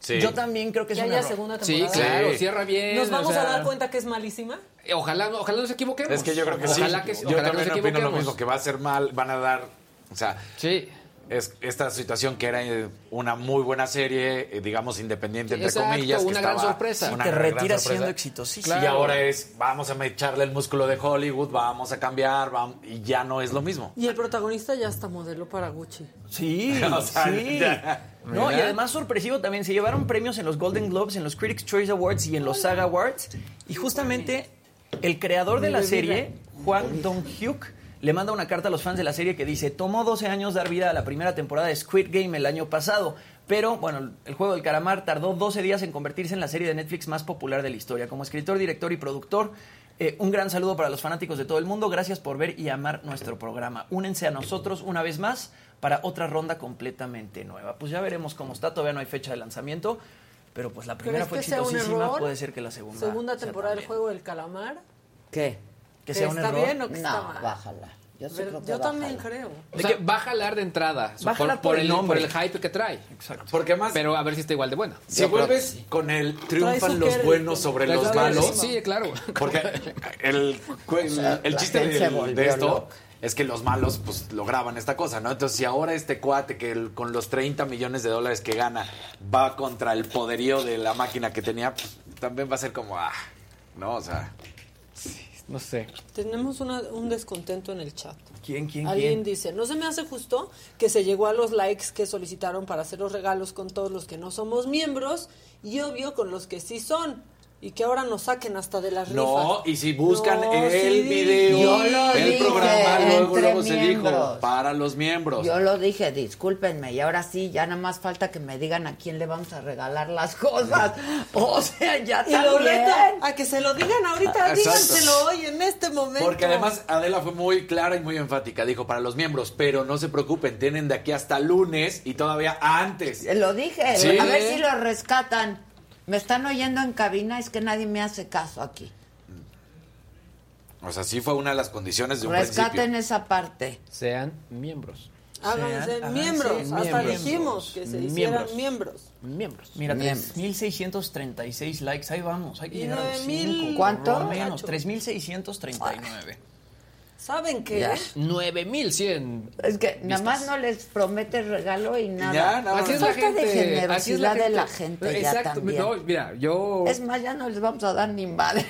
G: Sí.
F: Yo también creo que es
H: Ya
F: un
H: haya
F: error.
H: segunda
I: Sí,
H: temporada.
I: claro, cierra bien.
H: Nos vamos
I: o sea,
H: a dar cuenta que es malísima.
I: Ojalá, no- ojalá nos equivoquemos.
G: Es que yo creo que sí.
I: ojalá Que,
G: yo
I: ojalá que nos
G: también opino
I: equivoquemos.
G: lo mismo, que va a ser mal, van a dar, o sea,
I: Sí.
G: es esta situación que era eh, una muy buena serie, eh, digamos independiente entre
I: Exacto,
G: comillas, que
I: una gran
G: estaba-
I: sorpresa. Sí,
G: una
F: te
G: gran
F: retiras
G: sorpresa.
F: siendo exitosísimo.
G: Y
I: Claro.
G: ahora es vamos a echarle el músculo de Hollywood, vamos a cambiar, vamos, y ya no es lo mismo.
H: Y el protagonista ya está modelo para Gucci.
F: Sí,
G: O sea,
F: sí.
G: ya.
F: No, y además sorpresivo también, se llevaron premios en los Golden Globes, en los Critics Choice Awards y en los Saga Awards. Y justamente el creador de la serie, Juan Dong-hyuk, le manda una carta a los fans de la serie que dice, tomó 12 años dar vida a la primera temporada de Squid Game el año pasado, pero bueno, el juego del caramar tardó 12 días en convertirse en la serie de Netflix más popular de la historia. Como escritor, director y productor, eh, un gran saludo para los fanáticos de todo el mundo. Gracias por ver y amar nuestro programa. Únense a nosotros una vez más para otra ronda completamente nueva. Pues ya veremos cómo está. Todavía no hay fecha de lanzamiento, pero pues la primera
H: ¿Crees
F: fue
H: que sea un
F: exitosísima.
H: error?
F: Puede ser que la segunda.
H: Segunda
F: sea
H: temporada del
F: también.
H: juego del calamar.
A: ¿Qué?
F: Que sea un
H: ¿Está
F: error.
H: bien o que está
A: No,
H: mal?
A: bájala. Yo, sí
H: Ver-
A: creo que
H: yo también
A: bájala.
H: creo.
I: O sea, va a jalar de entrada.
F: Va a jalar por el
I: por
F: nombre.
I: el hype que trae.
G: Porque además,
I: Pero a ver si está igual de buena.
G: si vuelves con el
H: Trae
G: triunfan
H: su
G: los
H: Kerry.
G: buenos sobre
I: Claro,
G: los
I: claro,
G: malos,
I: Sí, claro.
G: porque el, el, el
A: La
G: chiste
A: gente se
G: del- de,
A: volvió
G: esto
A: loca.
G: es que los malos pues lograban esta cosa, ¿no? Entonces, si ahora este cuate que el- con los 30 millones de dólares que gana va contra el poderío de la máquina que tenía, pues, también va a ser como, ah, no, o sea,
I: No sé.
H: Tenemos una- un descontento en el chat.
F: ¿Quién, quién,
H: Alguien
F: quién?
H: dice, no se me hace justo que se llegó a los likes que solicitaron para hacer los regalos con todos los que no somos miembros y obvio con los que sí son y que ahora nos saquen hasta de las
G: no,
H: rifas.
G: y si buscan
H: No,
G: el
H: sí,
G: video,
A: yo lo
G: el
A: dije,
G: programa, luego,
A: entre
G: luego se dijo,
A: miembros.
G: para los miembros.
A: Yo lo dije, discúlpenme, y ahora sí, ya nada más falta que me digan a quién le vamos a regalar las cosas. O sea, ya
H: Y lo
A: también.
H: reto a que se lo digan ahorita,
G: Exacto.
H: díganselo hoy en este momento.
G: Porque además Adela fue muy clara y muy enfática, dijo para los miembros, pero no se preocupen, tienen de aquí hasta lunes y todavía antes.
A: Lo dije,
G: Sí.
A: a ver si lo rescatan. Me están oyendo en cabina, es que nadie me hace caso aquí.
G: O sea, sí fue una de las condiciones de un
A: Rescaten
G: principio.
A: esa parte.
I: Sean miembros.
H: Háganse
F: Sean-
H: miembros,
F: háganse
H: hasta
F: miembros.
H: dijimos que se hicieran miembros.
I: Miembros.
F: Mira,
A: Miembros.
F: 3.636 likes. Ahí vamos. Hay que
H: Y
F: llegar a los
H: 9,000
F: cinco,
A: ¿Cuánto?
F: por lo Menos,
H: Cacho.
F: 3.639.
H: ¿Saben Ah, qué?
A: Ya.
I: 9100.
A: Es que nada más no les prometes regalo y nada.
G: Ya, nada
A: Así
G: más.
A: es la gente, de generosidad
I: así es la gente.
A: de la gente ya
I: Exacto.
A: también.
I: No, mira, yo.
A: Es más, ya no les vamos a dar ni madre.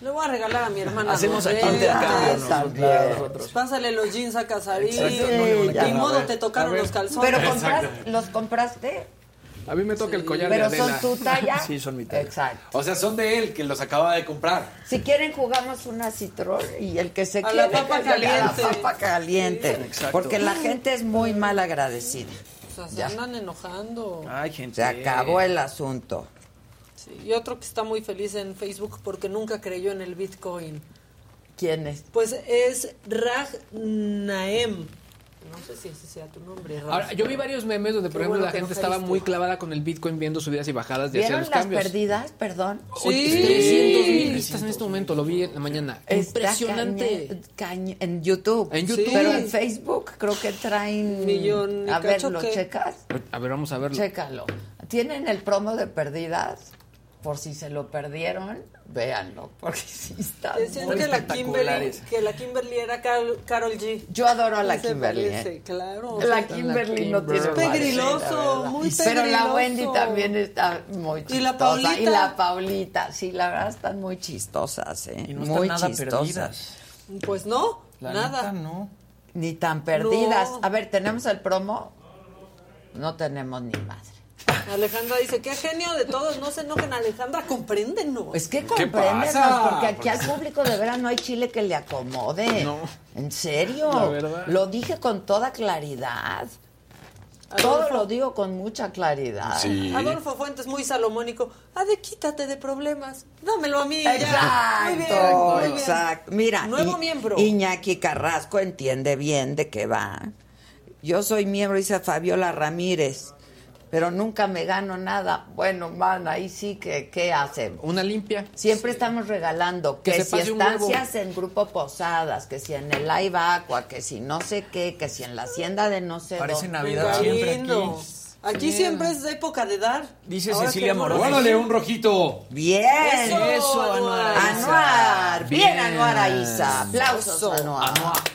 H: Le voy a regalar a mi hermana.
F: Hacemos
H: dos
F: aquí
H: de
F: intercambio
H: estas.
F: nosotros.
A: También.
F: nosotros.
H: Pásale los jeans a Casarín.
A: Exacto,
H: Ni
A: no le van a
H: modo, te tocaron los calzones.
A: Pero compras- los compraste.
I: A mí me toca el collar
A: Pero
I: de
A: son
I: Adela.
A: tu talla.
F: Sí, son mi talla.
A: Exacto.
G: O sea, son de él que los acaba de comprar.
A: Si quieren jugamos una citrón y el que se
H: A
A: quiera
H: la papa
A: que le haga
H: caliente.
A: la papa caliente.
F: exacto.
A: porque la gente es muy mal agradecida.
H: O sea, se
A: Ya.
H: andan enojando.
F: Ay, gente.
A: Se acabó el asunto.
H: Sí, Y otro que está muy feliz en Facebook porque nunca creyó en el Bitcoin.
A: ¿Quién es?
H: Pues es Raj Naem. No sé si ese sea tu nombre, Raj.
I: Ahora, yo vi varios memes donde, por
H: Qué
I: ejemplo,
H: bueno
I: la
H: que no
I: gente estaba
H: saliste.
I: muy clavada con el Bitcoin viendo subidas y bajadas de hacia
A: ¿Vieron
I: los
A: las
I: cambios.
A: perdidas? Perdón.
H: Sí.
I: Oye, 300 mil vistas en este momento, lo vi en la mañana.
A: Está
I: Impresionante.
A: cañe- cañe- en YouTube.
I: En YouTube.
A: Pero en Facebook creo que traen.
H: Millón y
A: A ver,
H: cacho
A: ¿lo
H: que-
A: checas?
I: A ver, vamos a verlo.
A: Chécalo. ¿Tienen el promo de perdidas? Por si se lo perdieron, véanlo, porque sí está
H: Decían
A: muy-
H: que la, Kimberly,
F: espectaculares.
H: que la Kimberly era Carol, Carol G.
A: Yo adoro a la
H: Se
A: Kimberly.
H: parece,
A: ¿eh?
H: claro.
A: La Kimberly no tiene
H: Kimberly.
A: madre,
H: Pegriloso,
A: la verdad.
H: muy
A: Pero la
H: pegriloso.
A: Wendy también está muy chistosa.
H: Y la Paulita.
A: Y la Paulita, sí, la verdad están muy chistosas, ¿eh?
F: Y no están
A: muy
F: nada
A: chistosas.
F: perdidas.
H: Pues no,
F: La
H: nada.
F: neta, no.
A: Ni tan perdidas.
H: No.
A: A ver, ¿tenemos el promo? No tenemos ni madre.
H: Alejandra dice, qué genio de todos, no se enojen, Alejandra, compréndenos.
A: Es que
G: ¿Qué
A: compréndenos,
G: pasa?
A: porque aquí al público de veras no hay chile que le acomode.
I: No.
A: En serio.
I: La verdad.
A: Lo dije con toda claridad. Todo
H: Adolfo,
A: lo digo con mucha claridad.
H: Adolfo Fuentes, muy salomónico, ah, de quítate de problemas, dámelo a mí. ya". Muy bien,
A: Exacto,
H: muy bien.
A: exacto. Mira,
H: Nuevo
A: I-
H: miembro.
A: Iñaki Carrasco entiende bien de qué va. Yo soy miembro, dice Fabiola Ramírez, pero nunca me gano nada. Bueno, man, ahí sí que, ¿qué hacemos?
I: Una limpia.
A: Siempre estamos regalando que,
I: Que se
A: si
I: pase un huevo.
A: estancias en Grupo Posadas, que si en el Live Aqua, que si no sé qué, que si en la hacienda de no sé
F: Parece
A: dónde.
F: Navidad siempre aquí.
H: Lindo. Aquí siempre es época de dar.
F: Dice
H: Ahora
F: Cecilia
H: que no
F: Morón.
H: lo-
G: Guárdale un rojito.
A: Bien.
H: Eso,
F: Eso, Anuar.
A: Anuar, bien,
I: Bien.
A: Anuar Aiza. Aplausos, Anuar.
H: Aplausos.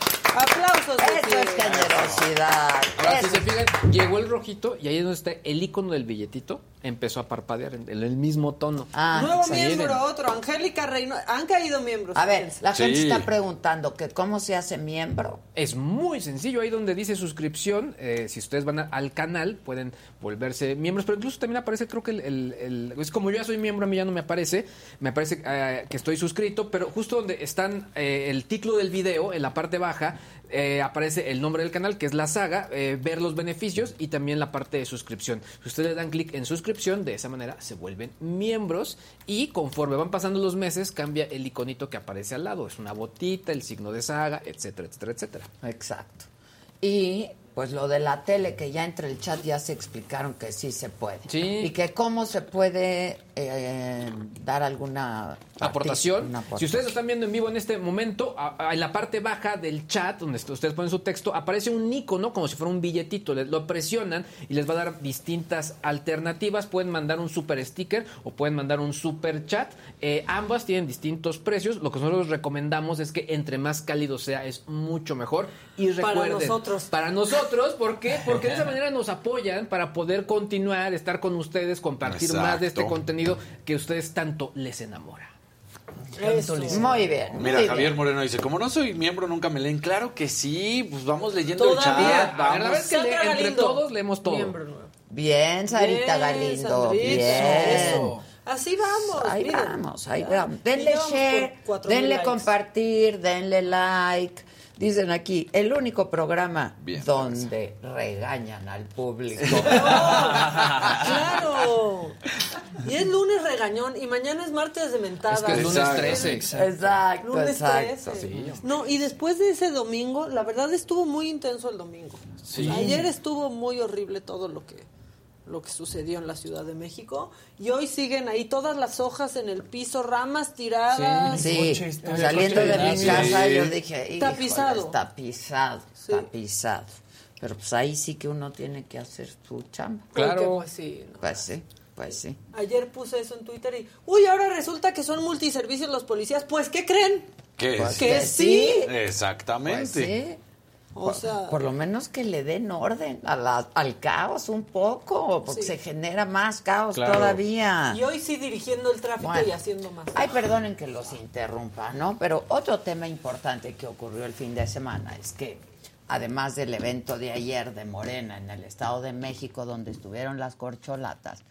A: Eso
H: Cecilia.
A: es generosidad.
I: Ahora, si
A: Eso.
I: se fijan, llegó el rojito y ahí es donde está el icono del billetito. Empezó a parpadear en en el mismo tono.
A: Ah,
H: Nuevo
I: se
H: miembro,
I: vienen.
H: otro, Angélica Reino. Han caído miembros.
A: a ver,
H: fíjense.
A: la gente
G: Sí.
A: está preguntando que cómo se hace miembro.
I: Es muy sencillo, ahí donde dice suscripción, eh, si ustedes van a- al canal pueden volverse miembros, pero incluso también aparece creo que el, el- el- es como yo ya soy miembro, a mí ya no me aparece, me aparece eh, que estoy suscrito, pero justo donde están eh, el título del video, en la parte baja, eh, aparece el nombre del canal, que es la saga, eh, ver los beneficios y también la parte de suscripción. Si ustedes dan clic en suscripción, de esa manera se vuelven miembros y conforme van pasando los meses cambia el iconito que aparece al lado, es una botita, el signo de saga, etcétera, etcétera, etcétera.
A: Exacto. Y pues lo de la tele, que ya entre el chat ya se explicaron que sí se puede.
I: Sí.
A: Y que cómo se puede eh, dar alguna parti-
I: aportación.
A: una aportación.
I: Si ustedes lo están viendo en vivo en este momento, a- a- en la parte baja del chat, donde est- ustedes ponen su texto, aparece un icono como si fuera un billetito. Le- Lo presionan y les va a dar distintas alternativas. Pueden mandar un super sticker o pueden mandar un super chat. Eh, ambas tienen distintos precios. Lo que nosotros recomendamos es que entre más cálido sea, es mucho mejor. Y
H: Para
I: recuerden,
H: nosotros.
I: para nosotros, ¿por qué? Porque de esa manera nos apoyan para poder continuar, estar con ustedes, compartir más de este
G: Exacto.
I: contenido que ustedes tanto les enamora.
H: Eso.
A: Muy bien. muy
G: Mira,
A: bien.
G: Javier Moreno dice, como no soy miembro, nunca me leen. Claro que sí, pues vamos leyendo
H: Todavía.
G: el chat.
I: A ver, la
G: vamos.
I: verdad es que le-
H: Sandra
I: entre
H: Galindo.
I: todos leemos todo.
H: Miembro nuevo.
A: Bien, Sarita Galindo.
H: Sandrita,
A: Bien.
H: eso. Así vamos.
A: Ahí
H: miren.
A: vamos, ahí
H: Ya.
A: vamos. Denle
H: Y ya vamos
A: share,
H: por 4,000
A: denle
H: likes.
A: compartir, denle like. Dicen aquí, el único programa
G: Bien,
A: donde regañan al público.
H: claro. Y es lunes regañón y mañana es martes de mentada.
I: Es que es lunes
G: Exacto.
I: 13.
A: exacto,
H: Lunes
A: exacto.
H: 13. No, y después de ese domingo, la verdad estuvo muy intenso el domingo. Pues,
G: Sí.
H: Ayer estuvo muy horrible todo lo que lo que sucedió en la Ciudad de México y hoy siguen ahí todas las hojas en el piso, ramas tiradas.
A: Sí,
F: coche está-
A: saliendo de mi
G: Sí.
A: casa yo dije,
H: Está
A: "Híjole,
H: pisado".
A: Está pisado,
H: Sí.
A: está pisado. Pero pues ahí sí que uno tiene que hacer su chamba.
H: Porque,
I: Claro.
H: pues, sí, ¿no?
A: Pues sí, pues sí.
H: Ayer puse eso en Twitter y, uy, ahora resulta que son multiservicios los policías. Pues, ¿qué creen?
G: ¿Qué es?
H: que
A: Pues
H: sí.
G: Exactamente.
A: Pues sí.
H: O sea,
A: Por lo menos que le den orden a la- al caos un poco, porque
H: Sí.
A: se genera más caos
I: Claro.
A: todavía.
H: y hoy sí dirigiendo el tráfico
A: Bueno.
H: y haciendo más.
A: Ay, perdonen que los interrumpa, ¿no? Pero otro tema importante que ocurrió el fin de semana es que además del evento de ayer de Morena en el Estado de México, donde estuvieron las corcholatas,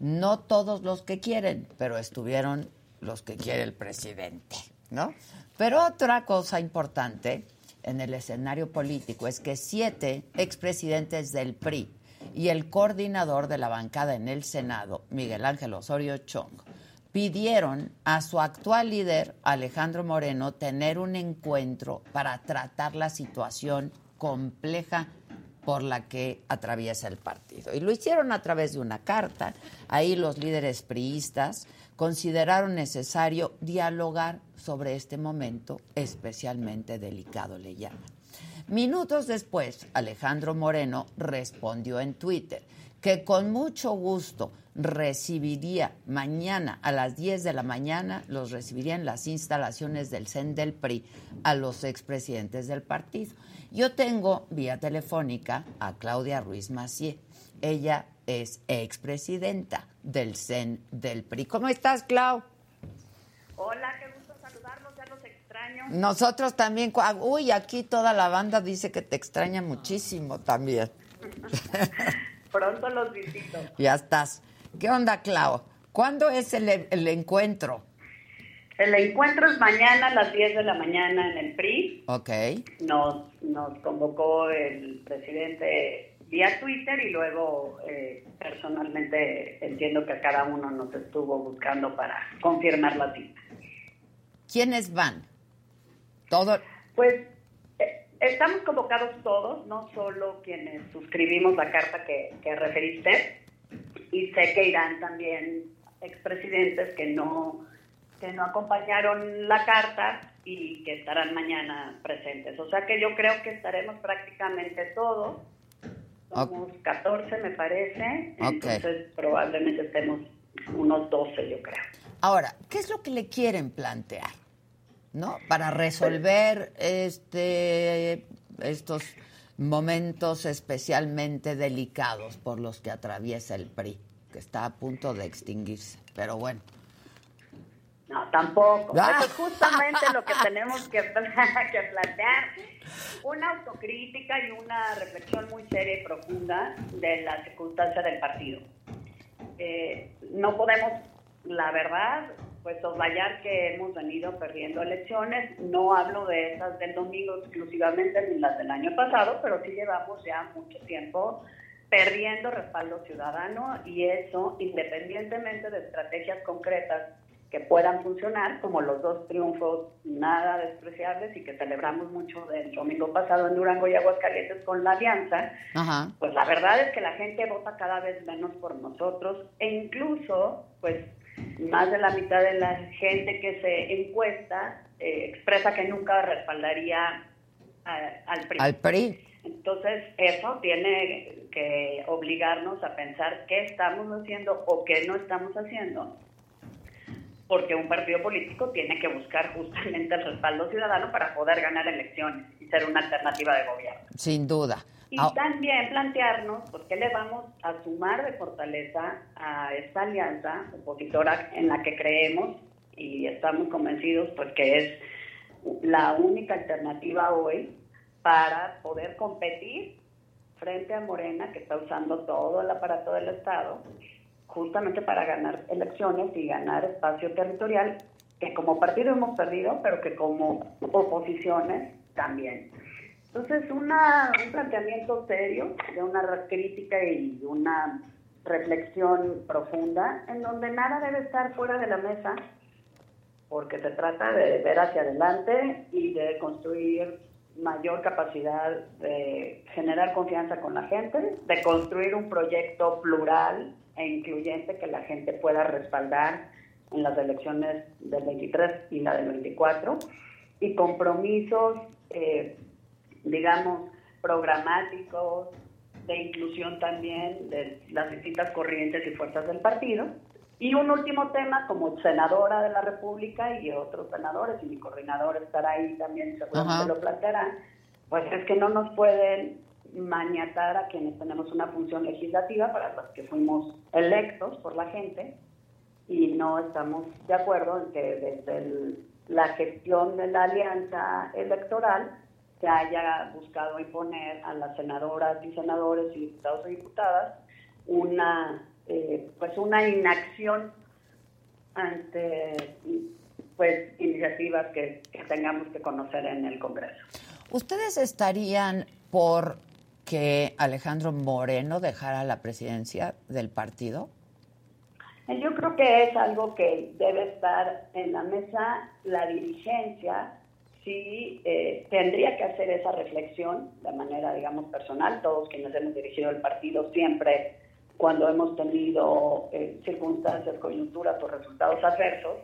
A: no todos los que quieren, pero estuvieron los que quiere el presidente, ¿no? Pero otra cosa importante en el escenario político es que siete expresidentes del PRI y el coordinador de la bancada en el Senado, Miguel Ángel Osorio Chong, pidieron a su actual líder, Alejandro Moreno, tener un encuentro para tratar la situación compleja por la que atraviesa el partido. Y lo hicieron a través de una carta. Ahí los líderes priistas consideraron necesario dialogar sobre este momento especialmente delicado, le llaman. Minutos después, Alejandro Moreno respondió en Twitter que con mucho gusto recibiría mañana a las 10 de la mañana, los recibiría en las instalaciones del CEN del PRI a los expresidentes del partido. Yo tengo vía telefónica a Claudia Ruiz Macié. Ella es expresidenta del CEN del PRI. ¿Cómo estás, Clau?
L: Hola, qué gusto saludarlos, ya los extraño.
A: Nosotros también, uy, aquí toda la banda dice que te extraña muchísimo también.
L: Pronto los visito.
A: Ya estás. ¿Qué onda, Clau? ¿Cuándo es el, el, encuentro?
L: El encuentro es mañana a las 10 de la mañana en el PRI.
A: Ok.
L: Nos, nos convocó el presidente vía Twitter y luego eh, personalmente entiendo que a cada uno nos estuvo buscando para confirmar la cita.
A: ¿Quiénes van? Todo.
L: Pues Estamos convocados todos, no solo quienes suscribimos la carta que, que, referiste, y sé que irán también expresidentes que no, que no acompañaron la carta y que estarán mañana presentes. O sea que yo creo que estaremos prácticamente todos. Somos okay. 14, me parece. Entonces okay. probablemente estemos unos 12, yo creo.
A: Ahora, ¿qué es lo que le quieren plantear? ¿no? Para resolver este, estos momentos especialmente delicados por los que atraviesa el PRI, que está a punto de extinguirse. Pero bueno.
L: No, tampoco. ¡Ah! Eso es justamente lo que tenemos que, que plantear. Una autocrítica y una reflexión muy seria y profunda de la circunstancia del partido. Eh, no podemos, la verdad, pues soslayar que hemos venido perdiendo elecciones. No hablo de esas del domingo exclusivamente ni las del año pasado, pero sí llevamos ya mucho tiempo perdiendo respaldo ciudadano y eso independientemente de estrategias concretas que puedan funcionar, como los dos triunfos nada despreciables y que celebramos mucho el domingo pasado en Durango y Aguascalientes con la alianza,
A: Ajá.
L: pues la verdad es que la gente vota cada vez menos por nosotros e incluso pues más de la mitad de la gente que se encuesta eh, expresa que nunca respaldaría a, al PRI.
A: Al PRI.
L: Entonces, eso tiene que obligarnos a pensar qué estamos haciendo o qué no estamos haciendo. Porque un partido político tiene que buscar justamente el respaldo ciudadano para poder ganar elecciones y ser una alternativa de gobierno.
A: Sin duda.
L: Y también plantearnos por qué le vamos a sumar de fortaleza a esta alianza opositora en la que creemos y estamos convencidos pues que es la única alternativa hoy para poder competir frente a Morena que está usando todo el aparato del Estado justamente para ganar elecciones y ganar espacio territorial que como partido hemos perdido pero que como oposiciones también. Entonces, una, un planteamiento serio, de una crítica y una reflexión profunda, en donde nada debe estar fuera de la mesa, porque se trata de ver hacia adelante y de construir mayor capacidad de generar confianza con la gente, de construir un proyecto plural e incluyente que la gente pueda respaldar en las elecciones del 23 y la del 24, y compromisos. Eh, digamos, programáticos, de inclusión también de las distintas corrientes y fuerzas del partido. Y un último tema, como senadora de la República y otros senadores, y mi coordinador estará ahí también, seguramente Ajá. lo planteará, pues es que no nos pueden maniatar a quienes tenemos una función legislativa para las que fuimos electos por la gente y no estamos de acuerdo en que desde el, la gestión de la alianza electoral se haya buscado imponer a las senadoras y senadores y diputados y diputadas una eh, pues una inacción ante pues iniciativas que, que tengamos que conocer en el Congreso.
A: ¿Ustedes estarían por que Alejandro Moreno dejara la presidencia del partido?
L: Yo creo que es algo que debe estar en la mesa. La dirigencia sí eh, tendría que hacer esa reflexión de manera, digamos, personal. Todos quienes hemos dirigido el partido siempre, cuando hemos tenido eh, circunstancias, coyunturas o resultados adversos,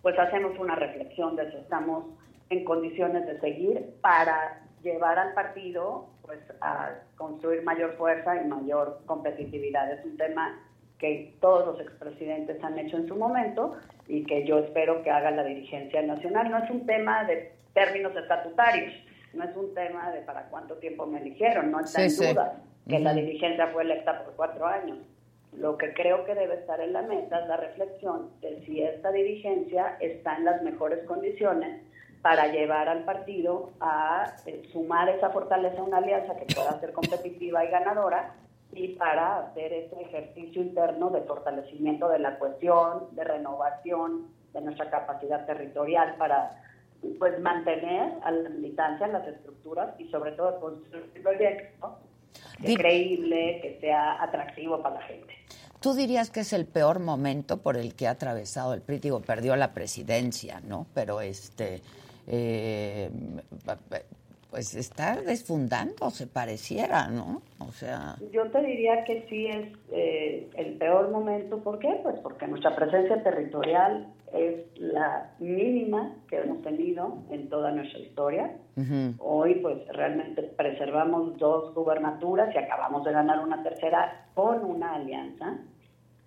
L: pues hacemos una reflexión de si estamos en condiciones de seguir para llevar al partido pues a construir mayor fuerza y mayor competitividad. Es un tema que todos los expresidentes han hecho en su momento y que yo espero que haga la dirigencia nacional. No es un tema de términos estatutarios, no es un tema de para cuánto tiempo me eligieron, no está
A: Sí,
L: en
A: sí.
L: duda que la
A: Ujú.
L: dirigencia fue electa por cuatro años. Lo que creo que debe estar en la mesa es la reflexión de si esta dirigencia está en las mejores condiciones para llevar al partido a eh, sumar esa fortaleza a una alianza que pueda ser competitiva y ganadora y para hacer ese ejercicio interno de fortalecimiento de la cuestión, de renovación de nuestra capacidad territorial para pues mantener a la militancia en las estructuras y sobre todo construir un proyecto que
A: Di-
L: creíble, que sea atractivo para la gente.
A: ¿Tú dirías que es el peor momento por el que ha atravesado el PRI? Digo, perdió la presidencia, ¿no? Pero este, eh, pues está desfundando, se pareciera, ¿no? O sea,
L: Yo te diría que sí es eh, el peor momento. ¿Por qué? Pues porque nuestra presencia territorial es la mínima que hemos tenido en toda nuestra historia. Hoy pues realmente preservamos dos gubernaturas y acabamos de ganar una tercera con una alianza.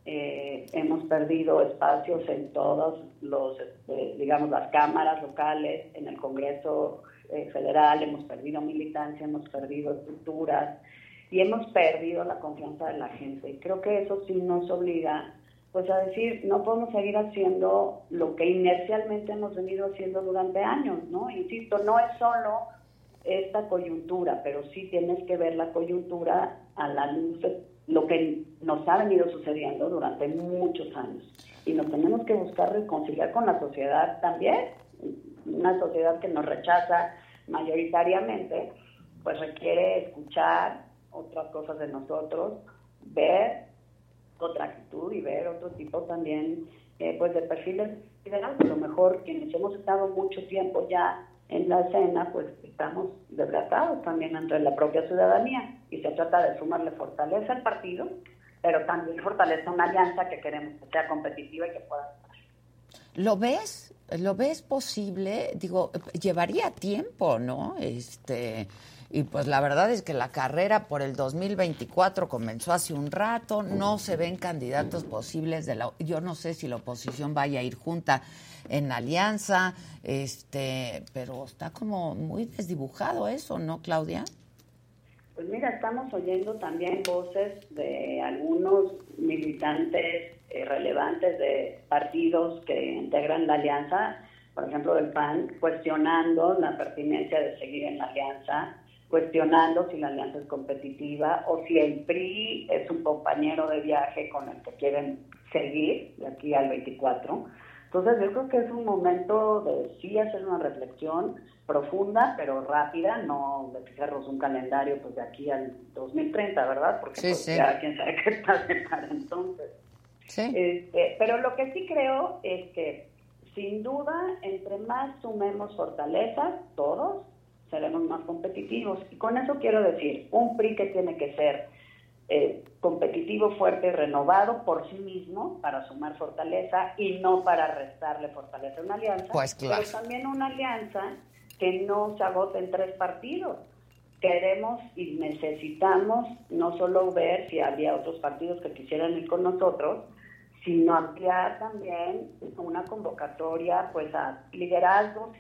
L: Eh, hemos perdido espacios en todos los, este, digamos, las cámaras locales, en el Congreso eh, Federal, hemos perdido militancia, hemos perdido estructuras y hemos perdido la confianza de la gente. Y creo que eso sí nos obliga pues a decir, no podemos seguir haciendo lo que inercialmente hemos venido haciendo durante años, ¿no? Insisto, no es solo esta coyuntura, pero sí tienes que ver la coyuntura a la luz de lo que nos ha venido sucediendo durante muchos años. Y nos tenemos que buscar reconciliar con la sociedad también, una sociedad que nos rechaza mayoritariamente, pues requiere escuchar otras cosas de nosotros, ver otra actitud y ver otro tipo también eh, pues de perfiles liderazgos. A lo mejor quienes hemos estado mucho tiempo ya en la escena, pues estamos desbratados también entre la propia ciudadanía y se trata de sumarle fortaleza al partido, pero también fortaleza a una alianza que queremos que sea competitiva y que pueda
A: ¿Lo ves? ¿Lo ves posible? Digo, llevaría tiempo, ¿no? Este, y pues la verdad es que la carrera por el 2024 comenzó hace un rato, no se ven candidatos posibles de la yo no sé si la oposición vaya a ir junta en alianza, este, pero está como muy desdibujado eso, ¿no, Claudia?
L: Pues mira, estamos oyendo también voces de algunos militantes eh, relevantes de partidos que integran la alianza, por ejemplo del PAN, cuestionando la pertinencia de seguir en la alianza, cuestionando si la alianza es competitiva o si el PRI es un compañero de viaje con el que quieren seguir de aquí al 24. Entonces yo creo que es un momento de sí hacer una reflexión profunda, pero rápida, no de fijarnos un calendario pues de aquí al 2030, ¿verdad? Porque
A: Sí,
L: pues,
A: sí.
L: ya quién sabe qué pase para entonces.
A: Sí.
L: Este, pero lo que sí creo es que sin duda, entre más sumemos fortalezas, todos seremos más competitivos. Y con eso quiero decir, un PRI que tiene que ser eh, competitivo, fuerte y renovado por sí mismo para sumar fortaleza y no para restarle fortaleza a una alianza.
A: Pues claro.
L: Pero también una alianza que no se agote en tres partidos. Queremos y necesitamos no solo ver si había otros partidos que quisieran ir con nosotros, sino ampliar también una convocatoria pues a liderazgos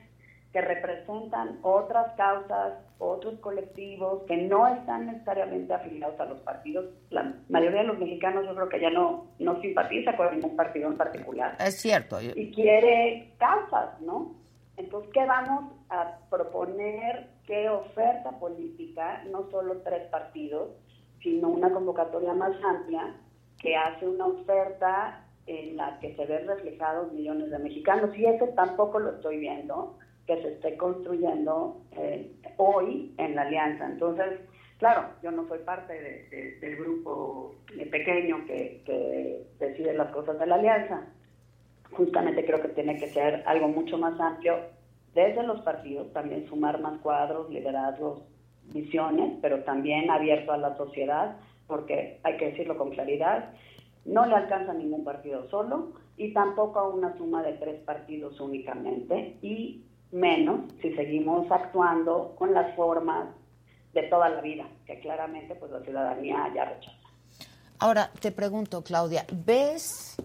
L: que representan otras causas, otros colectivos que no están necesariamente afiliados a los partidos. La mayoría de los mexicanos yo creo que ya no, no simpatiza con ningún partido en particular
A: Es cierto. yo-
L: y quiere causas, ¿no? Entonces, ¿qué vamos a proponer? ¿Qué oferta política? No solo tres partidos, sino una convocatoria más amplia que hace una oferta en la que se ven reflejados millones de mexicanos. Y eso tampoco lo estoy viendo, que se esté construyendo eh, hoy en la alianza. Entonces, claro, yo no soy parte de- de- del grupo eh, pequeño que, que decide las cosas de la alianza. Justamente creo que tiene que ser algo mucho más amplio desde los partidos, también sumar más cuadros, liderazgos, visiones, pero también abierto a la sociedad, porque hay que decirlo con claridad, no le alcanza a ningún partido solo y tampoco a una suma de tres partidos únicamente y menos si seguimos actuando con las formas de toda la vida, que claramente pues la ciudadanía ya rechaza.
A: Ahora, te pregunto, Claudia, ¿ves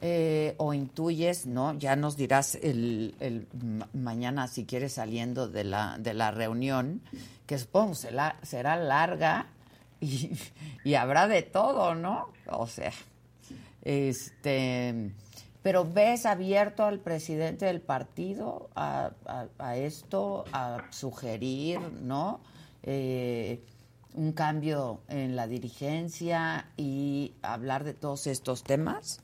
A: eh, o intuyes, no? Ya nos dirás el, el ma- mañana si quieres saliendo de la, de la reunión, que supongo será, será larga y, y habrá de todo, ¿no? O sea, este... Pero ves abierto al presidente del partido a, a- a esto, a sugerir, ¿no? Eh, un cambio en la dirigencia y hablar de todos estos temas?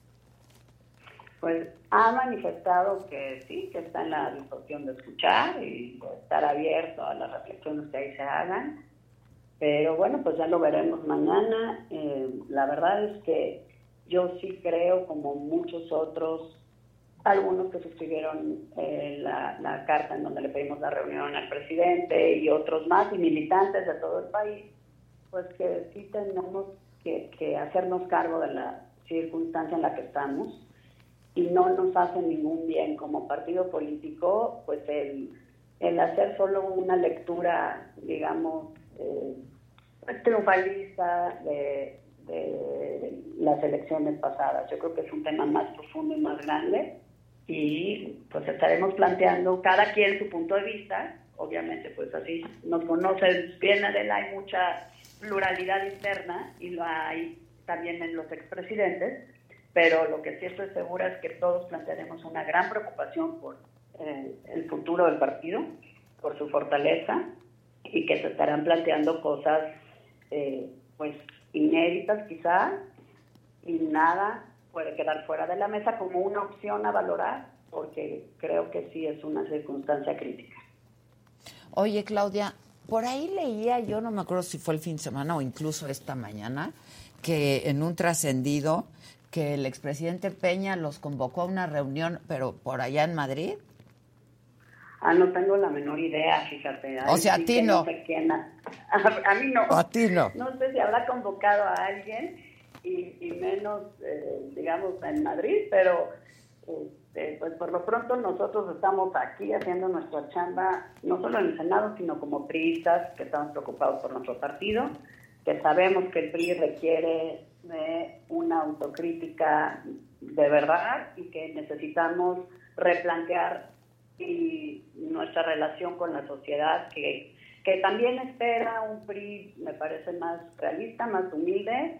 L: Pues ha manifestado que sí, que está en la disposición de escuchar y de estar abierto a las reflexiones que ahí se hagan. Pero bueno, pues ya lo veremos mañana. Eh, la verdad es que yo sí creo, como muchos otros, algunos que suscribieron eh, la, la carta en donde le pedimos la reunión al presidente y otros más, y militantes de todo el país, pues que sí tenemos que, que hacernos cargo de la circunstancia en la que estamos y no nos hace ningún bien como partido político, pues el, el hacer solo una lectura, digamos, eh, pues, triunfalista de, de las elecciones pasadas. Yo creo que es un tema más profundo y más grande y pues estaremos planteando cada quien su punto de vista. Obviamente, pues así nos conocen bien, Adela, hay mucha pluralidad interna y lo hay también en los expresidentes pero lo que sí estoy segura es que todos plantearemos una gran preocupación por eh, el futuro del partido, por su fortaleza y que se estarán planteando cosas eh, pues inéditas quizá y nada puede quedar fuera de la mesa como una opción a valorar porque creo que sí es una circunstancia crítica.
A: Oye, Claudia, por ahí leía, yo no me acuerdo si fue el fin de semana o incluso esta mañana, que en un trascendido que el expresidente Peña los convocó a una reunión, pero por allá en Madrid.
L: Ah, no tengo la menor idea, fíjate.
A: O sea, a
L: sí
A: ti
L: que
A: no.
L: sé quién ha- a, mí no.
A: A ti no.
L: No sé si habrá convocado a alguien, y, y menos, eh, digamos, en Madrid, pero este, pues por lo pronto nosotros estamos aquí haciendo nuestra chamba, no solo en el Senado, sino como priistas, que estamos preocupados por nuestro partido, que sabemos que el PRI requiere de una autocrítica de verdad y que necesitamos replantear y nuestra relación con la sociedad, que, que también espera un PRI, me parece, más realista, más humilde,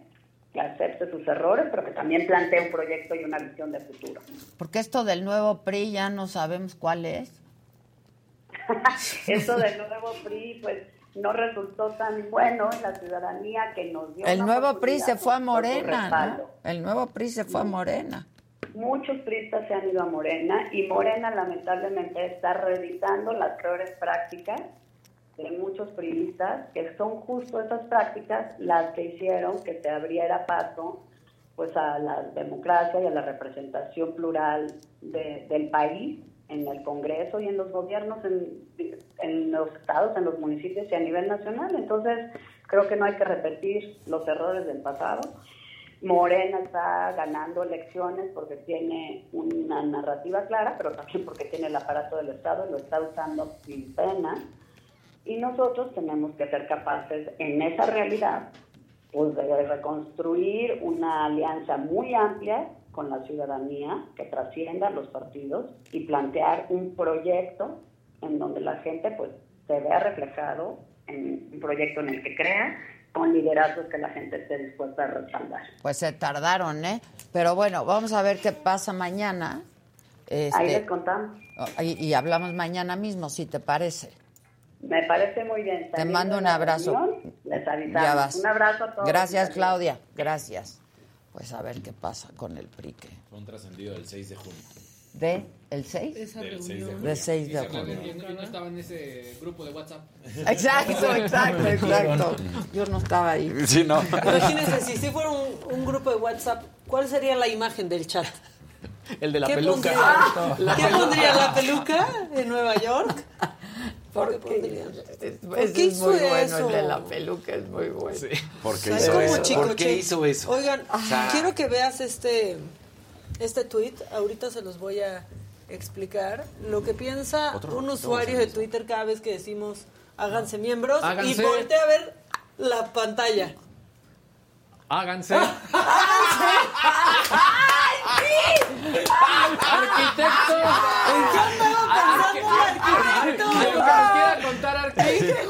L: que acepte sus errores, pero que también plantee un proyecto y una visión de futuro.
A: Porque esto del nuevo PRI ya no sabemos cuál es.
L: Eso del nuevo PRI, pues no resultó tan bueno en la ciudadanía que nos dio.
A: El
L: una
A: nuevo PRI se
L: oportunidad
A: fue a
L: por su
A: Morena,
L: respaldo.
A: ¿no? El nuevo PRI se fue a Morena.
L: Muchos pristas se han ido a Morena y Morena lamentablemente está reeditando las peores prácticas de muchos priistas, que son justo esas prácticas las que hicieron que se abriera paso pues a la democracia y a la representación plural de- del país en el Congreso y en los gobiernos, en, en los estados, en los municipios y a nivel nacional. Entonces, creo que no hay que repetir los errores del pasado. Morena está ganando elecciones porque tiene una narrativa clara, pero también porque tiene el aparato del Estado y lo está usando sin pena. Y nosotros tenemos que ser capaces en esa realidad pues, de reconstruir una alianza muy amplia con la ciudadanía que trascienda los partidos y plantear un proyecto en donde la gente pues se vea reflejado en un proyecto en el que crea con liderazgos que la gente esté dispuesta a respaldar.
A: Pues se tardaron, ¿eh? Pero bueno, vamos a ver qué pasa mañana.
L: Ahí
A: Este,
L: les contamos.
A: Ah, y, y hablamos mañana mismo, si te parece.
L: Me parece muy bien.
A: Te
L: Saliendo
A: mando un
L: de la
A: abrazo.
L: reunión, Les avisamos.
A: Ya vas.
L: Un abrazo a todos.
A: Gracias,
L: Saludos.
A: Claudia. Gracias. Pues a ver qué pasa con el prique.
G: Fue un trascendido del 6 de junio.
A: ¿De el 6?
G: Del 6 de junio.
A: De 6 de
I: Yo,
A: junio.
I: no estaba en ese grupo de WhatsApp.
A: Exacto, exacto, exacto. Yo no estaba ahí.
G: Sí, no.
H: Imagínense, si sí fuera un, un grupo de WhatsApp, ¿cuál sería la imagen del chat?
I: El de la
H: ¿Qué
I: peluca. Ah,
H: pondría,
I: La
H: ¿Qué pondría la peluca en Nueva York? ¿Por qué pondrían?
A: Ese
H: qué
A: es muy
H: hizo
A: bueno,
H: eso?
A: el de la peluca es muy bueno.
G: ¿Por qué
H: Es
G: hizo
H: como
G: eso?
H: Chicoche.
G: ¿Por qué hizo eso?
H: Oigan,
G: O sea,
H: quiero que veas este este tweet. Ahorita se los voy a explicar lo que piensa un usuario de Twitter cada vez que decimos háganse miembros
I: Háganse.
H: y voltea a ver la pantalla.
I: Háganse. ¡Arquitecto!
H: ¿En qué andaba pensando el
I: Lo que nos
H: arquitecto?
I: quiera contar, arquitecto.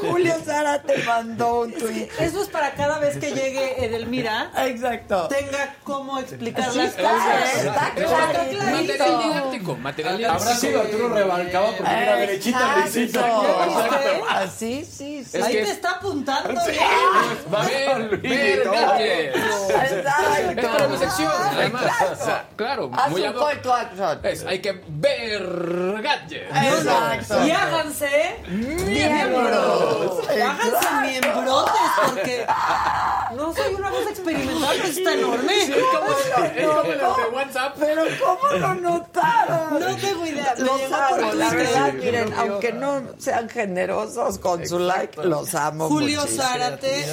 A: que Julio Sara te mandó un tweet.
H: Eso es para cada vez que llegue Edelmira
A: Exacto.
H: tenga cómo explicar las
A: Está,
H: cosas.
A: está
I: Material
A: clarito.
I: didáctico. Material
G: Habrá
I: didáctico.
G: sido Arturo rebalcado porque era derechita, derechita.
H: ¿Viste?
A: Así, sí, sí.
I: Es
H: Ahí
I: que-
H: te está apuntando. bien.
I: Ver, ver, ver. Es para mi
A: Exacto.
I: sección. Además, o sea, claro,
A: Haz
I: muy
A: un
I: ad hoc.
A: call to action.
I: Es, hay que ver gadgets.
A: Exacto.
H: Y háganse
A: Miembros.
H: Háganse miembrotes porque no soy una voz experimental, pero está enorme.
I: Es como los de WhatsApp.
A: Pero ¿cómo lo notaron?
H: No tengo idea. Me
A: Los
H: llegó
A: amo,
H: por
A: la
H: Twitter.
A: verdad, miren, aunque no sean generosos con su like, los amo
H: Julio
A: muchísimo.
H: Zárate.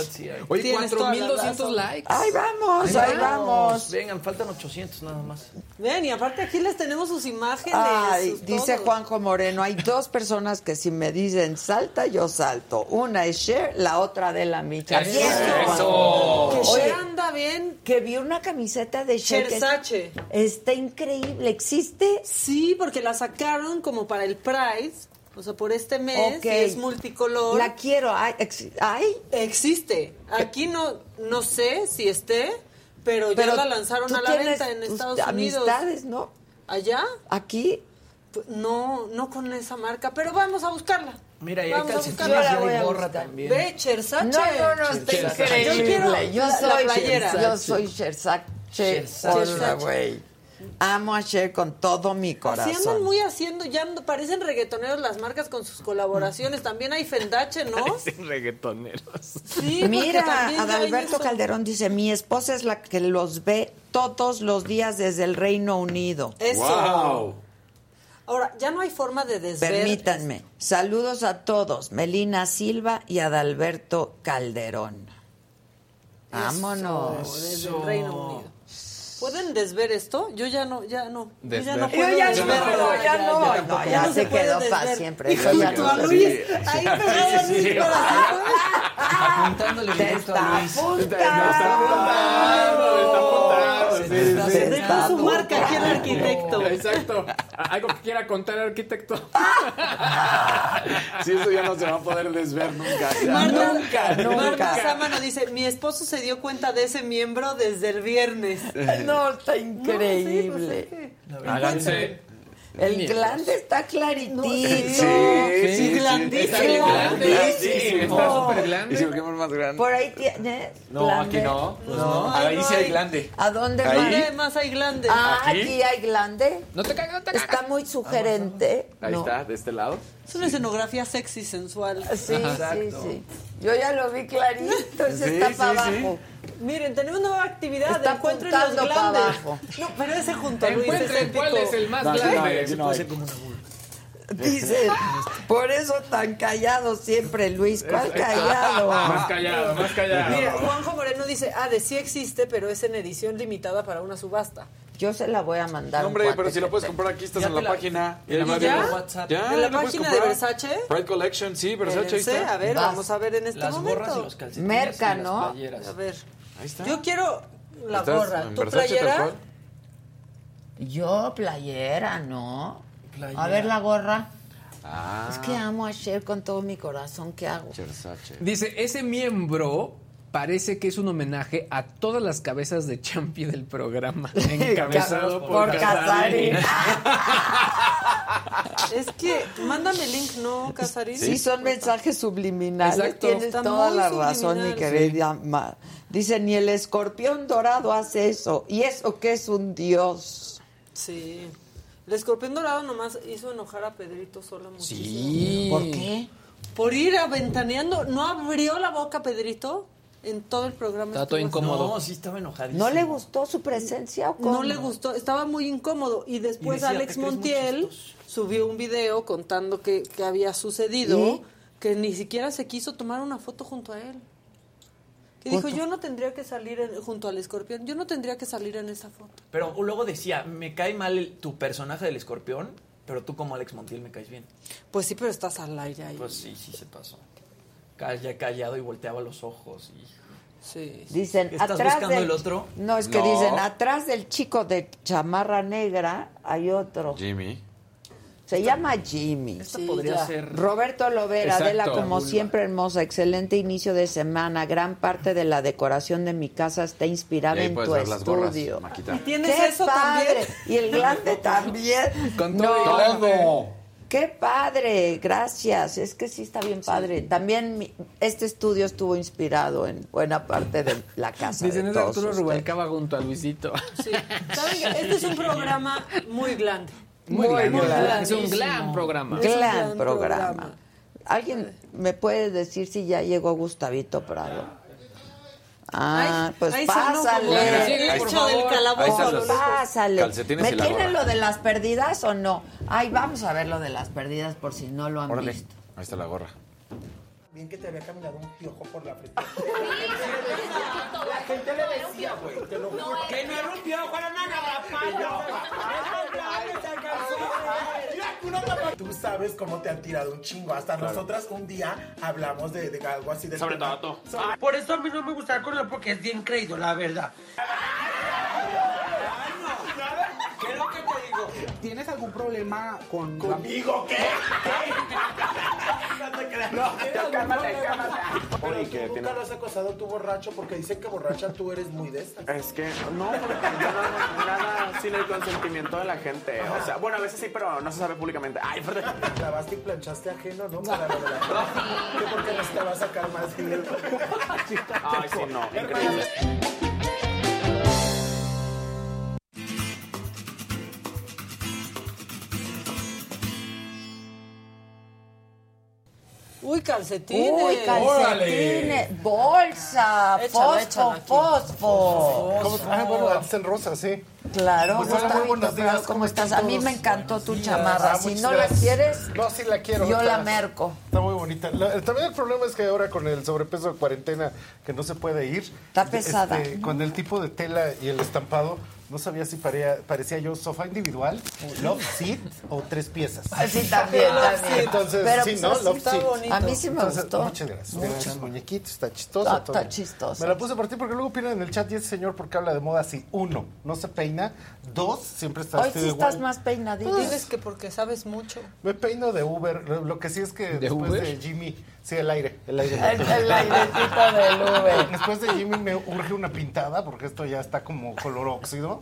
I: Oye,
H: tienes toda la
I: 4200
H: razón.
I: likes.
A: Ahí vamos, ahí vamos.
F: Vengan, faltan 800 nada más.
H: Ven, y aparte aquí les tenemos sus imágenes.
A: Ay,
H: sus
A: dice
H: todo.
A: Juanjo Moreno, hay dos personas que si me dicen salta, yo salto. Una es Cher, la otra de la Micha.
I: Eso,
A: Juanjo.
H: Que
A: Oye,
H: Cher anda bien.
A: que vi una camiseta de Cher. que
H: Chersache.
A: Está increíble, ¿existe?
H: Sí, porque la sacaron como para el Prize. O sea, por este mes.
A: Ok.
H: y es multicolor.
A: La quiero. Ay, ex- ay,
H: Existe. Aquí no, no sé si esté, pero,
A: pero
H: ya la lanzaron
A: tú
H: a la
A: tienes
H: venta en
A: tus
H: Estados Unidos.
A: Amistades, ¿no?
H: ¿Allá?
A: Aquí
H: Pues, No, no con esa marca, pero vamos a buscarla.
F: Mira, y hay
H: Vamos a
F: calcetines
H: buscarla.
A: Yo la
F: y
A: voy a
F: hay gorra
A: buscar.
F: también.
H: Ve, Chersache.
A: No, no, no, está
H: Chersache.
A: increíble.
H: Yo quiero
A: Yo
H: la-
A: soy
H: la playera.
A: Cher- Yo soy Shersache Hola, güey. Amo a Cher con todo mi
H: Se andan
A: corazón.
H: muy haciendo, ya no- parecen reggaetoneros las marcas con sus
A: Mm.
H: colaboraciones. También hay Fendache, ¿no?
E: Reggaetoneros.
H: Sí, porque
A: Mira,
H: también ya hay
A: Adalberto
H: eso.
A: Calderón dice, mi esposa es la que los ve todos los días desde el Reino Unido.
H: Eso.
G: ¡Wow!
H: Ahora, ya no hay forma de desver.
A: Permítanme. Saludos a todos, Melina Silva y Adalberto Calderón. Vámonos.
H: desde el Reino Unido. ¿Pueden desver esto? Yo ya no, ya no. Yo ya no
I: Desver.
H: puedo desverlo.
A: no, no, ya
H: no
A: se
H: puede
A: quedó
H: desver.
A: para siempre.
H: Hijo
A: Eso ya
H: de tu
A: no
H: a
A: se-
H: Luis, ahí pegado a Luis para siempre.
F: Apuntándole
A: Te
F: directo
A: está
F: a Luis.
G: Ah,
A: apuntando.
H: Se dejó su marca aquí el arquitecto.
I: Exacto. Algo que quiera contar el arquitecto.
G: Sí, eso ya no se va a poder desver nunca. ya.
H: Marta,
A: Nunca,
H: Marta
A: nunca.
H: Sámano dice, mi esposo se dio cuenta de ese miembro desde el viernes.
A: No,
H: No,
A: está
H: sí, pues es
A: increíble.
H: que-
I: Háganse.
A: El glande está claritito.
G: Sí,
H: Sí, grandísimo.
I: Está bien grande.
A: Sí,
I: Sí,
A: sí.
I: está súper
G: ¿Y si lo
I: grande.
G: queremos más grande?
A: Por ahí tienes.
G: No, aquí
A: glande.
G: no. Pues
H: No,
G: no.
H: ahí
G: Ahí
H: no
G: sí hay
H: hay.
G: glande.
A: ¿A dónde
G: Ahí.
A: va?
H: Ahora además hay glandes.
A: Ah,
G: ¿Aquí?
A: aquí hay glande.
I: No te cagas, no te cagas.
A: Está muy sugerente.
G: Ahí
A: No.
G: está, de este lado.
H: Es una escenografía sexy, sensual.
A: Ah, Sí, sí, sí. Yo ya lo vi clarito. Ese
G: Sí,
A: está
G: sí,
A: para
G: sí.
A: abajo.
H: Miren, tenemos nueva actividad.
A: Está
H: encuentren los
A: apuntando
H: glandes.
A: pa' abajo.
H: No, pero ese junto a Luis es
I: Encuentren
H: épico.
I: cuál es el más
G: No, no, no,
I: grande.
G: aquí no hay.
A: Dice, por eso tan callado siempre, Luis. ¿Cuál
I: Más
A: callado?
I: callado, más callado.
H: Mira, Juanjo Moreno dice, ah, de sí existe, pero es en edición limitada para una subasta.
A: Yo se la voy a mandar. a
G: No,
A: un
G: hombre,
A: cuate
G: pero si
A: que
G: lo puedes
A: tenga.
G: comprar aquí, estás en la
F: te la-
G: página.
F: ¿Y
G: además
H: ya?
G: de WhatsApp. Ya,
H: ¿En la
G: lo puedes
H: página
G: comprar.
H: de Versace?
G: Pride Collection, sí, Versace, ahí
H: Espérense,
G: está.
H: a ver,
A: Vas.
H: vamos a ver en este
F: Las
H: momento.
F: gorras y los calcetines.
A: Merca,
F: y las
A: ¿no?
F: playeras.
H: A ver,
G: Ahí está.
H: yo quiero la
G: Estás
H: gorra.
G: en
H: ¿Tu
G: Versace, tal
H: playera?
G: cual.
A: Yo, playera, ¿no?
F: Playera.
A: A ver la gorra.
G: Ah,
A: Es que amo a Cher con todo mi corazón. ¿Qué hago?
G: Versace.
I: Dice, ese miembro parece que es un homenaje a todas las cabezas de champi del programa. Encabezado por,
A: Por
I: Casarín.
A: Casarín.
H: Es que, mándame el link, ¿no, Casarín?
A: Sí, son mensajes subliminales.
I: Exacto.
A: Tienes
H: Está
A: toda
H: muy
A: la razón, mi
H: subliminal,
A: querida Ma. Dice, ni el escorpión dorado hace eso. Y eso que es un dios.
H: Sí. El escorpión dorado nomás hizo enojar a Pedrito sola muchísimo.
I: Sí.
A: ¿Por qué?
H: Por ir aventaneando, no abrió la boca Pedrito en todo el programa.
I: Está todo
H: Estuvo así.
I: incómodo.
F: No, sí estaba enojadísimo.
A: ¿No le gustó su presencia o cómo?
H: No le gustó, estaba muy incómodo. Y después
F: Y decía,
H: Alex
F: "Te crees muy
H: Montiel subió un video contando que, que había sucedido,
A: ¿Y?
H: que ni siquiera se quiso tomar una foto junto a él. Que dijo,
A: Junto.
H: yo no tendría que salir en- junto al escorpión, yo no tendría que salir en esa foto.
F: Pero luego decía, me cae mal el- tu personaje del escorpión, pero tú como Alex Montiel me caes bien.
H: Pues sí, pero estás al aire ahí.
F: Pues sí, sí se pasó. Calla, callado y volteaba los ojos. Y...
H: sí.
A: Dicen,
F: ¿Estás
A: atrás
F: buscando
A: del-
F: el otro?
A: No, es que
G: No.
A: dicen, atrás del chico de chamarra negra hay otro.
G: Jimmy.
A: Se llama Jimmy.
F: Esta
H: Sí,
F: podría
H: ya.
F: ser...
A: Roberto Lovera,
I: Exacto.
A: Adela,
I: La
A: como
I: vulva.
A: siempre hermosa, excelente inicio de semana. Gran parte de la decoración de mi casa está
G: Y
A: inspirada
G: ahí
A: en
G: puedes
A: tu
G: ver las gorras,
A: estudio.
G: Maquita.
H: ¿Tienes
A: ¡Qué
H: eso
A: padre!
H: también?
A: Y el glande también.
I: Con
A: No,
I: todo y glande.
A: ¡Qué padre! Gracias. Es que sí está bien padre. También mi- este estudio estuvo inspirado en buena parte de la casa.
I: Dicen,
A: de
I: es
A: todos
I: Arturo
A: ustedes".
I: Rubalcaba junto a Luisito.
H: Sí. ¿Saben qué? Este es un programa muy grande.
I: Muy, grande,
A: muy
I: ¿verdad? Es un
H: grandísimo.
I: gran programa.
H: Es un
A: Gran
H: gran
A: programa.
H: programa.
A: ¿Alguien me puede decir si ya llegó Gustavito Prado? Ah,
H: Ay,
A: pues
H: ahí sonó como
G: Ahí
A: pásale.
G: está.
H: el
G: Ahí
H: dicho del
G: está.
H: calabozo.
G: Ahí están
A: Pues
G: los-
A: pásale.
G: calcetines
A: ¿Me
G: y la
A: tienen
G: gorra.
A: lo de las perdidas o no? Ay, vamos a ver lo de las perdidas por si no lo han
G: Órale.
A: visto.
G: Ahí está la gorra.
M: Bien que te había caminado un piojo por la frente. La gente le decía, güey, te lo juro. Que no era un piojo, era una garrapata. Tú sabes cómo te han tirado un chingo. Hasta nosotras un día hablamos de, de algo así. De Sobre todo Ah, Por eso a mí no me gusta correr porque es bien creído, la verdad. ¿Tienes algún problema con conmigo? ¿Qué? No, cálmate, cálmate. Pero tú nunca lo has acosado tú borracho porque dicen que borracha tú eres muy de estas.
K: Es que no, nada, sin el consentimiento de la gente. O sea, bueno, a veces sí, pero no se sabe públicamente. Ay, perdón.
M: Lavaste y planchaste ajeno, ¿no? Para lo de la- ¿Tú por qué no te vas a sacar más dinero?
K: Ay, sí, no, increíble.
H: Uy, calcetines.
A: Uy,
G: Órale.
A: calcetines, bolsa,
H: Échala, échala
A: fosfo,
H: aquí.
A: fosfo.
M: ¿Cómo Ah, bueno, antes en rosa, sí.
A: Claro,
M: Pues hola, muy
A: Gustavito
M: buenos días,
A: Prado, ¿cómo
M: ¿cómo
A: estás? A
M: están
A: mí
M: todos?
A: me encantó tu chamarra.
M: Ah,
A: Si
M: muchas
A: no la
M: gracias.
A: quieres,
M: No, sí la quiero.
A: yo
M: ahorita.
A: la merco.
M: Está muy bonita. La- también el problema es que ahora con el sobrepeso de cuarentena, que no se puede ir.
A: Está pesada.
M: este, Con el tipo de tela y el estampado, no sabía si paría- parecía yo sofá individual, love seat o tres piezas.
A: Ah, Sí, también, también.
M: Entonces,
A: Pero,
M: sí,
A: pues,
M: ¿no?
A: así
M: Love
A: está
M: seat.
A: bonito. A mí sí me
M: Entonces,
A: gustó.
M: Muchas gracias. Tiene sus muñequitos, está chistoso.
A: Está- está
M: todo.
A: chistoso.
M: Me la puse a partir porque luego opinan en el chat y ese señor porque habla de moda así. Uno, no se peina. Dos, siempre está
A: Hoy
M: vestido
A: sí estás
M: igual.
A: más peinadito.
H: Dices Pues que porque sabes mucho.
M: Me peino de Uber. Lo, lo que sí es que después
I: Uber?
M: de Jimmy. Sí, el aire. El aire.
A: El, el airecito del Uber.
M: Después de Jimmy me urge una pintada porque esto ya está como color óxido.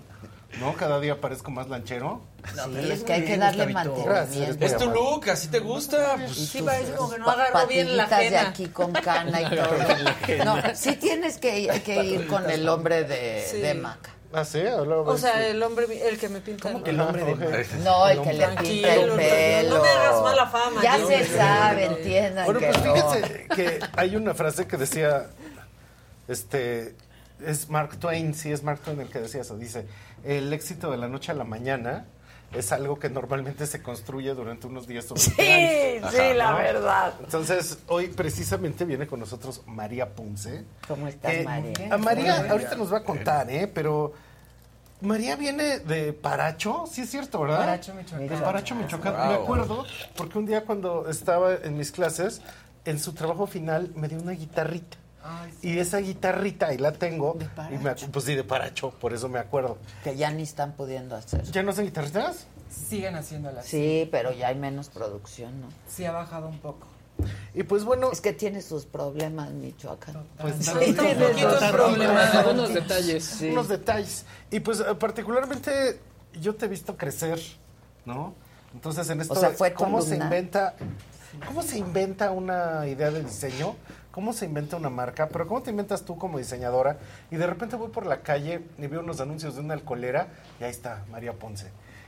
M: ¿No? Cada día parezco más lanchero.
A: Sí, es que hay que darle
M: Gracias.
A: mantenimiento.
M: eres
G: Es tu
M: muy amable.
G: look, así te gusta. Pues,
H: Sí, parece como que no
A: Pa-
H: agarró bien la
A: patillitas de
H: ajena.
A: aquí con cana y todo. No, sí tienes que, que ir con el hombre de,
H: Sí.
A: de Maca.
M: Ah, sí, hablaba
H: O
M: de eso.
H: sea, el hombre, el que me pinta. el-
M: el hombre de
A: No, el que le pinta el
H: Tranquilo,
A: pelo.
H: no me hagas mala fama,
A: Ya
H: yo.
A: se sabe, entiendan
M: Bueno,
A: que
M: pues
A: no.
M: fíjense que hay una frase que decía, este, es Mark Twain, sí es Mark Twain el que decía eso, dice, el éxito de la noche a la mañana es algo que normalmente se construye durante unos días o 20 años".
A: Sí, sí, la
M: ¿no?
A: verdad.
M: Entonces, hoy precisamente viene con nosotros María Punce.
A: ¿Cómo estás,
M: Eh,
A: María?
M: A María ahorita nos va a contar, ¿eh? Pero María viene de Paracho, sí es cierto, ¿verdad? Paracho, Michoacán. De Paracho, Michoacán. Me
G: Wow.
M: acuerdo porque un día cuando estaba en mis clases, en su trabajo final me dio una guitarrita. Y esa guitarrita ahí la tengo. y me, acu- pues sí, de Paracho, por eso me acuerdo.
A: Que ya ni están pudiendo hacer.
M: ¿Ya no son guitarristas?
A: Sí, pero ya hay menos producción, ¿no?
N: Sí, ha bajado un poco.
M: Y pues bueno.
A: Es que tiene sus problemas Michoacán.
M: Pues,
A: Sí,
M: tanto-
A: tiene
M: tanto-
A: sus
M: tanto-
A: problemas,
M: tanto-
A: algunos detalles, sí.
M: Unos detalles. Y pues eh, particularmente yo te he visto crecer, ¿no? Entonces en esto,
A: sea, fue
M: ¿cómo se
A: columna.
M: inventa? ¿Cómo se inventa una idea de diseño? ¿Cómo se inventa una marca? Pero ¿cómo te inventas tú como diseñadora? Y de repente voy por la calle y veo unos anuncios de una alcoholera y ahí está, María Ponce.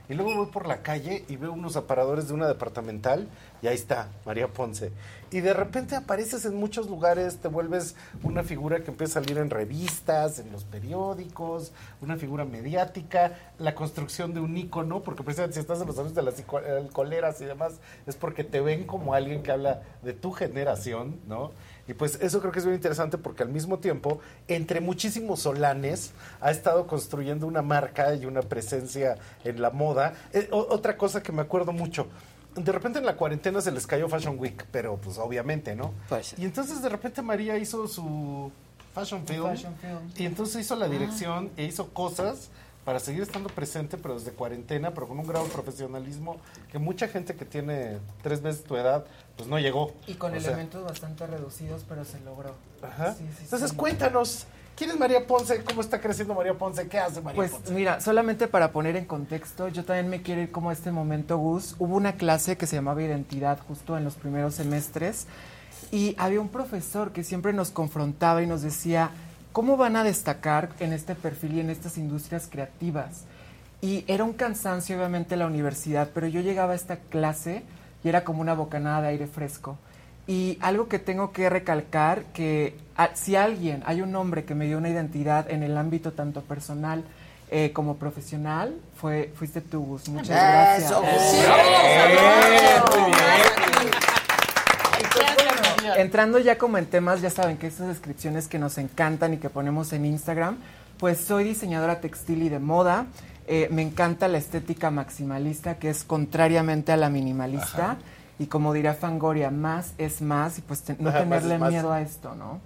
M: Y luego voy por la calle y veo unos aparadores de una departamental y ahí está, María Ponce. Y de repente apareces en muchos lugares, te vuelves una figura que empieza a salir en revistas, en los periódicos, una figura mediática, la construcción de un ícono, porque precisamente si estás en los años de las psico- alcoholeras y demás, es porque te ven como alguien que habla de tu generación, ¿no? Y pues eso creo que es bien interesante porque al mismo tiempo, entre muchísimos solanes, ha estado construyendo una marca y una presencia en la moda. Eh, o- otra cosa que me acuerdo mucho, de repente en la cuarentena se les cayó Fashion Week, pero pues obviamente, ¿no? Y entonces de repente María hizo su Fashion Film.
N: fashion Ah. film.
M: Y entonces hizo la dirección e hizo cosas para seguir estando presente, pero desde cuarentena, pero con un grado de profesionalismo que mucha gente que tiene tres veces tu edad, pues no llegó.
N: Y con
M: O sea,
N: elementos bastante reducidos, pero se logró.
M: Ajá.
N: Sí, sí,
M: Entonces
N: sí.
M: cuéntanos, ¿quién es María Ponce? ¿Cómo está creciendo María Ponce? ¿Qué hace María
N: Pues
M: Ponce?
N: mira, solamente para poner en contexto, yo también me quiero ir como a este momento, Gus. Hubo una clase que se llamaba Identidad justo en los primeros semestres y había un profesor que siempre nos confrontaba y nos decía, ¿cómo van a destacar en este perfil y en estas industrias creativas? Y era un cansancio, obviamente, la universidad, pero yo llegaba a esta clase y era como una bocanada de aire fresco. Y algo que tengo que recalcar, que a- si alguien, hay un hombre que me dio una identidad en el ámbito tanto personal eh, como profesional, fue, fuiste tú, Gus. Muchas gracias. Eh,
A: Eso, Gus. Sí,
N: Entrando ya como en temas, ya saben que estas descripciones que nos encantan y que ponemos en Instagram, pues soy diseñadora textil y de moda. Eh, me encanta la estética maximalista, que es contrariamente a la minimalista. Y como dirá Fangoria, más es más, y pues te- no
M: Ajá, más
N: tenerle
M: es más.
N: miedo a esto, ¿no?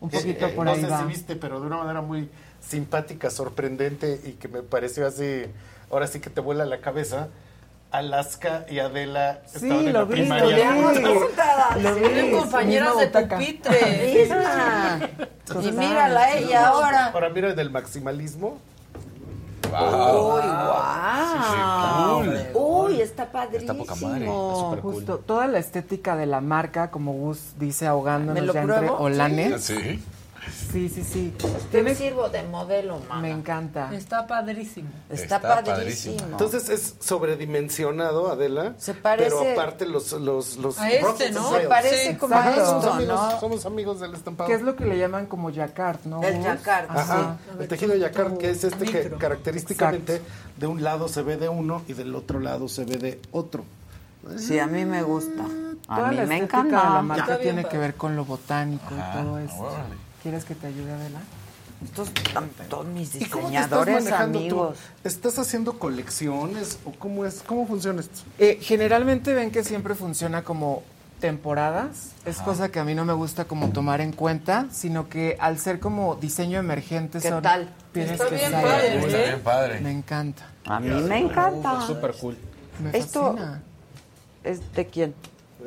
N: Un
M: Eh,
N: poquito
M: eh,
N: por
M: no
N: ahí
M: sé
N: va.
M: si viste, pero de una manera muy simpática, sorprendente y que me pareció así, ahora sí que te vuela la cabeza. Alaska y Adela estaban en
N: lo
M: la
N: vi,
M: primaria.
N: lo vi.
A: Lo vi.
H: Eran compañeras
N: Misma
H: de
N: butaca.
H: pupitre.
A: Isma. Y
M: Entonces,
A: mírala
M: ah,
A: ella ahora.
M: Ahora mira del maximalismo.
A: Uy, guau. Uy, está padrísimo.
N: No, justo toda la estética de la marca, como Gus dice,
A: ¿Me
N: ahogándonos
A: lo
N: ya entre
A: pruebo?
N: olanes.
G: Ah,
A: ¿Eh?
G: Sí.
N: Sí, sí, sí.
A: Yo me sirvo de modelo,
N: Me
A: mamá.
N: encanta.
H: Está padrísimo.
A: Está,
G: Está
A: padrísimo.
G: padrísimo.
M: Entonces es sobredimensionado, Adela.
A: Se parece-
M: Pero aparte los... los, los
H: A este,
M: Ruffles
H: ¿no?
M: son
A: me
M: feos.
A: parece
H: Sí,
A: como
M: Ajá, somos,
A: esto,
M: amigos,
A: ¿no?
M: somos amigos del estampado.
N: ¿Qué es lo que le llaman como jacquard, no?
A: El
N: Gus?
A: jacquard,
M: Ajá,
N: Ajá.
M: el tejido yacard, que es este que
H: micro.
M: característicamente de un lado se ve de uno y del otro lado se ve de otro.
A: Sí, a mí me gusta.
N: Toda
A: A mí
N: la
A: me
N: estética de la
A: encanta.
N: marca
H: Está bien
N: tiene
H: padre.
N: que ver con lo botánico y todo esto.
G: órale.
N: ¿Quieres que te ayude, Adela?
A: Estos están todos mis
M: ¿Y cómo te estás
A: diseñadores
M: manejando
A: amigos.
M: tú? ¿Estás haciendo colecciones o cómo es? ¿Cómo funciona esto?
N: Eh, generalmente ven que siempre funciona como temporadas. Es cosa que a mí no me gusta como tomar en cuenta, sino que al ser como diseño emergente
A: ¿Qué
N: son-
A: tal?
N: tienes
H: Está
N: que
H: bien
N: estar-
H: padre,
G: pues,
M: ¿eh?
G: Está bien
N: Me
G: padre.
N: encanta.
A: A mí me
M: Uh,
A: encanta.
E: cool.
N: Me
A: Esto-
N: fascina.
A: ¿Es de quién?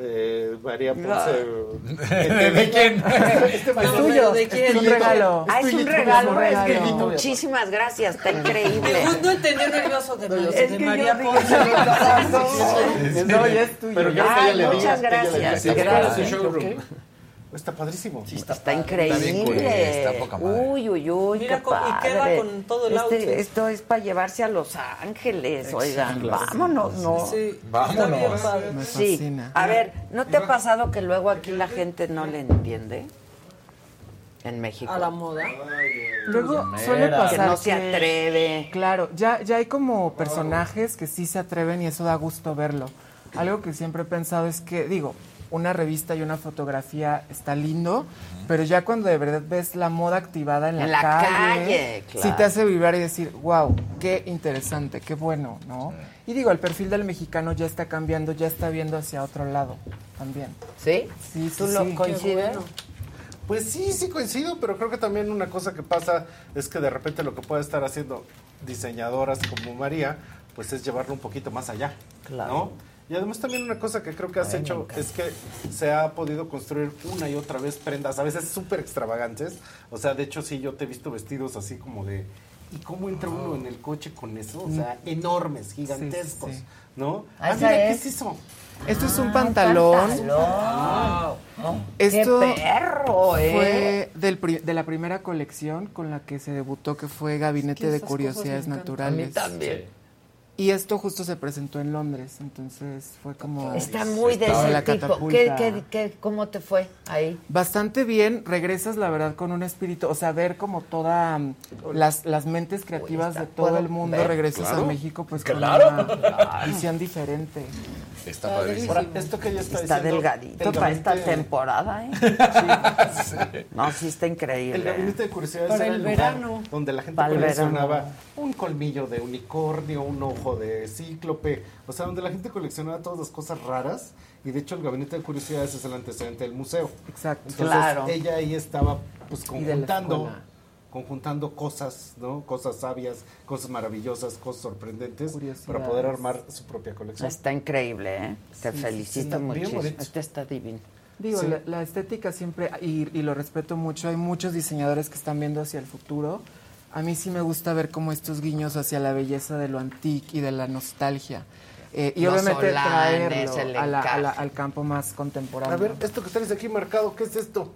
M: Eh, María Ponce.
G: ¿De quién?
M: Este
H: No,
M: bailón.
H: pero ¿de quién?
N: Es un regalo.
A: Ah, es un
M: Estoy-
A: regalo. Es que
N: regalo.
A: muchísimas gracias. Está
H: Me
A: increíble.
H: gusta el tener nervioso de,
A: Es
H: de
A: que
H: María
A: yo digo-
H: Ponce.
N: No, ya es tuyo.
M: Pero yo
A: Ay,
M: ella le di,
A: muchas
M: ella le di.
A: gracias,
M: Sí,
A: gracias.
M: sí, ¿ok? Está padrísimo.
A: Está increíble.
G: Está poca madre.
A: uy, uy, uy.
H: Mira
A: qué
H: cómo- y
A: padre.
H: queda con todo el
A: Este-
H: outfit.
A: Esto es para llevarse a Los Ángeles. Oigan, vámonos, ¿no?
H: Sí, está bien
G: Vámonos.
H: padre.
N: Me
A: Sí.
N: fascina.
A: A ver, ¿no te ha pasado que luego aquí la gente no le entiende? En México.
H: A la moda.
N: Luego suele
A: que
N: pasar
A: no se
N: que-
A: atreve.
N: Claro, ya, ya hay como personajes que sí se atreven y eso da gusto verlo. Algo que siempre he pensado es que, digo, una revista y una fotografía está lindo, pero ya cuando de verdad ves la moda activada en la,
A: En la calle,
N: calle, sí
A: claro.
N: te hace vibrar y decir, wow, qué interesante, qué bueno, ¿no? Y digo, el perfil del mexicano ya está cambiando, ya está viendo hacia otro lado también.
A: ¿Sí?
N: Sí, sí,
A: ¿Tú lo
N: sí.
A: coincides?
M: Pues sí, sí coincido, pero creo que también una cosa que pasa es que de repente lo que puede estar haciendo diseñadoras como María, pues es llevarlo un poquito más allá.
A: Claro.
M: ¿no? Y además también una cosa que creo que has hecho es que se ha podido construir una y otra vez prendas, a veces súper extravagantes. O sea, de hecho sí, yo te he visto vestidos así como de... ¿Y cómo entra uno en el coche con eso? O sea, enormes, gigantescos,
N: Mm. sí.
M: ¿no?
N: Ah,
M: Ah, mira,
N: ¿esa
M: ¿qué
N: es?
M: es eso?
N: Esto es un Ah, pantalón.
M: pantalón.
A: No,
N: Esto
A: Ah, ¡Qué perro, eh!
N: fue del pri- de la primera colección con la que se debutó, que fue Gabinete de Curiosidades Naturales.
A: A mí también.
N: Y esto justo se presentó en Londres, entonces fue como...
A: Está muy de
N: como
A: ese
N: la
A: tipo. ¿Qué,
N: catapulta.
A: qué, qué, cómo te fue ahí?
N: Bastante bien, regresas la verdad con un espíritu, o sea, ver como toda mm, las, las mentes creativas de todo
A: ¿puedo
N: el mundo,
A: ver?
N: regresas
G: Claro.
N: a México pues
G: Claro.
N: con una visión diferente.
G: Está padrísimo.
M: Ahora, esto que ella está,
A: Está
M: diciendo,
A: delgadito
M: el
A: para esta
M: gabinete-
A: temporada, ¿eh? No, sí está
M: El
A: increíble.
M: gabinete de curiosidades
H: Para
M: era
H: el
M: el lugar
H: verano.
M: donde la gente
A: Para el
M: coleccionaba
A: verano.
M: un colmillo de unicornio, un ojo de cíclope, o sea, donde la gente coleccionaba todas las cosas raras y de hecho el gabinete de curiosidades es el antecedente del museo.
N: Exacto.
M: Entonces
A: Claro.
M: ella ahí estaba pues
N: Y de la
M: conjuntando
N: escuela.
M: conjuntando cosas, ¿no? Cosas sabias, cosas maravillosas, cosas sorprendentes para
N: Curiosidades.
M: poder armar su propia colección.
A: Está increíble, ¿eh? Te felicito
M: está bien
A: muchísimo.
M: bonito.
A: Este está divino.
N: Digo,
M: Sí.
N: la, la estética siempre, y, y lo respeto mucho, hay muchos diseñadores que están viendo hacia el futuro. A mí sí me gusta ver como estos guiños hacia la belleza de lo antique y de la nostalgia. Eh, y
A: Los
N: obviamente
A: solanes, el
N: traerlo a la- a la-
A: encaje.
N: al campo más contemporáneo.
M: A ver, esto que traes aquí marcado, ¿qué es esto?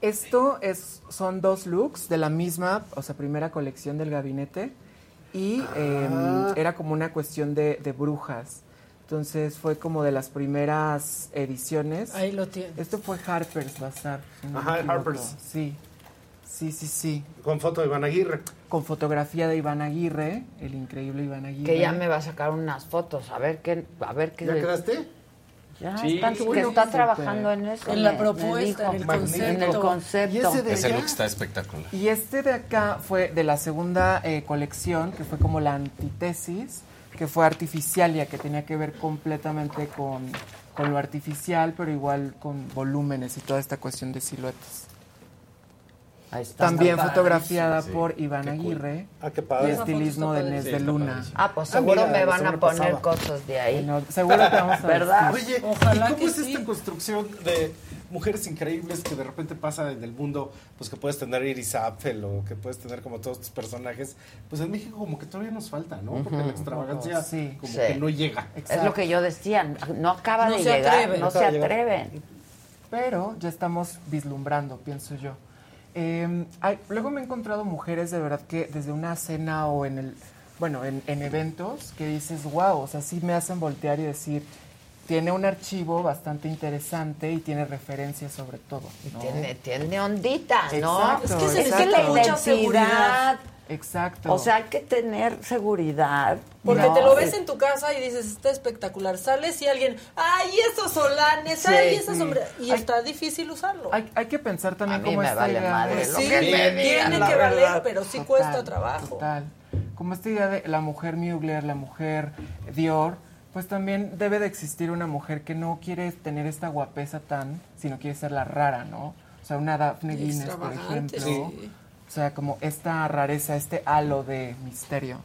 N: Esto es, son dos looks de la misma, o sea, primera colección del gabinete. Y
M: Ah.
N: eh, era como una cuestión de, de brujas. Entonces fue como de las primeras ediciones.
H: Ahí lo tienes.
N: Esto fue Harper's Bazaar. si no me
M: Ajá,
N: equivoco.
M: Harper's.
N: Sí, sí, sí, sí.
M: Con foto de Iván Aguirre.
N: Con fotografía de Iván Aguirre, el increíble Iván Aguirre.
A: Que ya me va a sacar unas fotos, a ver qué, a ver qué.
M: ¿Ya quedaste?
A: Ya
F: Sí.
A: está, que está trabajando en eso.
H: En
A: me-
H: la
A: me
H: propuesta, en el
A: dijo.
H: concepto.
A: En el concepto.
M: ¿Y ese de
G: Ese
M: allá?
G: look está espectacular.
N: Y este de acá fue de la segunda eh, colección, que fue como la antítesis, que fue artificialia, que tenía que ver completamente con, con lo artificial, pero igual con volúmenes y toda esta cuestión de siluetas.
A: Ahí está.
N: También
A: Está
N: fotografiada por Iván Aguirre
M: Ah, qué
N: y
M: padre.
N: estilismo de Nes de Luna.
A: padre. Ah, pues seguro
M: Ah, mira,
A: me van
M: la
A: a
M: semana
A: poner
M: pasada.
A: cosas de ahí.
N: No, seguro te vamos a
A: ¿Verdad?
N: vestir.
M: Oye,
H: Ojalá
M: ¿y cómo
H: que
M: es
H: sí.
M: esta construcción de mujeres increíbles que de repente pasa en el mundo? Pues que puedes tener Iris Apfel o que puedes tener como todos tus personajes. Pues en México como que todavía nos falta, ¿no? Porque la extravagancia
N: Ujú, sí.
M: como
A: Sí.
M: que no llega.
A: Es lo que yo decía, no acaba
H: No
A: de
H: se
A: llegar,
H: atreven.
A: no
M: No
A: se
M: acaba de llegar.
A: atreven.
N: pero ya estamos vislumbrando, pienso yo. Eh, hay- luego me he encontrado mujeres de verdad que desde una cena o en el, bueno, en, en eventos que dices, wow, o sea, sí me hacen voltear y decir, tiene un archivo bastante interesante y tiene referencias sobre todo. ¿no?
A: Tiene, tiene ondita, ¿no?
N: Exacto, Es que se
A: es
N: necesita
A: la
H: mucha
A: identidad.
H: seguridad.
N: Exacto.
A: O sea, hay que tener seguridad.
H: Porque
A: ¿no?
H: te lo ves en tu casa y dices, está espectacular. Sales y alguien, ¡ay, esos solanes!
A: Sí. Mm.
H: ¡ay, esas sombreras! Y
N: Ay.
H: está difícil usarlo.
N: hay, hay que pensar
A: a
N: también
A: mí
N: como
A: me
N: esta
A: vale
N: idea-
A: madre lo
H: Sí,
A: que me
H: tiene
A: digan,
H: que
A: la
H: valer,
A: verdad.
H: pero sí
N: Total,
H: cuesta trabajo.
N: Total. Como esta idea de la mujer Mugler, la mujer Dior, pues también debe de existir una mujer que no quiere tener esta guapesa tan, sino quiere ser la rara, ¿no? O sea, una Daphne Guinness, por
H: Extravagante,
N: ejemplo.
H: sí.
N: O sea, como esta rareza, este halo de misterio.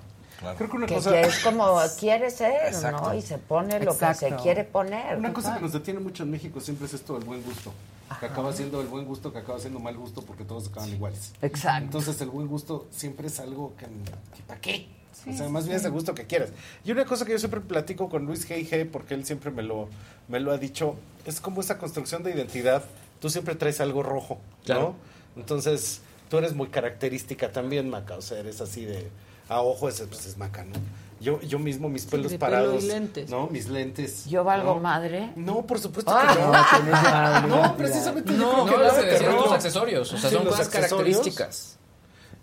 M: Creo que una
A: Que,
M: cosa...
A: que es como quiere ser,
M: Exacto.
A: ¿no? Y se pone lo que se
N: Exacto.
A: quiere poner.
M: Una cosa que nos detiene mucho en México siempre es esto del buen gusto. Que acaba siendo el buen gusto, que acaba siendo mal gusto porque todos acaban iguales.
A: Exacto.
M: Entonces el buen gusto siempre es algo que... que ¿Para qué? o sea, más bien es el gusto que quieras. Y una cosa que yo siempre platico con Luis G.I.G., porque él siempre me lo, me lo ha dicho, es como esa construcción de identidad. Tú siempre traes algo rojo,
E: Claro.
M: ¿no? Entonces, tú eres muy característica también, Maca. O sea, eres así de... A ojo, ese, pues es Maca, ¿no? Yo, yo mismo, mis pelos
H: de pelo
M: parados.
H: y lentes.
M: ¿No? Mis lentes.
A: Yo valgo
M: ¿no?
A: madre. Ah.
M: No, por supuesto que no. No, precisamente
I: No,
M: yo creo que
I: no,
M: nada
I: se
M: te
I: decían los
M: roba.
I: accesorios, o sea,
M: Sí,
I: son
M: los
I: cosas
M: accesorios.
I: características.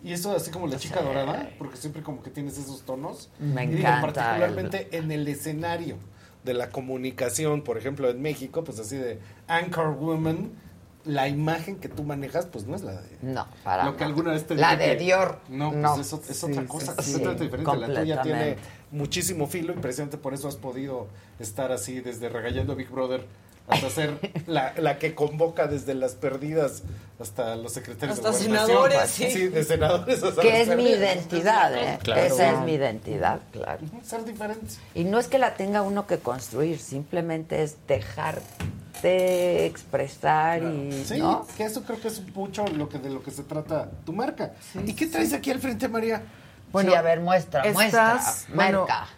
M: Y eso así como la chica dorada, porque siempre como que tienes esos tonos.
A: Me
M: Y digo,
A: encanta
M: particularmente en el escenario de la comunicación, por ejemplo, en México, pues así de Anchor Woman, la imagen que tú manejas, pues no es la de...
A: No, para
M: Lo que
A: nada.
M: alguna vez te
A: La
M: dije
A: de
M: que-
A: Dior.
M: No, pues
A: No.
M: es, ot- es
N: Sí,
M: otra
N: sí,
M: cosa,
A: sí.
M: completamente diferente. La tuya tiene
A: Completamente.
M: muchísimo filo y precisamente por eso has podido estar así desde regalando a Big Brother hasta ser la, la que convoca desde las perdidas hasta los secretarios
H: Hasta
M: de gobernación.
H: senadores, sí.
M: de senadores hasta
A: Que
M: las
A: es mi
M: perdidas.
A: identidad, ¿eh?
M: Claro.
A: Esa es mi identidad, claro.
M: Ser diferentes.
A: Y no es que la tenga uno que construir, simplemente es dejarte expresar y...
M: Sí,
A: ¿no?
M: que eso creo que es mucho lo que, de lo que se trata tu marca. ¿Y qué traes aquí al frente, María?
A: Bueno, Sí, a ver, muestra,
N: Estas,
A: muestra,
N: bueno,
A: marca.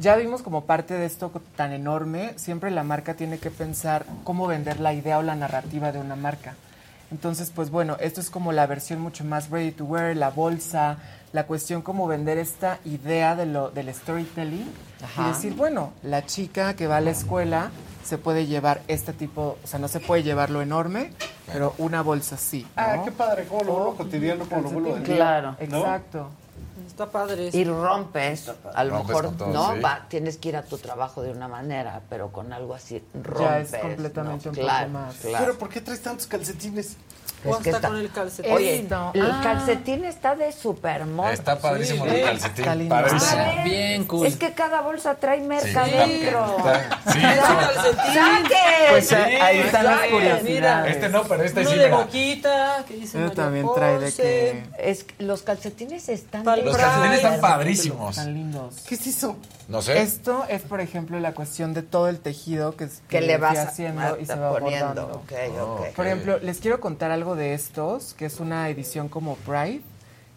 N: ya vimos como parte de esto tan enorme, siempre la marca tiene que pensar cómo vender la idea o la narrativa de una marca. Entonces, pues bueno, esto es como la versión mucho más ready to wear, la bolsa, la cuestión como vender esta idea de lo, del storytelling
A: Ajá.
N: y decir, bueno, la chica que va a la escuela se puede llevar este tipo, o sea, no se puede llevar lo enorme, pero una bolsa sí.
M: Ah,
N: ¿no?
M: qué padre, como lo vuelvo cotidiano, como lo vuelvo del día,
A: Oh, Claro.
M: ¿no?
N: Exacto.
H: Está padre. eso.
A: Y rompes, a lo
G: Rompes
A: mejor,
G: con todo,
A: ¿no?
G: sí.
A: Va, tienes que ir a tu trabajo de una manera, pero con algo así rompes.
N: es completamente
A: ¿no?
N: un poco
A: claro,
N: más.
A: Claro.
M: Pero ¿por qué traes tantos calcetines?
H: O
A: Es que
H: hasta
A: está-
H: con el calcetín.
A: Oye,
N: Esto.
A: el
N: Ah.
A: calcetín está de super moda.
G: Está padrísimo
H: Sí,
G: el
H: eh,
G: calcetín.
N: está lindo.
G: Padrísimo.
A: A ver,
I: Bien cool.
A: Es que cada bolsa trae merca
G: Sí,
A: dentro.
G: Sí,
H: calcetín.
A: ¡Saquen!
N: Pues ahí están las
H: Eh, Mira,
N: curiosidades.
G: este no, pero este
H: Uno
G: sí.
H: de
G: mira.
H: boquita, que dice
N: Yo
H: María
N: también trae de
H: Ponce.
N: que
A: Es que los calcetines están
H: Tal-
A: de
G: Los calcetines
A: verdad.
G: están padrísimos.
N: están lindos.
M: ¿Qué es eso?
G: No sé.
N: Esto es, por ejemplo, la cuestión de todo el tejido que, es-
A: que le
N: estoy
A: vas
N: haciendo
A: a-
N: y se va
A: poniendo.
N: bordando.
A: Ok, Ah, ok.
N: Por ejemplo, les quiero contar algo de estos, que es una edición como Pride.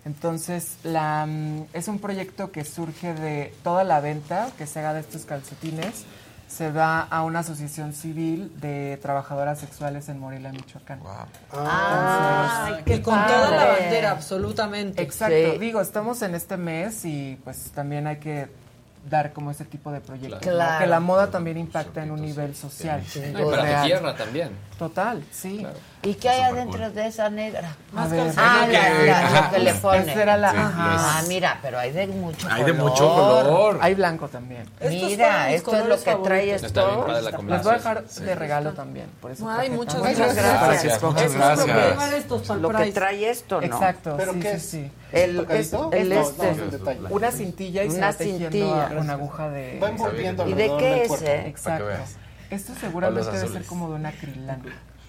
N: Entonces, la, mm, es un proyecto que surge de toda la venta que se haga de estos calcetines. Se va a una asociación civil de trabajadoras sexuales en Morelia, Michoacán.
A: Ay, Ah, qué
H: Y con toda la
A: padre.
H: bandera, absolutamente.
N: Exacto.
A: Sí.
N: Digo, estamos en este mes y pues también hay que dar como ese tipo de proyectos. ¿no?
A: Claro.
N: Que la moda también impacta en un nivel social.
I: No, y para tu
N: real.
I: tierra también.
N: Total, sí.
A: ¿Y qué hay adentro de esa negra?
N: A ver,
A: Ah,
G: lo
A: la,
G: que-
A: la-
G: ajá.
A: lo que le pone.
N: Esa era la-
A: Ajá. Ah, mira, pero hay de mucho
G: Hay de
A: color.
G: mucho color.
N: hay blanco también.
H: Estos fueron
A: Mira,
H: mis
A: esto es lo
H: colores
A: que trae
H: favoritos.
I: Está bien
A: esto.
I: padre la
N: Les voy a
I: combinación.
N: dejar de regalo también. Por eso
H: Ay,
N: traje
H: muchas
N: tantos.
H: gracias.
G: Gracias,
A: Eso
G: muchas
A: es lo
H: Voy
A: que-
H: a
G: gracias.
H: llevar estos para el
A: Lo que
H: Pride.
A: trae esto, ¿no?
N: Exacto.
M: ¿Pero
N: sí,
M: qué
N: sí,
M: es?
N: sí.
A: El, es,
M: ¿Tocadito?
A: el
M: No,
A: este.
M: no, es un detalle.
N: Una cintilla y se
A: Una
N: va tejiendo
A: cintilla.
N: con aguja de.
M: Va envolviendo
A: ¿Y de
M: alrededor
A: qué
M: del
A: es,
M: cuerpo.
A: eh?
N: Exacto.
G: Para que veas.
N: Esto seguramente
G: O los
N: debe ser
G: azules.
N: como de un acrilano.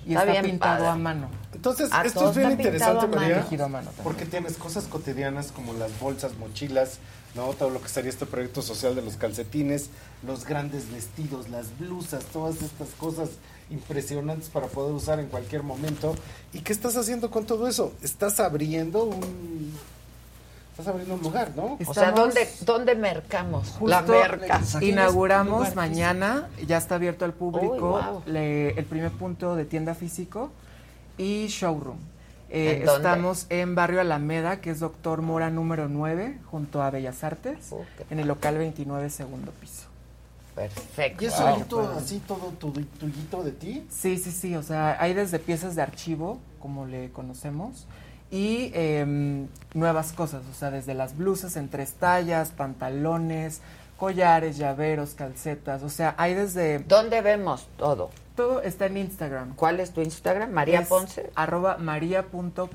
N: Y
A: Está
N: está,
A: bien
N: pintado
A: padre.
N: a mano.
M: Entonces,
A: Ah,
M: esto
A: todo
M: es bien
A: está pintado
M: interesante,
A: a mano.
M: María.
N: Tejido a mano también.
M: Porque tienes cosas cotidianas como las bolsas, mochilas, ¿no? Todo lo que sería este proyecto social de los calcetines, los grandes vestidos, las blusas, todas estas cosas impresionantes para poder usar en cualquier momento. ¿Y qué estás haciendo con todo eso? Estás abriendo un estás abriendo un lugar, ¿no?
A: O sea,
N: Estamos-
A: ¿dónde, dónde mercamos? la
N: Justo
A: merca.
N: Inauguramos mañana, ya está abierto al público
A: Uy, wow.
N: le- el primer punto de tienda físico y showroom. Eh,
A: ¿En dónde?
N: estamos en Barrio Alameda, que es Doctor Mora número 9, junto a Bellas Artes,
A: Oh, qué
N: en el local 29, segundo piso.
A: Perfecto.
M: Y es
A: Wow.
M: solito así todo tu- tuyito de ti.
N: Sí, sí, sí, o sea, hay desde piezas de archivo, como le conocemos, y em, nuevas cosas, o sea, desde las blusas en tres tallas, pantalones, collares, llaveros, calcetas, o sea, hay desde...
A: ¿Dónde vemos todo?
N: Todo está en Instagram.
A: ¿Cuál es tu Instagram? María
N: Es
A: Ponce.
N: Arroba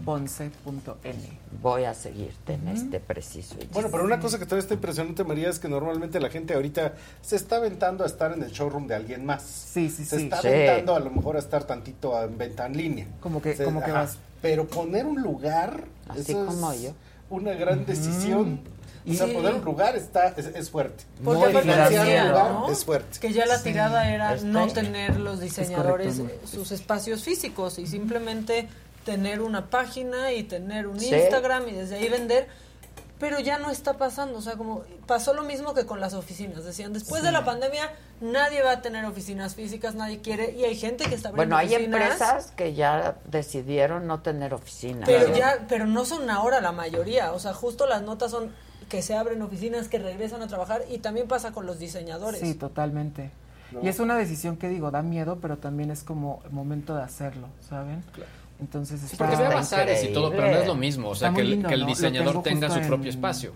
N: maria.ponce.n.
A: Voy a seguirte en este preciso. instante.
M: Bueno, pero una cosa que todavía está impresionante, María, es que normalmente la gente ahorita se está aventando a estar en el showroom de alguien más.
N: Sí, sí,
M: se
N: sí.
M: está
A: Sí.
M: aventando a lo mejor a estar tantito en venta en línea.
N: Como que- como que vas.
M: Pero poner un lugar,
A: Así
M: eso
A: como
M: es
A: yo.
M: una gran decisión. O sea,
N: Sí.
M: poner un lugar está, es, es fuerte.
H: Porque
N: Muy
H: aparte
N: financiero,
H: decían,
M: ¿no? Es fuerte.
H: Que ya la tirada era
A: Es
H: no
A: correcto.
H: tener los diseñadores
N: correcto,
H: eh, sus espacios físicos y simplemente tener una página y tener un
A: Sí.
H: Instagram y desde ahí vender. Pero ya no está pasando, o sea, como pasó lo mismo que con las oficinas. Decían, después de la pandemia nadie va a tener oficinas físicas, nadie quiere y hay gente que está abriendo
A: Bueno, hay
H: oficinas,
A: empresas que ya decidieron no tener oficina.
H: Pero ya, pero no son ahora la mayoría, o sea, justo las notas son que se abren oficinas, que regresan a trabajar y también pasa con los diseñadores.
A: pues,
N: Sí, totalmente. Y es una decisión que digo, da miedo, pero también es como el momento de hacerlo, ¿saben? Entonces
I: Sí,
N: está...
I: porque veo
A: Está
I: bazares y todo, pero no es lo mismo. O sea,
N: Está
I: que
N: muy
I: el,
N: lindo,
I: que el
N: ¿no? Lo
I: diseñador
N: tengo
I: tenga
N: justo
I: su propio
N: en-
I: espacio.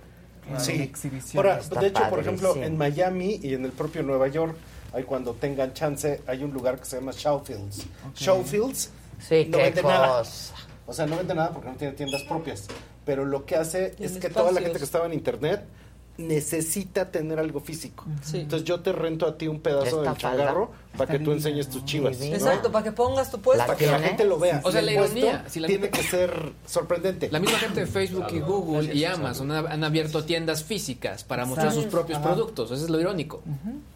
N: en
M: Sí.
N: exhibición.
M: Ahora,
A: Está
M: de hecho, por ejemplo,
A: padrísimo.
M: en Miami y en el propio Nueva York, ahí cuando tengan chance, hay un lugar que se llama Showfields. Showfields
A: Sí,
M: no
A: qué
M: vende nada.
A: cosa.
M: O sea, no vende nada porque no tiene tiendas propias. Pero lo que hace
H: Tiene
M: es que toda la
H: espacios.
M: gente que estaba en internet necesita tener algo físico.
H: Sí.
M: Entonces yo te rento a ti un pedazo
H: Esta
M: del
H: falda
M: changarro para que tú enseñes tus chivas. ¿no?
H: Exacto, para que pongas tu puesto.
M: Para que la gente lo vea.
I: O sea,
M: Y el
I: la
M: puesto
I: ironía, si la
M: tiene que ser sorprendente.
I: La misma gente de Facebook y Google y Amazon han, han abierto tiendas físicas para mostrar sus
M: Exacto.
I: propios
M: Ajá.
I: productos. Eso es lo irónico.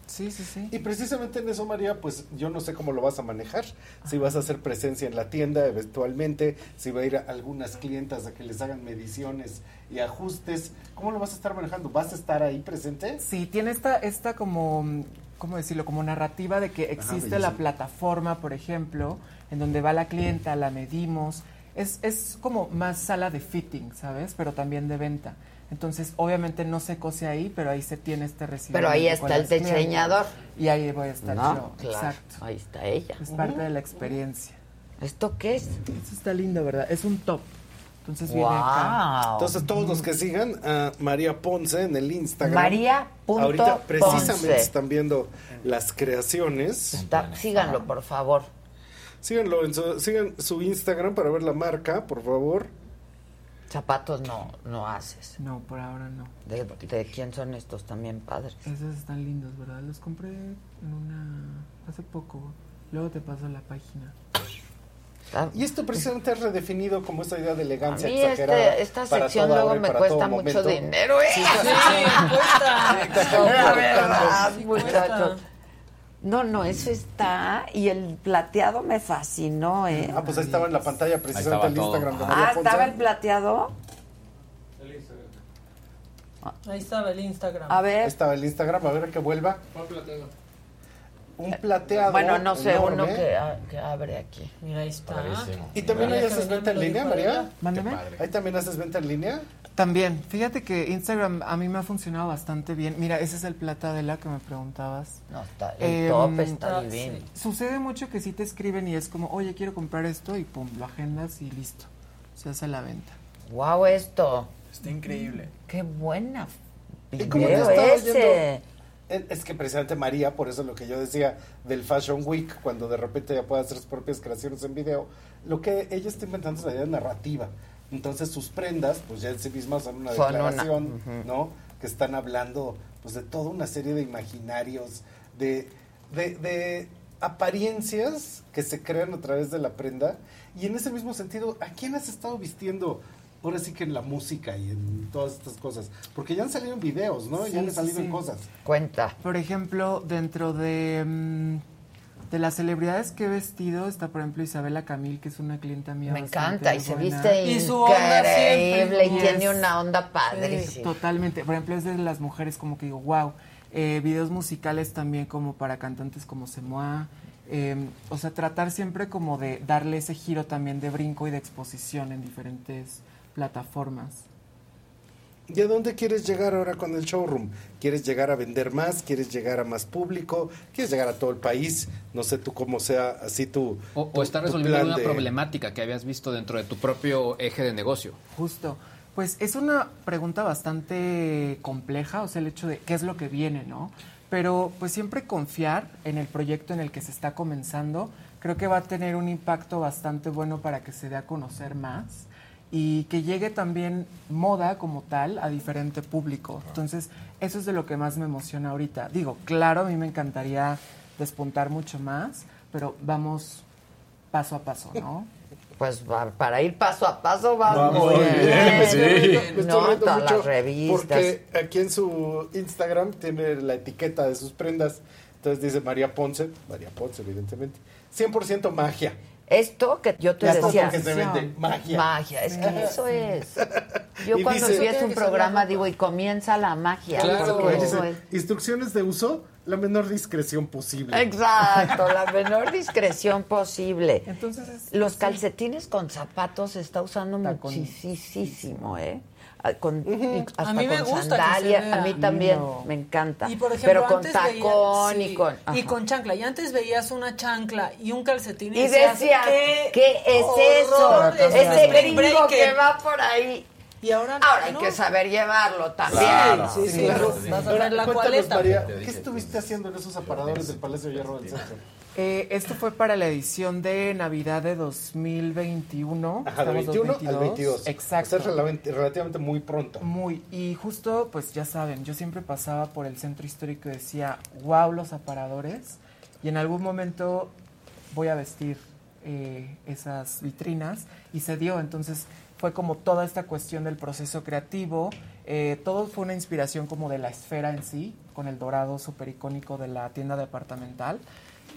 N: Sí, sí, sí.
M: Y precisamente en eso, María, pues yo no sé cómo lo vas a manejar. Si vas a hacer presencia en la tienda eventualmente, si va a ir a algunas clientas a que les hagan mediciones y ajustes. ¿Cómo lo vas a estar manejando? ¿Vas a estar ahí presente?
N: Sí, tiene esta, esta como, mm, ¿cómo decirlo? Como narrativa de que existe la
M: bellísimo.
N: plataforma, por ejemplo, en donde va la clienta, la medimos. Es, es como más sala de fitting, ¿sabes? Pero también de venta. Entonces, obviamente no se cose ahí, pero ahí se tiene este recibo.
A: Pero ahí está el diseñador.
N: Y ahí voy a estar
A: No,
N: yo.
A: claro.
N: Exacto.
A: Ahí está ella.
N: Es parte de la experiencia.
A: ¿Esto qué es?
N: Esto está lindo, ¿verdad? Es un top. Entonces viene acá.
M: Entonces todos los que sigan a María Ponce en el Instagram.
A: María punto
M: Ahorita precisamente
A: Ponce.
M: están viendo las creaciones.
A: síganlo, por favor.
M: Síganlo, en su, sigan su Instagram para ver la marca, por favor.
A: Zapatos no, no haces.
N: No, por ahora no.
A: ¿De, de quién son estos también padres?
N: Esos están lindos, ¿verdad? Los compré en una... hace poco. Luego te paso la página.
M: Y esto precisamente es redefinido como esta idea de elegancia
A: A mí
M: exagerada.
A: este- esta
M: para
A: sección
M: toda
A: luego
M: hora y
A: me
M: para
A: cuesta
M: todo
A: mucho
M: momento.
A: dinero, ¿eh?
M: Sí,
A: Sí,
M: cuesta.
A: La verdad,
M: Sí, cuesta.
A: muchachos. No, no, eso está. Y el plateado me fascinó, ¿eh?
M: Ah, pues ahí estaba en la pantalla precisamente
G: estaba
M: el
G: todo.
M: Instagram de María
A: Ah,
M: Ponce.
A: estaba el plateado.
H: Ahí estaba el Instagram.
A: A ver.
M: Estaba el Instagram, a ver que vuelva. Un plateado.
A: Eh, Bueno, no sé,
M: enorme.
A: uno que, a- que abre aquí.
H: Mira, ahí está.
M: ¿Y también
H: María,
M: ahí
H: que
M: haces
H: venga,
M: venta en
H: me lo
M: línea,
H: dijo
M: María?
H: ella.
N: Mándame.
M: ¿Ahí también haces venta en línea?
N: También, fíjate que Instagram a mí me ha funcionado bastante bien. Mira, ese es el platadela que me preguntabas.
A: No, está, el
N: Em,
A: top está
N: ah,
A: divino.
N: sí. Sucede mucho que sí te escriben y es como, oye, quiero comprar esto y pum, lo agendas y listo. Se hace la venta.
A: Wow, esto.
F: Está increíble.
A: Qué buena.
M: ¿Y cómo te
A: Video
M: estaba
A: ese.
M: Es es que precisamente María, por eso lo que yo decía del Fashion Week, cuando de repente ya puede hacer sus propias creaciones en video, lo que ella está inventando es la idea narrativa. Entonces sus prendas, pues ya en sí mismas son una
A: Son una,
M: declaración, ¿no? Que están hablando pues de toda una serie de imaginarios, de, de, de apariencias que se crean a través de la prenda. Y en ese mismo sentido, ¿a quién has estado vistiendo? Ahora sí que en la música y en todas estas cosas. Porque ya han salido en videos, Pues, ¿no?
N: Sí,
M: ya han
N: sí,
M: salido en
N: sí.
M: cosas.
A: Cuenta.
N: Por ejemplo, dentro de, mm, de las celebridades que he vestido está, por ejemplo, Isabela Camil, que es una clienta mía.
A: Me
N: bastante
A: encanta. Y se
N: buena.
A: viste
H: Y su onda
A: increíble.
H: siempre,
A: Y
H: ¿no?
A: tiene
N: Yes.
A: una onda padrísima.
N: Totalmente. Por ejemplo, es de las mujeres como que digo, wow. Eh, videos musicales también como para cantantes como Semoa. Eh, o sea, tratar siempre como de darle ese giro también de brinco y de exposición en diferentes plataformas.
M: ¿Y a dónde quieres llegar ahora con el showroom? ¿Quieres llegar a vender más? ¿Quieres llegar a más público? ¿Quieres llegar a todo el país? No sé tú cómo sea así tu.
I: O,
M: tu-
I: o estar
M: tu
I: resolviendo
M: plan
I: una
M: de-
I: problemática que habías visto dentro de tu propio eje de negocio.
N: Justo. Pues es una pregunta bastante compleja, o sea, el hecho de qué es lo que viene, ¿no? Pero pues siempre confiar en el proyecto en el que se está comenzando, creo que va a tener un impacto bastante bueno para que se dé a conocer más y que llegue también moda como tal a diferente público. Entonces, eso es de lo que más me emociona ahorita. Digo, claro, a mí me encantaría despuntar mucho más, pero vamos paso a paso, ¿no?
A: Pues va- para ir paso a paso va
M: Vamos
A: muy
M: Ah, bien,
A: bien.
M: sí. Me estoy
A: No,
M: riendo
A: todas
M: mucho
A: las revistas.
M: Porque aquí en su Instagram tiene la etiqueta de sus prendas. Entonces dice María Ponce, María Ponce, evidentemente. 100% magia.
A: Esto que yo te
M: Esto
A: decía.
M: porque se vende magia.
A: Magia, es que
H: Pues
A: eso es. Yo
M: Y
A: cuando
M: dice-
A: empiezo un programa digo, y comienza la magia.
I: Claro.
A: porque
M: Y
A: eso
M: dice,
A: es.
M: Instrucciones de uso, la menor discreción posible.
A: Exacto, la menor discreción posible.
N: Entonces, es-
A: Los
N: sí.
A: calcetines con zapatos se está usando
N: Tacones.
A: muchísimo, ¿eh? Ah, Con, y hasta
H: A mí me
A: con
H: gusta que se
A: sandalia,
H: vea.
A: a mí también
N: Lindo.
A: me encanta.
H: Y por ejemplo,
A: pero con
H: antes
A: tacón
H: veía-
A: y
H: sí,
A: con
H: y
A: ajá.
H: con chancla. Y antes veías una chancla y un calcetín y,
A: Y
H: decías,
A: decía,
H: ¿qué,
A: ¿qué es eso?
H: horror es
A: Ese
H: este
A: gringo
H: breaker?"
A: que va por ahí.
H: Y ahora,
A: Ahora hay
H: no.
A: que saber llevarlo también.
G: Claro.
H: Sí, sí,
M: Claro.
H: vas a
M: Ahora,
H: ver la
M: cuéntanos,
H: cualeta. "Pues,
M: María, ¿qué estuviste haciendo en esos aparadores del Palacio de Hierro del Centro?
N: Eh, esto fue para la edición de Navidad de 2021.
M: Ajá, del
N: Estamos
M: 21 al 22.
N: 22. Exacto.
M: O sea, es relevant- relativamente muy pronto.
N: Muy, y justo, pues ya saben, yo siempre pasaba por el centro histórico y decía, wow, los aparadores, y en algún momento voy a vestir eh, esas vitrinas, y se dio, entonces fue como toda esta cuestión del proceso creativo, eh, todo fue una inspiración como de la esfera en sí, con el dorado súper icónico de la tienda departamental,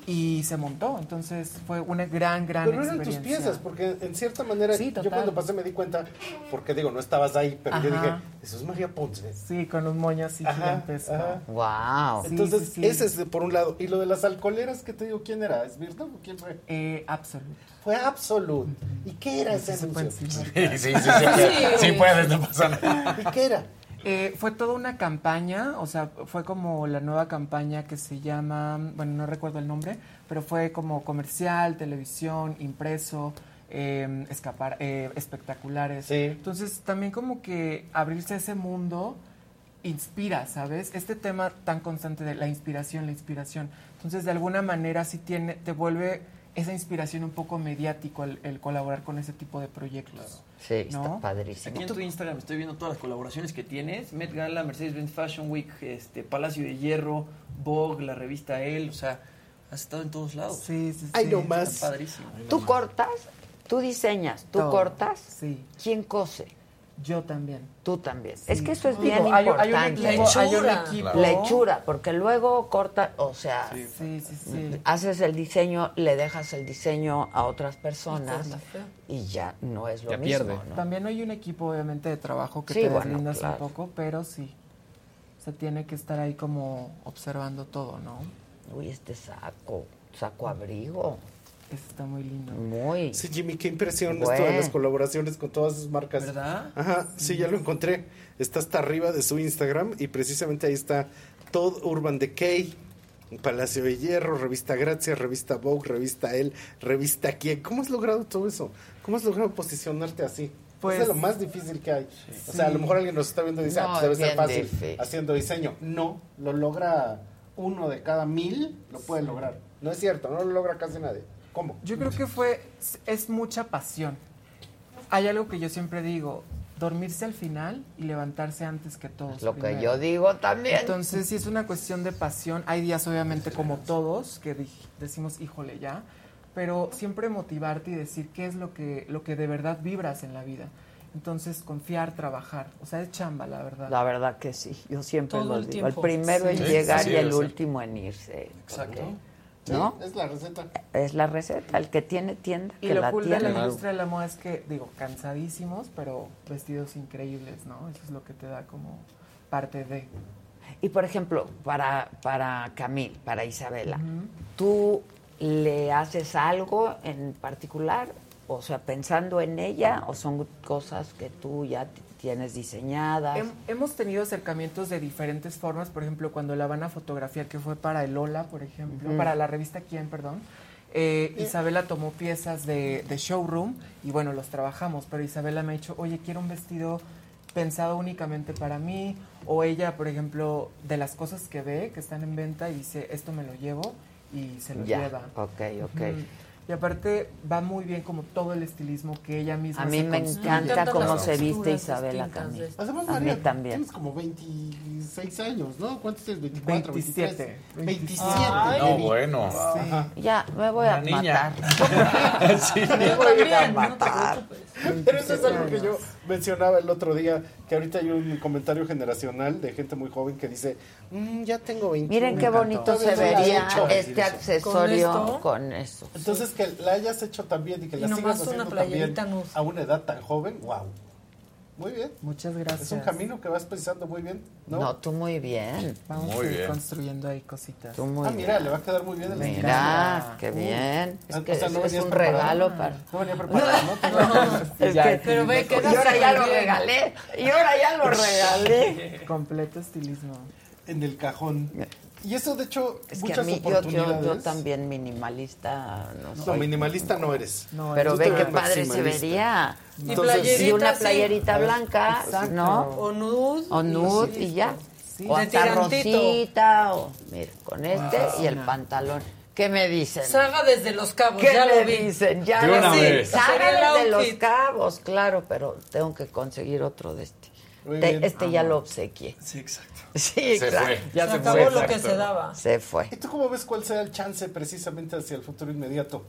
N: y se montó, entonces fue una gran, gran
M: Pero eran tus
N: experiencia.
M: piezas, porque en cierta manera
N: Sí,
M: yo
N: total.
M: cuando pasé me di cuenta, porque digo, no estabas ahí, pero yo
N: Ajá.
M: dije, eso es María Ponce.
N: Sí, con un moño así
M: Ajá,
N: gigantesco.
M: ajá.
A: Wow.
M: Entonces, ese es de- por un lado. Y lo de las alcoholeras, que te digo? ¿Quién era? ¿Esmirna o quién fue?
N: Eh, Absolute.
M: Fue Absolute. ¿Y qué era ese anuncio?
G: Sí, sí, sí, sí. Sí puedes, no pasa nada.
M: ¿Y qué era?
N: Eh, fue toda una campaña, o sea, fue como la nueva campaña que se llama, bueno, no recuerdo el nombre, pero fue como comercial, televisión, impreso, eh, escapar, eh, espectaculares. Entonces, también como que abrirse a ese mundo inspira, ¿sabes? Este tema tan constante de la inspiración, la inspiración. Entonces, de alguna manera sí tiene, te vuelve esa inspiración un poco mediático el, el colaborar con ese tipo de proyectos.
A: Sí, está
N: ¿no?
A: padrísimo.
F: Aquí en tu Instagram estoy viendo todas las colaboraciones que tienes. Met Gala, Mercedes-Benz Fashion Week, este, Palacio de Hierro, Vogue, la revista El, o sea, has estado en todos lados.
N: Sí, sí,
M: Ay,
N: sí.
M: no más.
F: Está padrísimo.
A: ¿Tú cortas? ¿Tú diseñas? ¿Tú
N: Todo.
A: cortas?
N: Sí,
A: ¿Quién cose?
N: yo también.
A: Tú también. Es que eso es
N: Digo,
A: bien
N: hay-
A: importante.
N: hay un equipo- hay un
H: Lechura.
N: equipo.
A: Lechura, porque luego corta, o sea,
N: Sí, sí, sí.
A: haces el diseño, le dejas el diseño a otras personas y ya no es lo
I: Ya
A: mismo.
I: pierde.
A: ¿no?
N: También hay un equipo, obviamente, de trabajo que
A: Sí,
N: te
A: bueno,
N: deslindas
A: claro.
N: un poco, pero sí. Se tiene que estar ahí como observando todo, ¿no?
A: Uy, este saco, saco abrigo,
N: Eso Este está muy lindo.
A: muy.
M: Sí, Jimmy, qué impresión
A: Güey.
M: esto de las colaboraciones con todas esas marcas.
F: ¿Verdad?
M: Ajá, sí, ya lo encontré. Está hasta arriba de su Instagram y precisamente ahí está Todd Urban Decay, Palacio de Hierro, Revista Gracia, Revista Vogue, Revista El, Revista Quién. ¿Cómo has logrado todo eso? ¿Cómo has logrado posicionarte así? es
N: Pues-
M: de lo más difícil que hay. O sea, a lo mejor alguien nos está viendo y dice,
A: No,
M: ah, pues debe
A: es
M: ser
A: bien
M: fácil
A: difícil.
M: haciendo diseño. No, lo logra uno de cada mil, lo puede lograr. No es cierto, no lo logra casi nadie. ¿Cómo?
N: Yo creo que fue, es- es mucha pasión. Hay algo que yo siempre digo, dormirse al final y levantarse antes que todos.
A: Lo que
N: primero.
A: yo digo también.
N: Entonces, sí es una cuestión de pasión. Hay días, obviamente, como todos, que dij- decimos, híjole, ya. Pero siempre motivarte y decir qué es lo que, lo que de verdad vibras en la vida. Entonces, confiar, trabajar. O sea, es chamba, la verdad.
A: La verdad que sí, yo siempre
H: Todo
A: lo
H: el tiempo.
A: digo. El primero en
M: Sí,
A: llegar
G: sí,
A: y el
G: exacto.
A: último en irse.
F: Exacto.
A: porque, ¿No?
M: Es la receta.
A: Es la receta. El que tiene tienda,
N: y
A: que
N: lo
A: la
N: cool de
A: tiene.
N: la industria de la moda es que, digo, cansadísimos, pero vestidos increíbles, ¿no? Eso es lo que te da como parte de.
A: Y por ejemplo, para, para Camil, para Isabela, ¿tú le haces algo en particular? O sea, pensando en ella, o son cosas que tú ya t- tienes diseñadas.
N: Hem- hemos tenido acercamientos de diferentes formas, por ejemplo, cuando la van a fotografiar, que fue para el Ola, por ejemplo, para la revista Quién, perdón. eh, Isabela tomó piezas de, de showroom y bueno, los trabajamos, pero Isabela me ha dicho, oye, quiero un vestido pensado únicamente para mí, o ella, por ejemplo, de las cosas que ve, que están en venta, y dice, esto me lo llevo, y se lo
A: ya.
N: lleva.
A: Ok, ok.
N: Ujú. Y aparte va muy bien como todo el estilismo que ella misma
A: A mí
N: se
A: me
N: construye.
A: encanta
H: encantan
A: cómo
H: las
A: se viste
H: texturas
N: ¿eh?
A: Isabela
H: distintas
A: Camil.
H: de-
M: Además,
A: A mí
M: María,
A: también.
M: tienes como 26 años, ¿no? ¿Cuántos tienes? 24,
N: 27.
M: 23. 27.
G: No, bueno.
A: Ya, me voy a
G: Una niña.
A: matar.
G: Sí.
A: Me voy a matar.
M: Pero eso es algo que yo mencionaba el otro día, que ahorita hay un comentario generacional de gente muy joven que dice, "Mm, ya tengo 20.
A: Miren qué bonito se vería este accesorio
H: esto?
A: con eso.
M: Entonces, que la hayas hecho también y que
H: Y
M: la
H: nomás
M: sigas
H: una
M: haciendo
H: playerita
M: también
H: nude.
M: a una edad tan joven, wow. Muy bien.
N: Muchas gracias.
M: Es un camino que vas pensando muy bien, ¿no?
A: ¿No? tú muy bien.
N: Vamos
G: Muy
N: a ir
G: bien.
N: construyendo ahí cositas.
A: Tú muy
M: ah,
A: bien.
M: mira, le va a quedar muy bien el
A: Mira, qué bien. Es
M: Ah,
A: que
M: o sea, ¿no
A: eso es
M: venías
A: un
M: preparada?
A: regalo para.
M: No venía preparado, ¿no? Tengo-
A: Es que-
H: Pero ve que
A: y ahora ya lo regalé. Y ahora ya lo regalé.
N: Completo estilismo.
M: en el cajón. Y eso, de hecho,
A: Es que a
M: muchas
A: mí, yo, yo- yo
M: oportunidades.
A: también minimalista no
M: No,
A: soy.
M: minimalista no eres.
N: No,
A: pero
M: tú
A: ve
M: te
A: qué
M: ves
A: padre se
M: maximalista.
A: vería.
H: Y
M: Entonces,
H: playerita,
A: Y una
H: sí.
A: playerita
M: A ver,
A: blanca,
N: exacto.
A: ¿no?
H: O nude.
A: O nude y ya.
N: Sí.
A: o
H: De
A: hasta
H: tirantito.
A: rosita. O, mira, con este y el pantalón. ¿Qué me dicen?
H: Saga desde Los Cabos,
A: ¿Qué
H: ya
A: me
H: lo vi.
A: dicen? Ya
G: De
A: lo
G: una
A: vi.
G: vez.
A: Saga
H: Sería el
A: desde los
H: outfit.
A: cabos, claro, pero tengo que conseguir otro de este.
M: Muy
A: Te-
M: bien.
A: este ya lo obsequié.
F: Sí, exacto.
A: Sí,
G: Se
A: exacto.
G: fue.
A: Ya
H: se,
A: se,
H: acabó
A: fue.
H: lo que se daba.
A: Se fue.
M: ¿Y tú cómo ves cuál sea el chance precisamente hacia el futuro inmediato?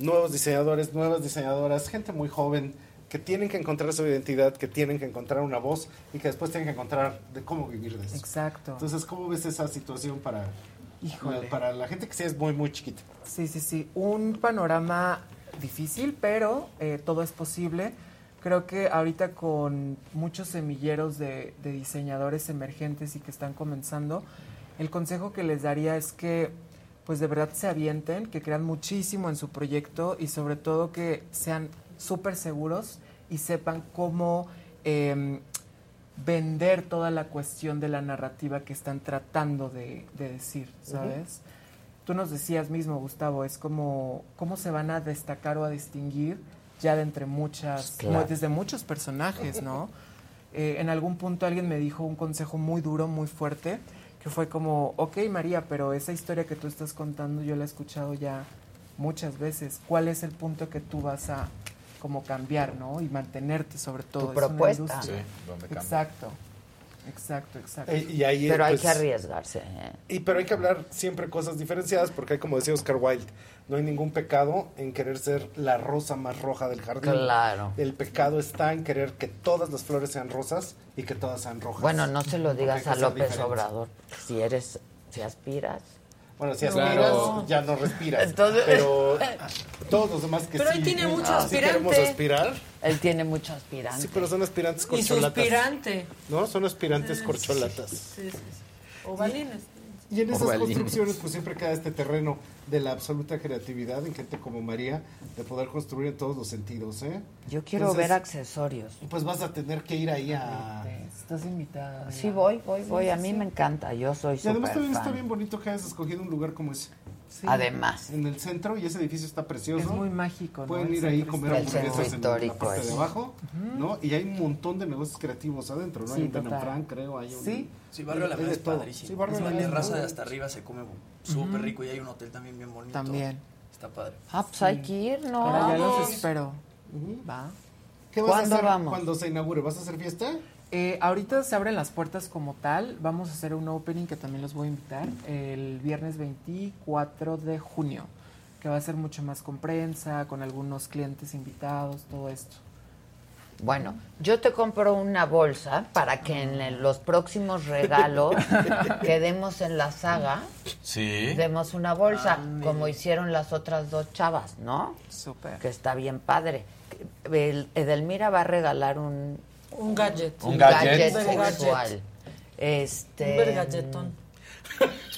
M: Nuevos diseñadores, nuevas diseñadoras, gente muy joven que tienen que encontrar su identidad, que tienen que encontrar una voz y que después tienen que encontrar de cómo vivir de eso.
N: Exacto.
M: Entonces, ¿cómo ves esa situación para,
N: Híjole.
M: para la gente que sí es muy, muy chiquita?
N: Sí, sí, sí. Un panorama difícil, pero eh, todo es posible. Creo que ahorita con muchos semilleros de, de diseñadores emergentes y que están comenzando, el consejo que les daría es que pues de verdad se avienten, que crean muchísimo en su proyecto y sobre todo que sean súper seguros y sepan cómo... em, vender toda la cuestión de la narrativa que están tratando de, de decir, ¿sabes? Tú nos decías mismo, Gustavo, es como cómo se van a destacar o a distinguir ya de entre muchas,
A: Claro.
N: mu- desde muchos personajes, ¿no? Eh, en algún punto alguien me dijo un consejo muy duro, muy fuerte, que fue como, ok María, pero esa historia que tú estás contando yo la he escuchado ya muchas veces. ¿Cuál es el punto que tú vas a como cambiar, ¿no? Y mantenerte sobre todo. Es una
A: propuesta.
N: industria.
G: Sí, donde cambia.
N: Exacto, exacto, exacto.
M: Eh, y ahí,
A: Pero hay
M: pues,
A: que arriesgarse. ¿eh?
M: Y pero hay que hablar siempre cosas diferenciadas porque hay como decía Oscar Wilde, no hay ningún pecado en querer ser la rosa más roja del jardín.
A: Claro.
M: El pecado está en querer que todas las flores sean rosas y que todas sean rojas.
A: Bueno, no se lo digas
M: Hay que
A: a
M: ser
A: López
M: diferentes.
A: Obrador. porque Si eres, si aspiras.
M: Bueno, si
I: Claro.
M: aspiras, ya no respiras.
A: Entonces-
M: Pero todos los demás que
H: Pero
M: sí,
H: ahí tiene mucho
M: sí queremos
H: aspirante.
M: aspirar.
A: Él tiene mucho aspirante.
M: Sí, pero son aspirantes
H: Y
M: corcholatas.
H: suspirante.
M: ¿No? Son aspirantes corcholatas.
H: Sí, sí, sí. Ovalines.
M: Y en esas
I: Ovalines.
M: construcciones pues siempre queda este terreno de la absoluta creatividad en gente como María de poder construir en todos los sentidos, ¿eh?
A: Yo quiero
M: Entonces,
A: ver accesorios.
M: Pues vas a tener que ir ahí a...
N: Estás invitada.
A: Sí, voy, voy, voy. A mí me encanta. Yo soy
M: Y además
A: súper
M: también está
A: fan.
M: bien bonito que hayas escogido un lugar como ese.
A: Además,
M: En el centro y ese edificio está precioso.
N: Es muy mágico, ¿no?
M: Pueden
N: El
M: ir ahí a
N: centro
A: histórico.
M: comer
A: El
M: hamburguesas en
A: centro
M: la
A: histórico
M: parte
A: es.
M: de abajo, ¿no? Y hay un montón de negocios creativos adentro, ¿no?
N: Sí,
M: hay un Ben
N: total.
M: Fran, creo, hay un...
N: Sí.
F: Sí, Barrio de la
M: Es
F: Mar es
M: todo.
F: padrísimo.
M: Sí, Barrio de la
F: la
M: Mar.
F: terraza de hasta arriba se come súper rico y hay un hotel también bien bonito.
N: También.
F: Está padre.
A: ah, pues hay que ir, ¿no?
N: Ahora ya
A: Vamos.
N: los espero. Va.
M: ¿Qué vas
A: ¿Cuándo
M: a hacer
A: vamos?
M: cuando se inaugure? ¿Vas a hacer fiesta?
N: Eh, ahorita se abren las puertas como tal. Vamos a hacer un opening que también los voy a invitar el viernes 24 de junio, que va a ser mucho más con prensa, con algunos clientes invitados, todo esto.
A: Bueno, yo te compro una bolsa para que en el- los próximos regalos que demos en la saga,
G: Sí.
A: demos una bolsa, como hicieron las otras dos chavas, ¿no?
N: Súper.
A: Que está bien padre. El- Edelmira va a regalar un,
H: Un gadget.
G: Un gadget.
H: Un gadget.
A: sexual. Este,
H: Un vergalletón.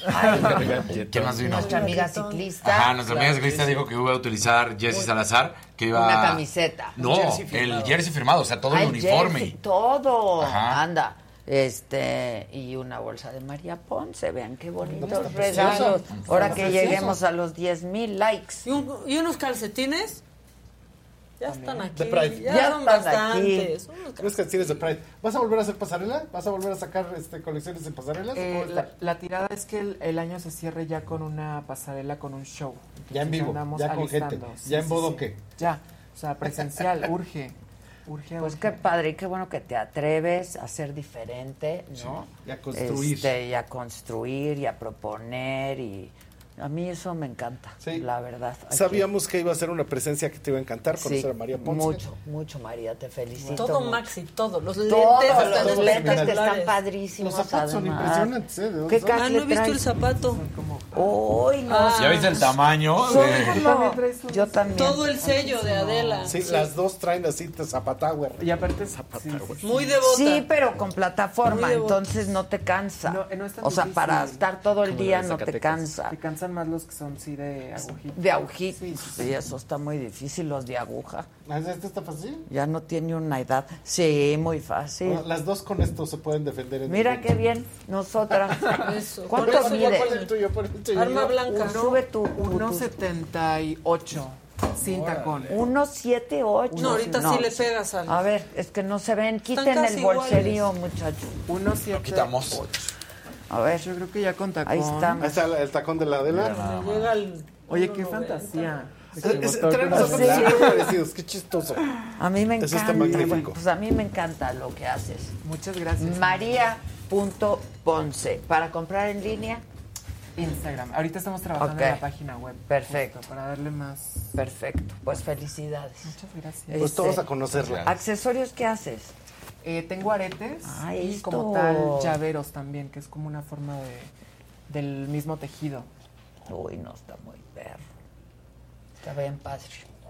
A: ay,
G: ¿Quién más vino?
A: mm, nuestra amiga ciclista.
G: Ajá, nuestra amiga ciclista dijo que iba a utilizar Jesse Salazar, que iba...
A: Una camiseta.
G: No, el jersey firmado, o sea, todo
A: Ay,
G: el uniforme.
A: jersey, todo.
G: Ajá.
A: Anda. Este, y una bolsa de María Ponce, vean qué bonitos regalos. Ahora que lleguemos a los 10 mil likes.
H: Y, un- y unos calcetines. Ya están aquí. Ya,
A: Ya
H: son
A: están aquí.
H: bastantes. Unos calcetines.
M: Unos canciones de Pride. ¿Vas a volver a hacer pasarela? ¿Vas a volver a sacar este, colecciones de pasarelas?
N: Eh,
M: ¿O
N: la,
M: está-
N: la tirada es que el, el año se cierre ya con una pasarela, con un show.
M: Ya en
N: Entonces,
M: vivo,
N: andamos
M: ya con gente,
N: alistando.
M: ya en bodoque.
N: Ya, o sea, presencial, urge. Urge,
A: Pues
N: urge.
A: qué padre, y qué bueno que te atreves a ser diferente, ¿no?
M: Sí, y a construir.
A: Este, y a construir y a proponer y a mí eso me encanta,
M: Sí.
A: la verdad. Aquí.
M: Sabíamos que iba a ser una presencia que te iba a encantar
A: Sí,
M: conocer a María Ponce.
A: Mucho, mucho María, te felicito.
H: Todo
A: mucho.
H: maxi, todo. Los lentes
A: Todos
H: están
A: los lentes que están
H: espectaculares.
A: padrísimos.
M: Los zapatos son
A: además.
M: impresionantes, ¿eh? ¿De dónde
A: ¿Qué
M: son?
A: cas
H: Ah,
A: le
H: no he visto
A: traes?
H: el zapato.
A: Uy, no.
H: Ah,
G: ¿Ya viste el tamaño?
A: Son
G: de-
A: como-
N: También traes unos-
A: Yo también.
H: Todo el sello de Adela.
M: Sí, las dos traen así de zapataguer.
N: Y aparte, sí, sí, sí.
H: Muy devota.
A: Sí, pero con plataforma,
H: Muy de bo-
A: entonces no te cansa.
N: No, no es tan
A: o sea,
N: difícil.
A: para estar todo el día no te cansa.
N: te cansan más los que son, sí, de agujitas.
A: De agujitas,
N: Sí,
A: sí,
N: sí,
A: eso está muy difícil, los de aguja.
M: Ah, ¿Este está fácil?
A: Ya no tiene una edad. Sí, muy fácil.
M: Bueno, las dos con esto se pueden defender. En
A: Mira
M: el-
A: qué bien, nosotras.
H: Eso. Por
A: ¿Cuánto
H: eso ya
A: mide?
M: Pon el tuyo, pon el tuyo.
H: Arma blanca.
A: Sube tu.
N: Uno 1,78 sin tacón.
A: 178.
H: No, ahorita sí le pegas al-
A: A ver, es que no se ven. Quiten
H: casi
A: el bolserío, muchachos.
N: Uno siete-
G: Quitamos.
A: A ver.
N: Yo creo que ya con tacón.
A: Ahí estamos.
M: Ahí está el, el tacón de la Adela.
H: Llega el-
N: Oye, qué fantasía.
M: Es-
N: Se
M: es-
N: botó con
M: Tenemos
N: la-
M: ojos súper parecidos, qué chistoso.
A: A mí me encanta.
M: Eso está magnífico.
A: Pues a mí me encanta lo que haces.
N: Muchas gracias.
A: María.ponce. Para comprar en línea,
N: Instagram. Ahorita estamos trabajando
A: Ok.
N: en la página web.
A: Perfecto.
N: justo, para darle más.
A: perfecto. Pues felicidades.
N: Muchas gracias.
M: Pues
A: Este,
M: todos a conocerla.
A: ¿Accesorios qué haces?
N: Eh, tengo aretes
A: Ah,
N: y
A: esto.
N: como tal llaveros también, que es como una forma de del mismo tejido.
A: Uy, no, está muy perro. Está bien padre.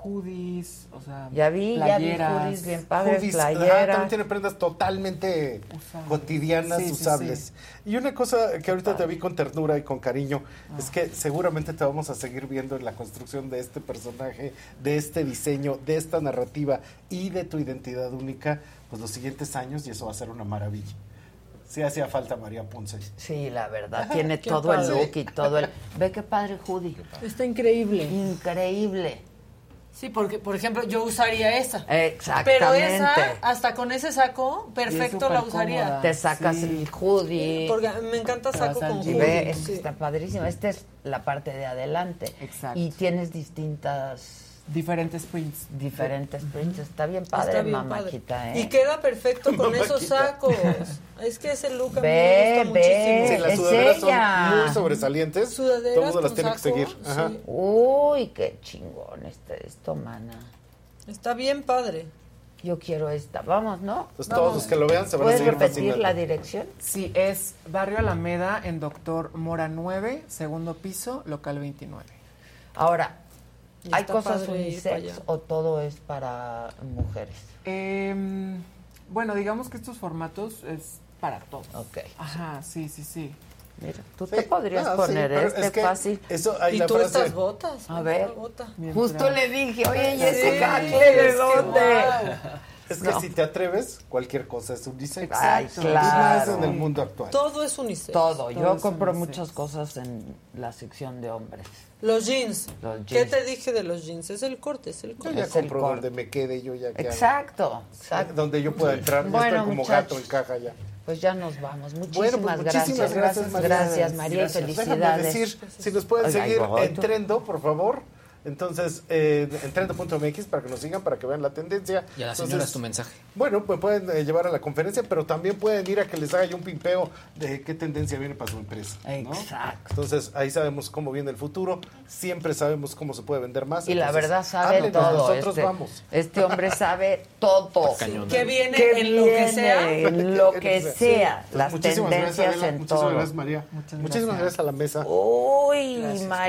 N: Hoodies, o sea,
A: Ya vi, ya vi
N: playeras.
A: hoodies bien padres,
M: Hoodies, ajá,
A: playeras.
M: también tiene prendas totalmente
N: Usables.
M: cotidianas,
N: Sí, sí,
M: usables. Y una cosa que ahorita te vi con ternura y con cariño
A: Ah.
M: es que seguramente te vamos a seguir viendo en la construcción de este personaje, de este diseño, de esta narrativa y de tu identidad única, pues los siguientes años y eso va a ser una maravilla. Sí hacía falta María Ponce.
A: Sí, la verdad, tiene
H: Qué
A: todo el
H: padre.
A: look y todo el... Ve qué padre, Judy.
H: Está increíble.
A: Increíble.
H: Sí, porque, por ejemplo, yo usaría esa.
A: Exactamente.
H: Pero esa, hasta con ese saco, perfecto la
N: súper
H: usaría.
N: cómoda.
A: Te sacas
N: Sí.
A: el hoodie.
H: Porque me encanta
N: Te
H: saco
N: vas al
H: con
A: Y
N: gym.
H: hoodie,
A: ve, es que
H: sí.
A: está padrísimo. Esta es la parte de adelante.
N: Exacto.
A: Y tienes distintas,
N: Diferentes prints.
A: diferentes prints. Está bien padre,
H: Está bien
A: mamajita,
H: padre.
A: ¿eh?
H: Y queda perfecto con esos sacos. Es que ese look a mí
A: Ve,
H: me gusta
A: ve.
M: Sí,
H: muchísimo.
M: las
A: es
M: sudaderas
A: ella.
M: son muy sobresalientes.
H: Sudaderas
M: Todo el mundo las
H: con
M: tiene que
H: saco,
M: seguir. Ajá.
H: sí.
A: Uy, qué chingón este, esto, mana.
H: Está bien padre.
A: Yo quiero esta. Vamos, ¿no?
M: Entonces todos los que lo vean se van a
A: ¿Puedes
M: seguir
A: repetir
M: fascinando.
A: la dirección?
N: Sí, es Barrio Alameda en Doctor Mora 9, segundo piso, local 29.
A: Ahora,
H: Y
A: ¿hay
H: está
A: cosas
H: padre ir para
A: unisex
H: allá.
A: o todo es para mujeres?
N: Em, bueno, digamos que estos formatos es para todos.
A: Ok.
N: Ajá, sí, sí, sí.
A: Mira, tú
M: Sí,
A: te podrías
M: ah, sí,
A: poner
M: pero
A: este
M: es que
A: fácil.
M: Eso, hay
H: y
M: la
H: tú
M: frase-
H: estas botas.
A: A
H: mira,
A: ver.
H: la bota.
N: Mientras-
A: Justo le dije, oye, ¿y
H: Sí,
A: ese cacle de
H: es que
A: dónde?
H: guau.
M: Es que
A: No.
M: si te atreves, cualquier cosa es unisex.
A: Ay,
M: Y más en
A: claro.
M: el mundo actual.
H: Todo es unisex.
A: Todo. Yo
N: Todos
A: compro
N: son
A: muchas
N: unisex.
A: cosas en la sección de hombres.
H: Los jeans.
A: Los
H: ¿Qué
A: jeans.
H: te dije de los jeans? Es el corte, es el
M: Yo
H: corte.
M: ya
A: Es el
M: compro
A: corte.
M: donde me quede, yo ya que hago.
A: Exacto, exacto.
M: Donde yo pueda entrar, ya
A: Bueno,
M: estoy como
A: muchachos.
M: gato en caja ya.
A: Pues ya nos vamos. Muchísimas,
M: Bueno, pues muchísimas
A: gracias.
M: gracias, María.
A: Gracias, María. y
M: Gracias. Déjame
A: Felicidades.
M: decir, si nos pueden
A: Oiga,
M: seguir
A: ahí voy.
M: en Trendo, por favor. Entonces, eh, en trendo.mx para que nos sigan, para que vean la tendencia.
I: Y a las
M: Entonces,
I: señoras tu mensaje.
M: Bueno, pues pueden eh, llevar a la conferencia, pero también pueden ir a que les haga yo un pimpeo de qué tendencia viene para su empresa. ¿no?
A: Exacto.
M: Entonces, ahí sabemos cómo viene el futuro, siempre sabemos cómo se puede vender más.
A: Y la
M: Entonces,
A: verdad sabe
M: háblenos,
A: todo.
M: Nosotros
A: este,
M: vamos.
A: este hombre sabe todo.
I: cañón.
M: ¿eh?
H: ¿Qué viene
A: ¿Qué
H: en lo que
A: viene?
H: sea?
A: En lo que
M: Sí.
A: sea.
M: Entonces,
A: Las
M: muchísimas
A: tendencias
M: gracias, Adela,
A: en
M: Muchísimas
A: todo.
M: gracias, María.
N: Muchas
M: muchísimas
N: gracias.
M: gracias a la mesa.
A: Uy,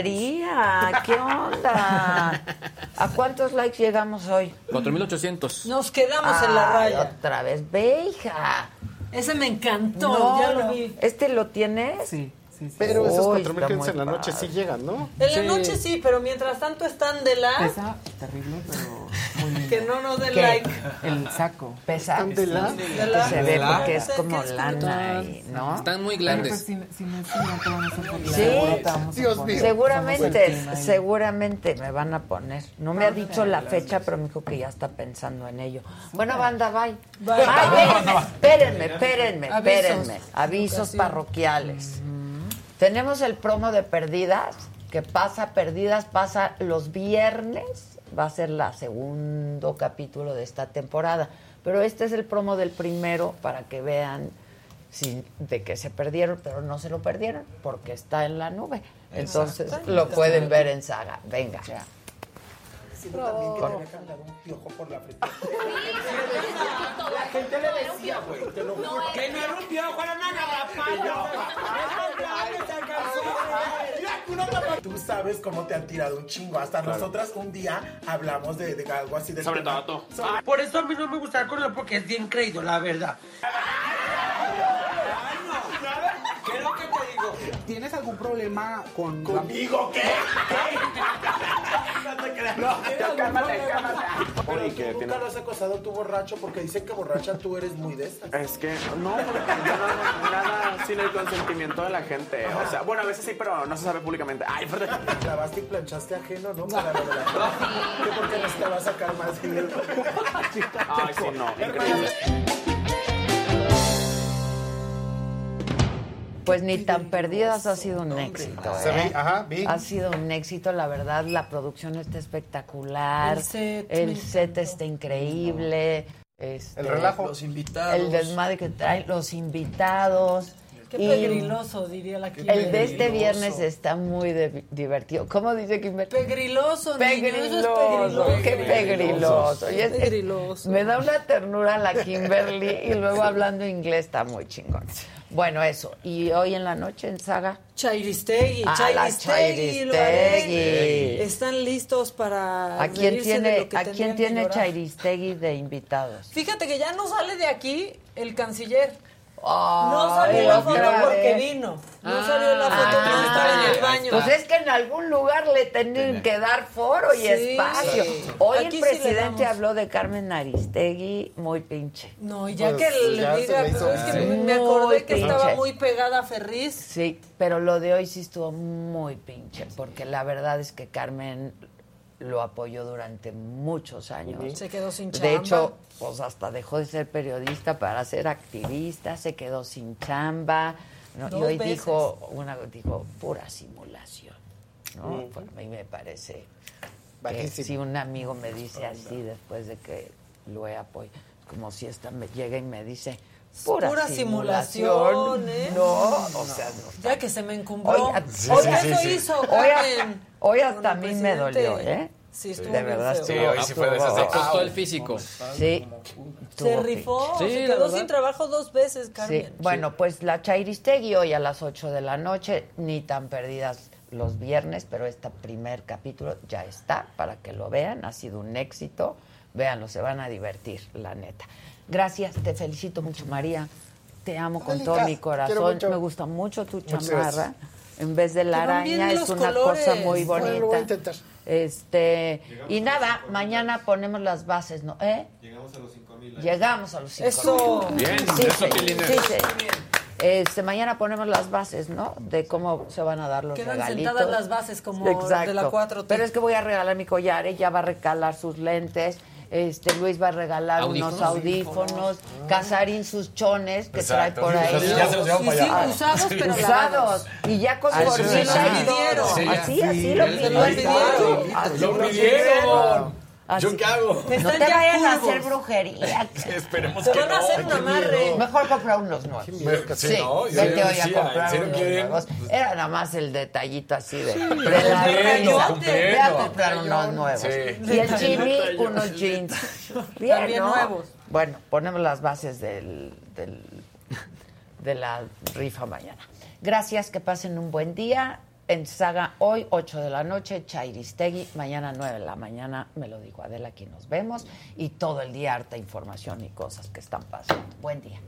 A: María, ¿qué onda? ¿A cuántos likes llegamos hoy?
I: 4800.
H: Nos quedamos en la
A: Ay,
H: raya.
A: Otra vez, ve, hija.
H: Ese me encantó,
A: No,
H: ya lo
A: no.
H: vi.
A: ¿Este lo tienes?
N: Sí, sí, sí.
M: Pero esos
A: Uy,
M: 4.500
A: está muy
M: en la noche
A: padre.
M: sí llegan, ¿no?
H: En la noche sí, pero mientras tanto están de la
N: Pesa terrible, pero muy lindo.
H: que no nos den
A: ¿Qué?
H: like.
N: El saco.
A: Pesa.
M: Están de la-
H: De
A: que
H: la-
A: se ve
H: de la-
A: porque es
H: sé que
A: como lana, y- ¿no?
I: Están muy
N: Pero pues
I: grandes.
N: si, si no es que no te vamos a poner.
A: Sí.
N: Seguro te vamos a
M: Dios mío.
N: poner. Somos el team
A: Seguramente,
N: ahí.
A: seguramente me van a poner. No me ha dicho la fecha, pero me dijo que ya está pensando en ello. Bueno, banda, bye.
H: Bye.
A: Ay, espérenme, espérenme, espérenme,
H: Avisos.
A: espérenme. Avisos
H: Educación.
A: parroquiales. Tenemos el promo de Perdidas, que pasa Perdidas, pasa los viernes. Va a ser la segundo capítulo de esta temporada. Pero este es el promo del primero para que vean si- de que se perdieron, pero no se lo perdieron porque está en la nube. Entonces lo pueden ver en saga. Venga.
O: Tú sabes cómo te han tirado un chingo. Hasta nosotras un día hablamos de, de algo así de. Sobre todo. Por eso a mí no me gusta correr porque es bien creído, la verdad. ¿Tienes algún problema con conmigo? ¿Qué?
E: Oye, que
O: ¿Qué?
E: tiene-
O: Nunca lo has acosado tú borracho porque dicen que borracha tú eres muy de esas.
K: Es que no, porque yo no hago nada sin el consentimiento de la gente. O sea, bueno, a veces sí, pero no se sabe públicamente. Ay, perdón.
O: Lavaste y planchaste ajeno, ¿no? Para lo de la ¿Qué? porque no te va a sacar más dinero.
K: Ay, sí, no, increíble.
A: Pues ni tan perdidas ha sido un éxito.
M: Se ve-
A: ¿eh?
M: ajá, vi.
A: Ha sido un éxito, la verdad. La producción está espectacular.
H: El set,
A: El
H: me
A: set está increíble. este,
M: El relajo.
F: Los invitados.
A: El desmadre que traen los invitados.
H: Qué
A: Y
H: pegriloso, diría la Kimberly.
A: El de este viernes está muy de- divertido. ¿Cómo dice Kimberly?
H: Pegriloso, niño, eso es
A: Pegriloso, qué pegriloso. Y es- es-
H: Pegriloso.
A: me da una ternura la Kimberly y luego hablando inglés está muy chingón. Bueno, eso. Y hoy en la noche en Saga.
H: Chairistegui,
A: A la
H: Chairistegui,
A: Chairistegui.
H: lo haré. Están listos para
A: ¿A quién
H: reírse de
A: tiene,
H: lo que
A: ¿a quién
H: tendrían que
A: tiene
H: llorar.
A: Chairistegui de invitados?
H: Fíjate que ya no sale de aquí el canciller. no
A: Ay,
H: salió la foto
A: otra
H: porque
A: vez.
H: vino. No salió la foto
A: Ah,
H: porque estaba en el baño.
A: Pues es que en algún lugar le tenían que dar foro y
H: Sí.
A: espacio. Hoy
H: Aquí sí
A: el
H: le
A: presidente
H: damos.
A: habló de Carmen Aristegui, muy pinche.
H: No, y ya
M: Pues,
H: que le
M: ya se
H: diga,
M: le hizo
H: es que
A: bien.
H: me acordé que
A: Muy
H: estaba
A: pinche.
H: muy pegada a Ferriz.
A: Pues Sí, pero lo de hoy sí estuvo muy pinche, porque la verdad es que Carmen lo apoyó durante muchos años.
H: Se quedó sin chamba.
A: De hecho, pues hasta dejó de ser periodista para ser activista, se quedó sin chamba. ¿no? Y
H: Dos
A: hoy
H: veces.
A: dijo, una dijo, pura simulación. ¿no? Pues a mí me parece que
M: Bajísimo.
A: si un amigo me dice así después de que lo he apoyado, es como si esta me llega y me dice, pura,
H: Pura
A: simulación.
H: simulación, ¿eh?
A: No, o sea, no está
H: ya que se me encumbró.
A: Oye, a- Sí,
H: Oye,
A: sí, sí,
H: eso
A: sí.
H: hizo
A: Hoy hasta-
H: Carmen
A: hoy
H: con
A: hasta
H: el
A: a mí me
H: presidente.
A: dolió, ¿eh?
H: Sí, estuvo
A: De
H: bien
A: verdad
H: feo.
A: estuvo.
G: Sí, hoy sí fue
A: estuvo-
I: Se
G: desastroso.
I: costó el físico.
A: Sí.
H: Se
A: estuvo
H: rifó,
I: Sí,
H: se
I: la
H: quedó
I: verdad.
H: sin trabajo dos veces,
A: Sí,
H: Carmen.
A: bueno, pues la Chairistegui hoy a las 8 de la noche, ni tan perdidas los viernes, pero este primer capítulo ya está para que lo vean, ha sido un éxito, véanlo, se van a divertir, la neta. Gracias, te felicito mucho María, te amo con
M: Angélica,
A: todo mi
M: quiero
A: corazón,
M: mucho.
A: me gusta mucho tu
M: Muchas
A: chamarra,
M: gracias.
A: en vez de la
H: Te van bien
A: araña es
H: los
A: una
H: colores.
A: cosa muy
M: Bueno,
A: bonita.
M: lo voy a intentar.
A: Este, y nada, mañana ponemos las bases, ¿no? ¿Eh? Llegamos a los 5
H: Eso.
A: mil. Llegamos a los 5
I: Bien, eso,
A: sí,
I: Pilines.
A: sí, sí. Este, mañana ponemos las bases, ¿no? De cómo se van a dar los
H: Quedan
A: regalitos.
H: sentadas las bases como de la 4T.
A: Pero es que voy a regalar mi collar, ella va a regalar sus lentes, este Luis va a regalar unos audífonos, Casarín sus chones que
G: Ah. Exacto.
A: trae por ahí.
G: Sí, ya se los llevan
H: Y
G: para
H: sí,
G: allá.
H: usados, pero
A: usados y ya con
G: Así
A: formita
G: es.
A: y todo.
H: Sí,
A: Así, así lo
H: Se lo
A: pidieron.
H: pidieron.
A: Así
G: ¡Lo
A: lo
G: pidieron!
A: Así-
G: ¿Yo qué hago?
A: No te
H: Están ya
A: vayan a
H: curvos.
A: hacer brujería.
G: Esperemos
H: Se
G: que
H: van a
G: no.
H: hacer un amarre.
A: Mejor comprar unos nuevos.
G: Me- sí, ¿no? Yo
A: vete hoy
G: ya
A: a
G: decía, ¿en
A: comprar
G: serio
A: unos
G: quieren?
A: nuevos. Era nada más el detallito así de, de
G: Pero
A: la
G: cumpliendo,
A: reina.
G: cumpliendo.
A: Ve a comprar unos nuevos.
G: Sí.
A: Y el Jimmy, unos jeans. Bien,
H: También
A: ¿no?
H: nuevos.
A: Bueno, ponemos las bases del, del, de la rifa mañana. Gracias, que pasen un buen día. En Saga hoy, 8 de la noche, Chairistegui. Mañana, 9 de la mañana, me lo dijo Adela, aquí nos vemos. Y todo el día, harta información y cosas que están pasando. Buen día.